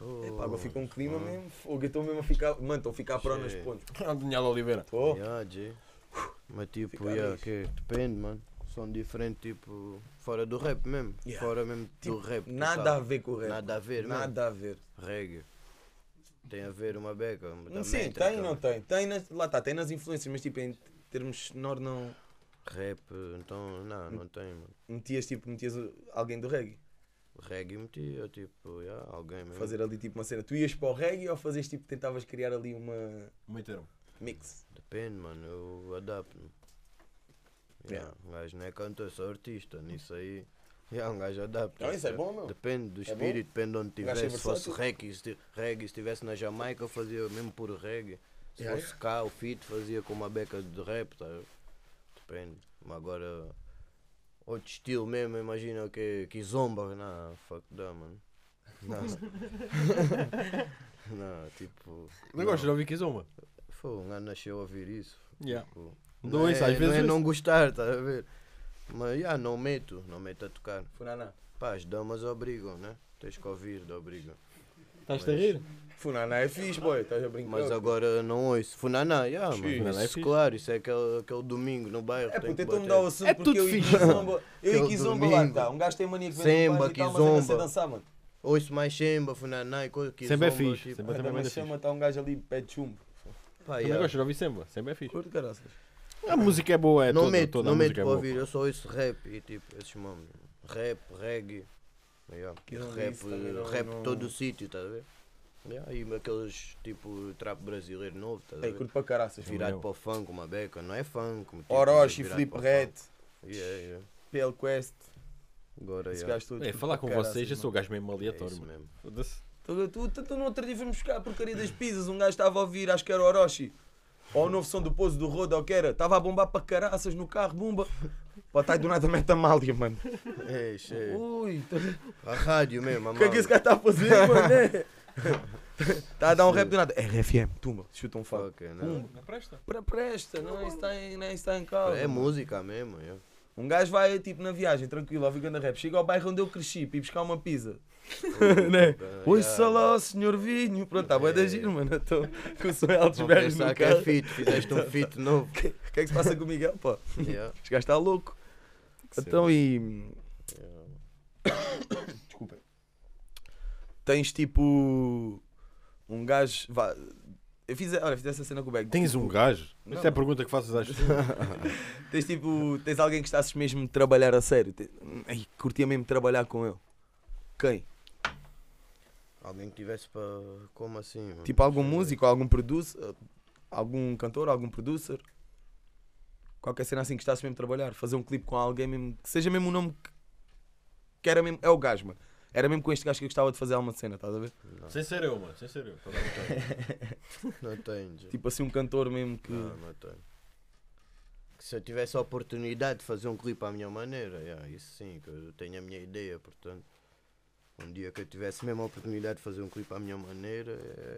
[SPEAKER 3] Oh,
[SPEAKER 2] Epá, agora fica um clima mesmo, fogo. Eu estou mesmo a ficar. Mano, estou a ficar pro nas
[SPEAKER 3] Cheio.
[SPEAKER 2] pontes.
[SPEAKER 1] É o Daniel Oliveira.
[SPEAKER 2] Estou.
[SPEAKER 3] yeah, G. Mas tipo,
[SPEAKER 2] Fica
[SPEAKER 3] yeah,
[SPEAKER 2] nisso.
[SPEAKER 3] que depende, mano. São diferentes, tipo, fora do rap mesmo.
[SPEAKER 2] Yeah.
[SPEAKER 3] Fora mesmo do rap. tu
[SPEAKER 2] Tipo, Nada
[SPEAKER 3] sabes.
[SPEAKER 2] a ver com o rap.
[SPEAKER 3] Nada a ver, mesmo.
[SPEAKER 2] Nada a ver.
[SPEAKER 3] Reggae. Tem a ver uma beca. mas também
[SPEAKER 2] Sim,
[SPEAKER 3] entra
[SPEAKER 2] tem ou não
[SPEAKER 3] também.
[SPEAKER 2] tem? tem nas- lá está, tem nas influências, mas tipo, em termos sonoro, não.
[SPEAKER 3] Rap, então, não, não tem, mano.
[SPEAKER 2] Metias tipo, metias o- alguém do reggae.
[SPEAKER 3] Reggae metia, tipo, já, alguém mesmo.
[SPEAKER 2] Fazer ali tipo uma cena. Tu ias para o reggae ou fazias tipo, tentavas criar ali uma
[SPEAKER 1] Meio termo.
[SPEAKER 2] mix?
[SPEAKER 3] Depende, mano, eu adapto-me. Yeah,
[SPEAKER 2] Yeah.
[SPEAKER 3] Um gajo não é cantor, sou artista, nisso aí. Yeah, um gajo adapta.
[SPEAKER 2] Não, isso é bom, meu.
[SPEAKER 3] Depende do
[SPEAKER 2] bom.
[SPEAKER 3] espírito, depende de onde
[SPEAKER 2] Um gajo é
[SPEAKER 3] tivesse. Se fosse
[SPEAKER 2] versátil.
[SPEAKER 3] reggae, se, ti- reggae, se estivesse na Jamaica, eu fazia mesmo puro reggae. Se
[SPEAKER 2] Yeah,
[SPEAKER 3] fosse cá, o fit fazia com uma beca de rap, tá? Depende. Mas agora, outro estilo mesmo, imagina que, que zomba. Não, fuck that, mano. Não, não tipo.
[SPEAKER 1] Não gostas de ouvir Kizomba?
[SPEAKER 3] Foi, um gajo nasceu a ouvir isso.
[SPEAKER 1] Yeah.
[SPEAKER 3] Tipo,
[SPEAKER 1] Dou isso, é, às
[SPEAKER 3] é,
[SPEAKER 1] vezes
[SPEAKER 3] não é
[SPEAKER 1] isso.
[SPEAKER 3] não gostar, tá a ver? Mas já, não meto, não meto a tocar.
[SPEAKER 2] Funaná.
[SPEAKER 3] Pá, as damas obrigam, né? Tens que ouvir, obrigam.
[SPEAKER 4] Estás-te a rir?
[SPEAKER 2] Funaná é fixe, boy, estás a brincar.
[SPEAKER 3] Mas agora não ouço. Funaná, yeah,
[SPEAKER 2] Sim.
[SPEAKER 3] mano.
[SPEAKER 1] Funaná é
[SPEAKER 3] isso,
[SPEAKER 1] fixe.
[SPEAKER 3] claro, isso é aquele, aquele domingo no bairro.
[SPEAKER 2] É,
[SPEAKER 3] tem
[SPEAKER 2] puta,
[SPEAKER 3] que
[SPEAKER 2] então me
[SPEAKER 3] bater.
[SPEAKER 2] dá o assunto
[SPEAKER 4] É
[SPEAKER 2] porque
[SPEAKER 4] tudo
[SPEAKER 2] eu e
[SPEAKER 4] fixe.
[SPEAKER 2] Kizomba. Eu e
[SPEAKER 3] Aquele
[SPEAKER 2] Kizomba lá
[SPEAKER 3] domingo.
[SPEAKER 2] está. Um gajo tem mania que vem
[SPEAKER 3] Semba,
[SPEAKER 2] do bairro e tal, mas ainda
[SPEAKER 3] Kizomba.
[SPEAKER 2] sei dançar, mano.
[SPEAKER 3] Ouço mais Shemba, Funaná e coisa que
[SPEAKER 1] Sempre é
[SPEAKER 3] zomba,
[SPEAKER 1] fixe,
[SPEAKER 3] tipo,
[SPEAKER 1] sempre- Mas
[SPEAKER 2] Mas
[SPEAKER 1] também
[SPEAKER 2] também
[SPEAKER 1] é
[SPEAKER 2] chama, está um gajo ali, pé de chumbo.
[SPEAKER 3] pá,
[SPEAKER 1] Também
[SPEAKER 3] yeah.
[SPEAKER 1] gosto, já ouvi sempre, sempre é fixe.
[SPEAKER 2] Curto, caraças.
[SPEAKER 1] A música é boa, é
[SPEAKER 3] não
[SPEAKER 1] toda,
[SPEAKER 3] meto,
[SPEAKER 1] toda a
[SPEAKER 3] não meto
[SPEAKER 1] música
[SPEAKER 3] para
[SPEAKER 1] é boa.
[SPEAKER 3] ouvir, eu só ouço rap e tipo, esses nomes. Rap, reggae, yeah.
[SPEAKER 2] Que eu
[SPEAKER 3] rap,
[SPEAKER 2] disse, também não-
[SPEAKER 3] rap
[SPEAKER 2] não-
[SPEAKER 3] todo o sítio, estás a ver? Yeah, E aqueles tipo trap brasileiro novo, estás a
[SPEAKER 2] Ei,
[SPEAKER 3] ver?
[SPEAKER 2] curto para caraças.
[SPEAKER 3] Virado
[SPEAKER 1] meu.
[SPEAKER 3] para o funk, uma beca, não é funk. mas, tipo,
[SPEAKER 2] Orochi,
[SPEAKER 3] virado
[SPEAKER 2] Flip
[SPEAKER 3] para o
[SPEAKER 2] Red,
[SPEAKER 3] funk. Yeah, yeah.
[SPEAKER 2] PL Quest.
[SPEAKER 3] Agora,
[SPEAKER 2] Esse
[SPEAKER 3] yeah.
[SPEAKER 2] gajo todo.
[SPEAKER 1] É,
[SPEAKER 2] curto
[SPEAKER 1] falar
[SPEAKER 2] para
[SPEAKER 1] com vocês,
[SPEAKER 2] caraças,
[SPEAKER 1] eu sou o gajo mesmo aleatório,
[SPEAKER 3] assim, É isso
[SPEAKER 1] mano.
[SPEAKER 3] mesmo.
[SPEAKER 1] Foda-se.
[SPEAKER 2] Tu, tu, tu, tu no outro dia fomos buscar a porcaria das pizzas, um gajo estava a ouvir, acho que era o Orochi. Ou o novo som do Pouso do Roda, ou que era. Estava a bombar para caraças no carro, bomba. Pá, tá aí do nada mete a mália, mano.
[SPEAKER 3] É, cheio.
[SPEAKER 2] Ui, tá- o
[SPEAKER 3] A rádio mesmo, a
[SPEAKER 2] que é que esse gajo está a fazer, mano? Está a dar um rap do nada. RFM, tumba, chuta um fogo.
[SPEAKER 3] Fuck, não.
[SPEAKER 1] Não presta?
[SPEAKER 2] Para presta, não isso está em, não isso está em causa.
[SPEAKER 3] É música mesmo, yeah.
[SPEAKER 2] Um gajo vai, tipo, na viagem, tranquilo, ao Viganda Rap. Chega ao bairro onde eu cresci, para ir buscar uma pizza. né? Oi,
[SPEAKER 3] Yeah.
[SPEAKER 2] salá, senhor vinho. Pronto, está boa da giro, mano. Eu tô com o sonho altos
[SPEAKER 3] Vão
[SPEAKER 2] berros no
[SPEAKER 3] pensar que é
[SPEAKER 2] carro.
[SPEAKER 3] fit, fizeste um fit novo.
[SPEAKER 2] O que, o que é que se passa com o Miguel, pô?
[SPEAKER 3] Yeah.
[SPEAKER 2] Este gajo está louco. Então, e... Desculpa. Tens, tipo, um gajo... Vá... Eu fiz, olha, fiz essa cena com o Beg.
[SPEAKER 1] Tens um gajo? Isso é a pergunta que faças às
[SPEAKER 2] Tens tipo, tens alguém que gostasses mesmo de trabalhar a sério. Te- Ai, curtia mesmo trabalhar com ele. Quem?
[SPEAKER 3] Alguém que tivesse para. Como assim? mano?
[SPEAKER 2] Tipo algum músico, algum producer, algum cantor, algum producer. Qualquer cena assim que gostasses mesmo de trabalhar. Fazer um clipe com alguém mesmo, que seja mesmo o nome que, que era mesmo, é o gajo, mano. Era mesmo com este gajo que eu gostava de fazer alguma cena, estás a ver?
[SPEAKER 1] Sem ser eu, mano, sem ser eu. Tá Toda a vontade.
[SPEAKER 3] Não tenho. já.
[SPEAKER 2] Tipo assim, um cantor mesmo que.
[SPEAKER 3] Não, não
[SPEAKER 2] tá.
[SPEAKER 3] tenho. Que se eu tivesse a oportunidade de fazer um clipe à minha maneira, yeah, isso sim, que eu tenho a minha ideia, portanto. Um dia que eu tivesse mesmo a oportunidade de fazer um clipe à minha maneira,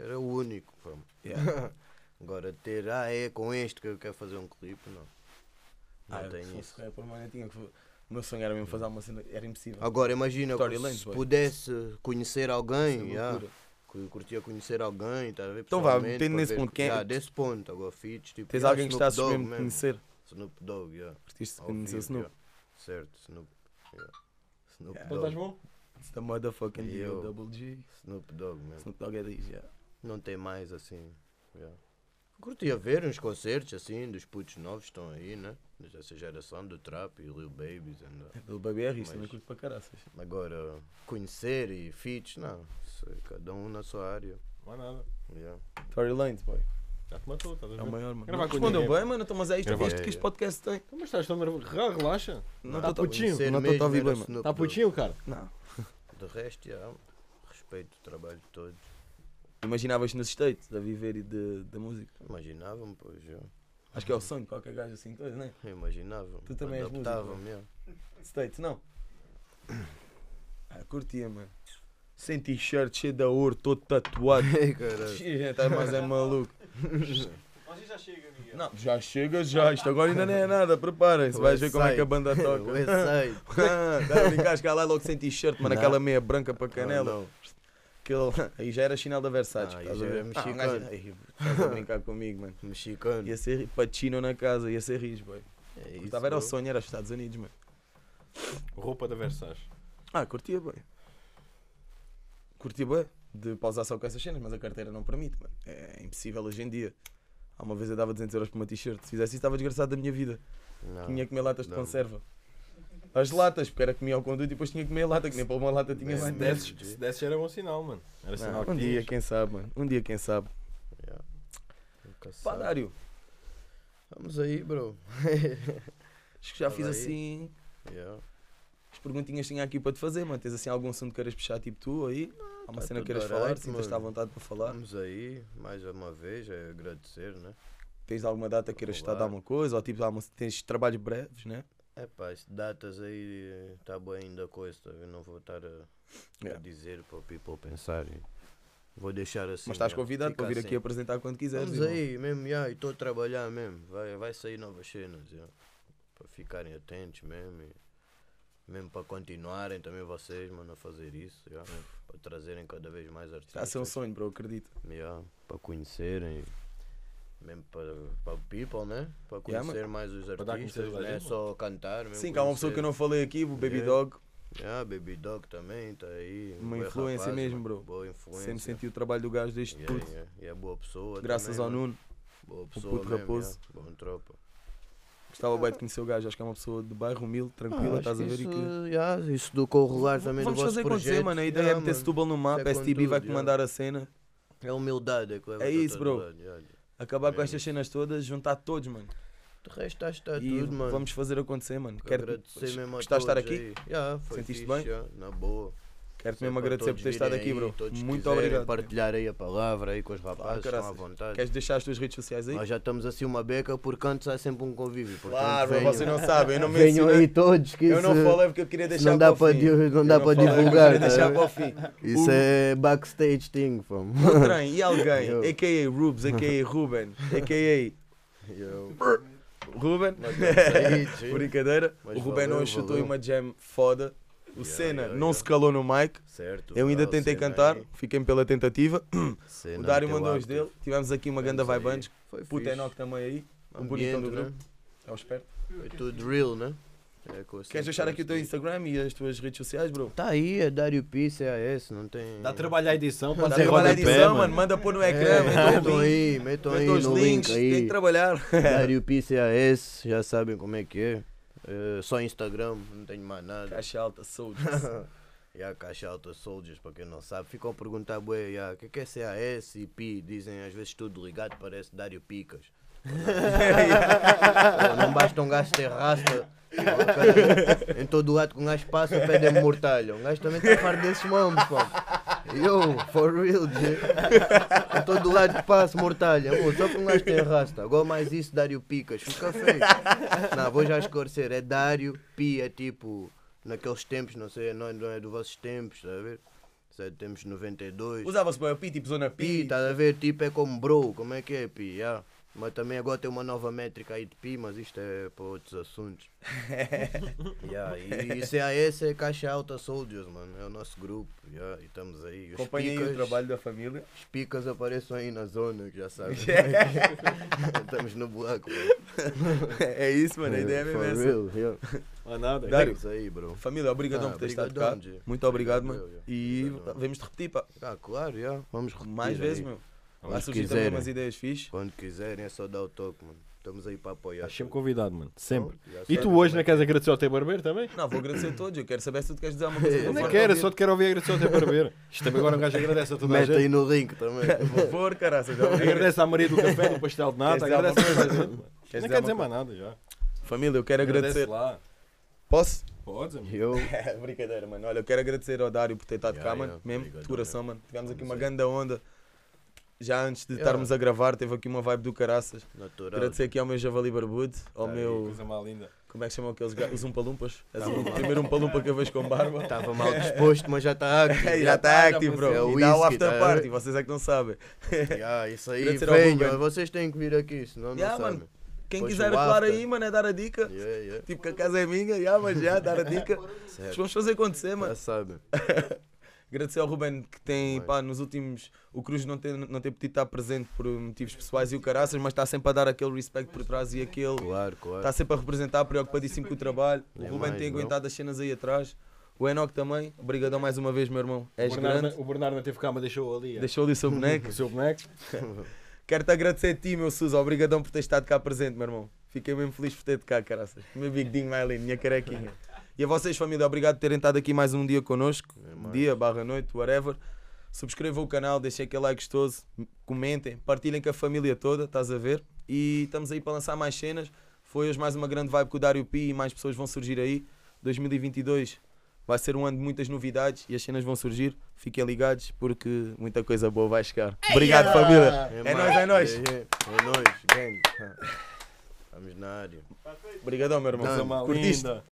[SPEAKER 3] era o único. pá.
[SPEAKER 2] Yeah.
[SPEAKER 3] Agora ter, ah, é com este que eu quero fazer um clipe, não. Não
[SPEAKER 2] Ah, se
[SPEAKER 3] tenho
[SPEAKER 2] fosse
[SPEAKER 3] isso.
[SPEAKER 2] rapper, mano, eu tinha que- O meu sonho era mesmo fazer uma cena, era impossível.
[SPEAKER 3] Agora imagina que
[SPEAKER 2] Storylines,
[SPEAKER 3] se
[SPEAKER 2] boy.
[SPEAKER 3] pudesse conhecer alguém,
[SPEAKER 2] Isso é
[SPEAKER 3] yeah,
[SPEAKER 2] loucura.
[SPEAKER 3] que eu curtia conhecer alguém, estás a ver?
[SPEAKER 2] Então vá,
[SPEAKER 3] pessoalmente,
[SPEAKER 2] metendo
[SPEAKER 3] para
[SPEAKER 2] nesse
[SPEAKER 3] ver-
[SPEAKER 2] ponto, quem é-
[SPEAKER 3] yeah, desse ponto, agora fixe, tipo,
[SPEAKER 2] Tens
[SPEAKER 3] yeah,
[SPEAKER 2] alguém que
[SPEAKER 3] Snoop
[SPEAKER 2] gostasses
[SPEAKER 3] Dogg
[SPEAKER 2] mesmo de conhecer.
[SPEAKER 3] Snoop Dogg, yeah.
[SPEAKER 2] Curtiste de
[SPEAKER 3] Ao
[SPEAKER 2] conhecer
[SPEAKER 3] vivo,
[SPEAKER 2] o Snoop.
[SPEAKER 3] yeah. Certo, Snoop. yeah. Snoop
[SPEAKER 2] Yeah. tá
[SPEAKER 1] Então
[SPEAKER 3] Dogg.
[SPEAKER 1] estás bom?
[SPEAKER 2] It's the motherfucking
[SPEAKER 3] Yo.
[SPEAKER 2] deal, Double G.
[SPEAKER 3] Snoop Dogg mesmo.
[SPEAKER 2] Snoop Dogg é diz, yeah.
[SPEAKER 3] Não tem mais assim. Yeah. Curtia ver uns concertos assim dos putos novos que estão aí, né? Dessa geração do trap e Lil Babies. And, uh,
[SPEAKER 2] Little Baby é isso,
[SPEAKER 3] Mas-
[SPEAKER 2] não curto para caraças.
[SPEAKER 3] agora, conhecer e feats, não. Isso é Cada um na sua área.
[SPEAKER 1] Não há nada.
[SPEAKER 3] Yeah.
[SPEAKER 2] Tory Lanez, boy.
[SPEAKER 1] Já te matou, estás a ver?
[SPEAKER 2] É o maior, mano.
[SPEAKER 1] Gravar com
[SPEAKER 2] Respondeu
[SPEAKER 1] ninguém.
[SPEAKER 2] bem, mano. Então, mas é isto, é
[SPEAKER 1] Gravar.
[SPEAKER 2] isto que este podcast tem.
[SPEAKER 1] Então, Mas estás tão nervoso. Re- Relaxa.
[SPEAKER 2] Não
[SPEAKER 1] Tá
[SPEAKER 2] estou
[SPEAKER 1] putinho.
[SPEAKER 3] Conhecer
[SPEAKER 2] não tô-
[SPEAKER 3] mesmo
[SPEAKER 2] tô a ouvir
[SPEAKER 3] era
[SPEAKER 2] bem, mano.
[SPEAKER 3] Snoop
[SPEAKER 1] Está
[SPEAKER 3] Dogg.
[SPEAKER 1] putinho, cara?
[SPEAKER 2] Não.
[SPEAKER 3] De resto, yeah. respeito o trabalho de todos.
[SPEAKER 2] Imaginavas nos States a viver e de, da música.
[SPEAKER 3] Imaginava-me, pois, yeah.
[SPEAKER 2] Acho que é o sonho de qualquer gajo assim, coisa, né?
[SPEAKER 3] imaginava-me.
[SPEAKER 2] Tu também és músico, né?
[SPEAKER 3] Adaptava-me, yeah.
[SPEAKER 2] States, não. Ah, curtia, mano. Sem t-shirt, cheio de ouro, todo tatuado.
[SPEAKER 3] Ei, caralho.
[SPEAKER 2] Tá, mas é maluco.
[SPEAKER 4] Você já chega, Miguel.
[SPEAKER 2] Não, já chega já. Isto agora ainda nem é nada. Preparem-se. Vais ver como é que a banda toca.
[SPEAKER 3] O Westside.
[SPEAKER 2] Ah, Dá a brincar, chegar lá logo sem t-shirt, mano,
[SPEAKER 3] Não.
[SPEAKER 2] aquela meia branca para
[SPEAKER 3] Ah,
[SPEAKER 2] canela.
[SPEAKER 3] não.
[SPEAKER 2] Aquele- Aí já era chinelo da Versace.
[SPEAKER 3] Ah,
[SPEAKER 2] estás
[SPEAKER 3] aí
[SPEAKER 2] a
[SPEAKER 3] já
[SPEAKER 2] ver?
[SPEAKER 3] era mexicano.
[SPEAKER 2] Ah, um gajo- Aí, Estás a brincar comigo, mano.
[SPEAKER 3] Mexicano.
[SPEAKER 2] Ia ser patino na casa, ia ser rijo, boy.
[SPEAKER 3] É isso,
[SPEAKER 2] Estava era o
[SPEAKER 3] bro.
[SPEAKER 2] sonho, era os Estados Unidos, mano.
[SPEAKER 1] Roupa da Versace.
[SPEAKER 2] Ah, curtia, boy. Curtia, boy. De pausar só com essas cenas, mas a carteira não permite, mano. É impossível hoje em dia. Há uma vez eu dava 200 euros por uma t-shirt. Se fizesse isso, estava desgraçado da minha vida.
[SPEAKER 3] Não.
[SPEAKER 2] Tinha que comer latas de
[SPEAKER 3] Não.
[SPEAKER 2] conserva. As latas, porque era comer ao conduto e depois tinha que comer a lata, que nem para uma lata tinha
[SPEAKER 3] Bem,
[SPEAKER 2] lá
[SPEAKER 1] Se
[SPEAKER 3] mano.
[SPEAKER 1] desses, se desses era bom sinal, mano. Era
[SPEAKER 2] Não,
[SPEAKER 1] sinal que
[SPEAKER 2] um dia,
[SPEAKER 1] tinhas.
[SPEAKER 2] quem sabe, mano. Um dia, quem sabe.
[SPEAKER 3] Yeah. Nunca se
[SPEAKER 2] Pá,
[SPEAKER 3] sabe.
[SPEAKER 2] Dário,
[SPEAKER 3] Vamos aí, bro.
[SPEAKER 2] acho que já
[SPEAKER 3] Fala
[SPEAKER 2] fiz
[SPEAKER 3] aí.
[SPEAKER 2] assim.
[SPEAKER 3] Yeah.
[SPEAKER 2] As perguntinhas tinha aqui para te fazer, mano. Tens assim algum assunto que queiras puxar, tipo tu aí? Há uma
[SPEAKER 3] tá
[SPEAKER 2] cena que
[SPEAKER 3] tudo
[SPEAKER 2] queiras
[SPEAKER 3] barato,
[SPEAKER 2] falar, sintas-te à
[SPEAKER 3] mano. Hum.
[SPEAKER 2] vontade para falar.
[SPEAKER 3] Vamos aí, mais uma vez, é agradecer, né?
[SPEAKER 2] Tens alguma data que queiras estar a dar
[SPEAKER 3] Falar.
[SPEAKER 2] uma coisa? Ou tipo, há uma- tens trabalhos breves, né?
[SPEAKER 3] É pá, as datas aí está bem ainda coisa, tá vendo? não vou estar a, a
[SPEAKER 2] Yeah.
[SPEAKER 3] dizer para o people pensar. e Vou deixar assim.
[SPEAKER 2] Mas estás
[SPEAKER 3] yeah.
[SPEAKER 2] convidado para
[SPEAKER 3] Fica
[SPEAKER 2] vir aqui
[SPEAKER 3] assim.
[SPEAKER 2] apresentar quando quiseres.
[SPEAKER 3] Vamos
[SPEAKER 2] irmão.
[SPEAKER 3] aí, mesmo, yeah, é, e estou a trabalhar mesmo. Vai, vai sair novas cenas, yeah. para ficarem atentos mesmo. E Mesmo para continuarem também vocês, mano, a fazer isso, já,
[SPEAKER 2] É.
[SPEAKER 3] para trazerem cada vez mais
[SPEAKER 2] Está a
[SPEAKER 3] artistas.
[SPEAKER 2] ser um sonho, bro, acredito.
[SPEAKER 3] Yeah, para conhecerem, mesmo para, para o people, né? Para conhecer
[SPEAKER 2] Yeah, É, mano.
[SPEAKER 3] mais os
[SPEAKER 1] dar a conhecer
[SPEAKER 3] artistas,
[SPEAKER 1] os
[SPEAKER 3] não é
[SPEAKER 1] artistas,
[SPEAKER 3] só cantar. Mesmo
[SPEAKER 2] Sim, que há uma pessoa que eu não falei aqui, o Baby
[SPEAKER 3] Yeah.
[SPEAKER 2] Dog.
[SPEAKER 3] Yeah, Baby Dog também está aí. um
[SPEAKER 2] Uma
[SPEAKER 3] bué
[SPEAKER 2] influência
[SPEAKER 3] rapaz,
[SPEAKER 2] mesmo,
[SPEAKER 3] uma
[SPEAKER 2] bro.
[SPEAKER 3] Boa influência.
[SPEAKER 2] Sempre senti o trabalho do gajo desde
[SPEAKER 3] Yeah,
[SPEAKER 2] puto.
[SPEAKER 3] yeah, E é boa pessoa.
[SPEAKER 2] Graças
[SPEAKER 3] também,
[SPEAKER 2] ao
[SPEAKER 3] mano.
[SPEAKER 2] Nuno. um
[SPEAKER 3] Boa pessoa.
[SPEAKER 2] puto
[SPEAKER 3] mesmo,
[SPEAKER 2] raposo.
[SPEAKER 3] yeah, Bom tropa.
[SPEAKER 2] Gostava bem de conhecer o gajo, acho que é uma pessoa de bairro humilde, tranquila, estás a ver?
[SPEAKER 3] Ah, isso,
[SPEAKER 2] e que...
[SPEAKER 3] do corrolar também
[SPEAKER 2] Vamos
[SPEAKER 3] do vosso
[SPEAKER 2] fazer
[SPEAKER 3] projeto.
[SPEAKER 2] acontecer, mano. A ideia é meter Setúbal no mapa,
[SPEAKER 3] Isso é com
[SPEAKER 2] STB vai
[SPEAKER 3] tudo,
[SPEAKER 2] comandar a cena.
[SPEAKER 3] É humildade. É, que leva
[SPEAKER 2] É
[SPEAKER 3] pra
[SPEAKER 2] isso,
[SPEAKER 3] todo
[SPEAKER 2] bro.
[SPEAKER 3] lado, yeah.
[SPEAKER 2] Acabar com
[SPEAKER 3] É
[SPEAKER 2] estas cenas todas, juntar todos, mano.
[SPEAKER 3] De resto, acho que está
[SPEAKER 2] e
[SPEAKER 3] É tudo, mano.
[SPEAKER 2] vamos fazer acontecer, mano. Quero
[SPEAKER 3] agradecer mesmo a
[SPEAKER 2] Gostaste de estar
[SPEAKER 3] todos
[SPEAKER 2] aqui?
[SPEAKER 3] aí. Yeah, foi
[SPEAKER 2] Sentiste
[SPEAKER 3] fixe,
[SPEAKER 2] bem?
[SPEAKER 3] yeah, na boa.
[SPEAKER 2] Quero-te
[SPEAKER 3] Sei
[SPEAKER 2] mesmo
[SPEAKER 3] para
[SPEAKER 2] agradecer por
[SPEAKER 3] todos
[SPEAKER 2] ter estado
[SPEAKER 3] virem
[SPEAKER 2] aqui,
[SPEAKER 3] aí,
[SPEAKER 2] bro.
[SPEAKER 3] todos que
[SPEAKER 2] Muito
[SPEAKER 3] quiserem,
[SPEAKER 2] obrigado. Ah,
[SPEAKER 3] Partilhar aí a palavra aí com os rapazes, estão à
[SPEAKER 2] caraças.
[SPEAKER 3] vontade.
[SPEAKER 2] Queres deixar as tuas redes sociais aí?
[SPEAKER 3] Nós já estamos assim uma beca, porque antes há sempre um convívio. portanto,
[SPEAKER 2] Claro,
[SPEAKER 3] venham.
[SPEAKER 2] vocês não sabem, eu não
[SPEAKER 3] Venham aí
[SPEAKER 2] mencionei.
[SPEAKER 3] todos que
[SPEAKER 2] né? Eu não
[SPEAKER 3] isso- é-
[SPEAKER 2] falei porque eu queria deixar
[SPEAKER 3] não dá
[SPEAKER 2] para o
[SPEAKER 3] para
[SPEAKER 2] fim.
[SPEAKER 3] di- não
[SPEAKER 2] Eu
[SPEAKER 3] dá para
[SPEAKER 2] falei,
[SPEAKER 3] divulgar,
[SPEAKER 2] Eu queria
[SPEAKER 3] tá a
[SPEAKER 2] deixar
[SPEAKER 3] ver?
[SPEAKER 2] para o fim.
[SPEAKER 3] Isso é backstage thing, fam.
[SPEAKER 2] Outrem, e alguém,
[SPEAKER 3] Eu.
[SPEAKER 2] a.k.a. Rubes, a.k.a. Ruben, a.k.a.
[SPEAKER 3] Eu-
[SPEAKER 2] Ruben.
[SPEAKER 3] Mas não sei, sim.
[SPEAKER 2] Brincadeira.
[SPEAKER 3] Mas
[SPEAKER 2] o Ruben
[SPEAKER 3] valeu,
[SPEAKER 2] hoje chutou aí
[SPEAKER 3] valeu.
[SPEAKER 2] uma jam foda. O
[SPEAKER 3] Yeah,
[SPEAKER 2] Senna
[SPEAKER 3] yeah,
[SPEAKER 2] não
[SPEAKER 3] yeah.
[SPEAKER 2] se calou no mic.
[SPEAKER 3] Certo.
[SPEAKER 2] Eu ainda
[SPEAKER 3] tá,
[SPEAKER 2] tentei
[SPEAKER 3] cena
[SPEAKER 2] cantar,
[SPEAKER 3] aí,
[SPEAKER 2] fiquei pela tentativa.
[SPEAKER 3] cena
[SPEAKER 2] o É,
[SPEAKER 3] no
[SPEAKER 2] Dário
[SPEAKER 3] teu
[SPEAKER 2] mandou os
[SPEAKER 3] hábito.
[SPEAKER 2] dele. Tivemos aqui uma ganda
[SPEAKER 3] Tivemos
[SPEAKER 2] vibe
[SPEAKER 3] aí.
[SPEAKER 2] antes.
[SPEAKER 3] Foi
[SPEAKER 2] Puta
[SPEAKER 3] fixe.
[SPEAKER 2] Enoch também aí. Um bonitão
[SPEAKER 3] Ambiente,
[SPEAKER 2] do
[SPEAKER 3] né?
[SPEAKER 2] grupo. É o esperto.
[SPEAKER 3] É tudo real, né? É que eu
[SPEAKER 2] Queres
[SPEAKER 3] sempre
[SPEAKER 2] deixar aqui o teu
[SPEAKER 3] gosto disso.
[SPEAKER 2] Instagram e as tuas redes sociais, bro?
[SPEAKER 3] Tá aí, é Dário P, CAS, não tem.
[SPEAKER 1] Dá trabalho à edição, pode
[SPEAKER 2] Dá
[SPEAKER 1] ser
[SPEAKER 2] trabalho à
[SPEAKER 1] rodapé,
[SPEAKER 2] edição,
[SPEAKER 1] mano.
[SPEAKER 2] mano. Manda pôr no
[SPEAKER 3] É,
[SPEAKER 2] ecrã,
[SPEAKER 3] metam
[SPEAKER 2] manda
[SPEAKER 3] aí, metam aí
[SPEAKER 2] os
[SPEAKER 3] no
[SPEAKER 2] né? links.
[SPEAKER 3] link
[SPEAKER 2] Tem que
[SPEAKER 3] aí.
[SPEAKER 2] trabalhar.
[SPEAKER 3] Dário P, CAS, já sabem como é que é. É, só Instagram, não tenho mais nada.
[SPEAKER 2] Caixa alta, saúde.
[SPEAKER 3] E a Caixa Alta Soldiers, para quem não sabe, ficam a perguntar, bué, ya, o que que é CAS e P? Dizem às vezes tudo ligado, parece Dário Picas. É Pô, não basta um gajo ter raça. Pô, Em todo lado que um gajo passa, pedem mortalha. Um gajo também está farto desses mamos, pô. Yo, for real, G. Em todo lado que passa, mortalha. Pô, só que um gajo tem rasta. Agora mais isso, Dário Picas. Fica feio. Não, vou já esclarecer. É Dário Pi, é tipo, naqueles tempos, não sei, não é, não é dos vossos tempos, está a ver? Isso é de tempos 92.
[SPEAKER 2] Usava-se para o P, tipo Zona
[SPEAKER 3] Pi,
[SPEAKER 2] P.
[SPEAKER 3] estás a ver? Tipo, é como bro, como é que é, Pi? Yeah. Mas também agora tem uma nova métrica aí de Pi, mas isto é para outros assuntos. yeah. E e CAS é Caixa Alta Soldiers, mano. É o nosso grupo. Yeah. E estamos aí. Os
[SPEAKER 2] Acompanha aí o
[SPEAKER 3] picas-
[SPEAKER 2] trabalho da família.
[SPEAKER 3] Os picas apareçam aí na zona, que já sabem. estamos no buraco, mano.
[SPEAKER 2] É isso, mano. A ideia é mesmo
[SPEAKER 3] For
[SPEAKER 2] essa.
[SPEAKER 3] real, yeah.
[SPEAKER 1] Não é nada.
[SPEAKER 2] Dário.
[SPEAKER 3] É isso aí, bro.
[SPEAKER 2] Família, obrigadão
[SPEAKER 3] Ah,
[SPEAKER 2] por ter estado cá.
[SPEAKER 3] obrigadão, G.
[SPEAKER 2] Muito obrigado,
[SPEAKER 3] Obrigado,
[SPEAKER 2] mano.
[SPEAKER 3] eu, eu.
[SPEAKER 2] E
[SPEAKER 3] Obrigado,
[SPEAKER 2] vemos te repetir, pá.
[SPEAKER 3] Ah, claro, yeah. Vamos repetir
[SPEAKER 2] Mais vezes,
[SPEAKER 3] aí. né?
[SPEAKER 2] meu. Vai
[SPEAKER 3] Quando
[SPEAKER 2] surgir também
[SPEAKER 3] quiserem.
[SPEAKER 2] umas ideias fixe.
[SPEAKER 3] Quando quiserem é só dar o toque, mano. Estamos aí para apoiar.
[SPEAKER 1] Estás sempre um convidado, mano. Sempre.
[SPEAKER 3] Então, já
[SPEAKER 1] E tu
[SPEAKER 3] sabes,
[SPEAKER 1] hoje
[SPEAKER 3] né?
[SPEAKER 1] não queres agradecer ao teu barbeiro também?
[SPEAKER 2] Não, vou agradecer a todos. Eu quero saber se tu queres dizer alguma coisa.
[SPEAKER 3] Eu
[SPEAKER 1] Eu
[SPEAKER 2] por
[SPEAKER 1] nem
[SPEAKER 3] vou
[SPEAKER 2] favor.
[SPEAKER 1] quero, eu só te quero ouvir agradecer ao teu barbeiro. Isto também agora um gajo agradece a toda a
[SPEAKER 3] Mete aí
[SPEAKER 1] gente.
[SPEAKER 3] no link também.
[SPEAKER 2] Por favor, caraças.
[SPEAKER 1] Agradece à Maria do Café, do Pastel de Nata,
[SPEAKER 2] Queres dizer
[SPEAKER 1] agradece a
[SPEAKER 2] alguma
[SPEAKER 1] toda a gente. mano.
[SPEAKER 2] Queres
[SPEAKER 1] Não
[SPEAKER 2] dizer
[SPEAKER 1] quer dizer
[SPEAKER 2] alguma
[SPEAKER 1] mais nada já.
[SPEAKER 2] Família, eu quero
[SPEAKER 1] Agradece
[SPEAKER 2] agradecer.
[SPEAKER 1] lá.
[SPEAKER 2] Posso?
[SPEAKER 1] Podes, amigo.
[SPEAKER 3] Eu.
[SPEAKER 2] Brincadeira, mano. Olha, eu quero agradecer ao Dário por ter estado
[SPEAKER 3] Yeah,
[SPEAKER 2] cá, mano.
[SPEAKER 3] yeah,
[SPEAKER 2] Mesmo,
[SPEAKER 3] obrigado,
[SPEAKER 2] de coração, mano. Tivemos aqui uma
[SPEAKER 3] aí.
[SPEAKER 2] grande onda. Já antes de
[SPEAKER 3] Yeah.
[SPEAKER 2] estarmos a gravar, teve aqui uma vibe do caraças.
[SPEAKER 3] Natural.
[SPEAKER 2] Agradecer aqui ao meu Javali Barbudo, ao
[SPEAKER 3] Tá aí, Tá
[SPEAKER 2] meu.
[SPEAKER 1] Coisa mais linda.
[SPEAKER 2] Como é que chamam aqueles gajos? Os Umpalumpas. És é o primeiro Umpalumpa que eu vejo com barba.
[SPEAKER 3] Estava mal disposto, mas Tá. já está
[SPEAKER 2] Ei,
[SPEAKER 3] active.
[SPEAKER 2] já está
[SPEAKER 3] já
[SPEAKER 2] active,
[SPEAKER 3] apareceu.
[SPEAKER 2] bro.
[SPEAKER 3] É
[SPEAKER 2] E
[SPEAKER 3] o
[SPEAKER 2] dá o
[SPEAKER 3] whisky,
[SPEAKER 2] after
[SPEAKER 3] tá?
[SPEAKER 2] party, vocês é que não sabem.
[SPEAKER 3] Yeah, isso aí,
[SPEAKER 2] Agradecer ao Ruben.
[SPEAKER 3] venham. Vocês têm que vir aqui, senão
[SPEAKER 2] Yeah,
[SPEAKER 3] não
[SPEAKER 2] mano.
[SPEAKER 3] sabem.
[SPEAKER 2] Quem
[SPEAKER 3] Pois
[SPEAKER 2] quiser
[SPEAKER 3] o
[SPEAKER 2] atuar
[SPEAKER 3] after.
[SPEAKER 2] aí, mano, é dar a dica.
[SPEAKER 3] Yeah, yeah.
[SPEAKER 2] Tipo que a casa é minha, já, mas já, dar a dica. Mas
[SPEAKER 3] Certo.
[SPEAKER 2] Vamos fazer acontecer, mano.
[SPEAKER 3] Já sabem.
[SPEAKER 2] Agradecer ao Ruben que tem,
[SPEAKER 3] Vai.
[SPEAKER 2] pá, nos últimos. O Cruz não tem, não tem podido estar presente por motivos pessoais e o caraças, mas está sempre a dar aquele respect por trás e aquele.
[SPEAKER 3] Claro, claro.
[SPEAKER 2] Está sempre a representar, preocupadíssimo com o trabalho. O
[SPEAKER 3] É
[SPEAKER 2] Ruben
[SPEAKER 3] mais,
[SPEAKER 2] tem
[SPEAKER 3] bro.
[SPEAKER 2] aguentado as cenas aí atrás. O Enoch também. Obrigadão mais uma vez, meu irmão.
[SPEAKER 1] O
[SPEAKER 2] És
[SPEAKER 1] Bernardo-
[SPEAKER 2] grande.
[SPEAKER 1] O Bernardo não teve cá, mas deixou ali. é.
[SPEAKER 2] Deixou ali o seu boneco.
[SPEAKER 1] O seu boneco.
[SPEAKER 2] Quero-te agradecer a ti, meu Suza. Obrigadão por ter estado cá presente, meu irmão. Fiquei mesmo feliz por ter-te cá, caraças. Meu bigodinho mais lindo, minha carequinha. E a vocês, família, obrigado por terem estado aqui mais um dia connosco. dia, barra noite, whatever. Subscrevam o canal, deixem aquele like gostoso, comentem, partilhem com a família toda, estás a ver? E estamos aí para lançar mais cenas. Foi hoje mais uma grande vibe com o Dário Pi e mais pessoas vão surgir aí. 2022 vai ser um ano de muitas novidades e as cenas vão surgir. Fiquem ligados porque muita coisa boa vai chegar. Obrigado, família. É nóis, é nóis.
[SPEAKER 3] É nóis, gang. Vamos na área.
[SPEAKER 2] Obrigadão, meu irmão.
[SPEAKER 1] Coisa mais
[SPEAKER 2] Curtiste?
[SPEAKER 1] linda.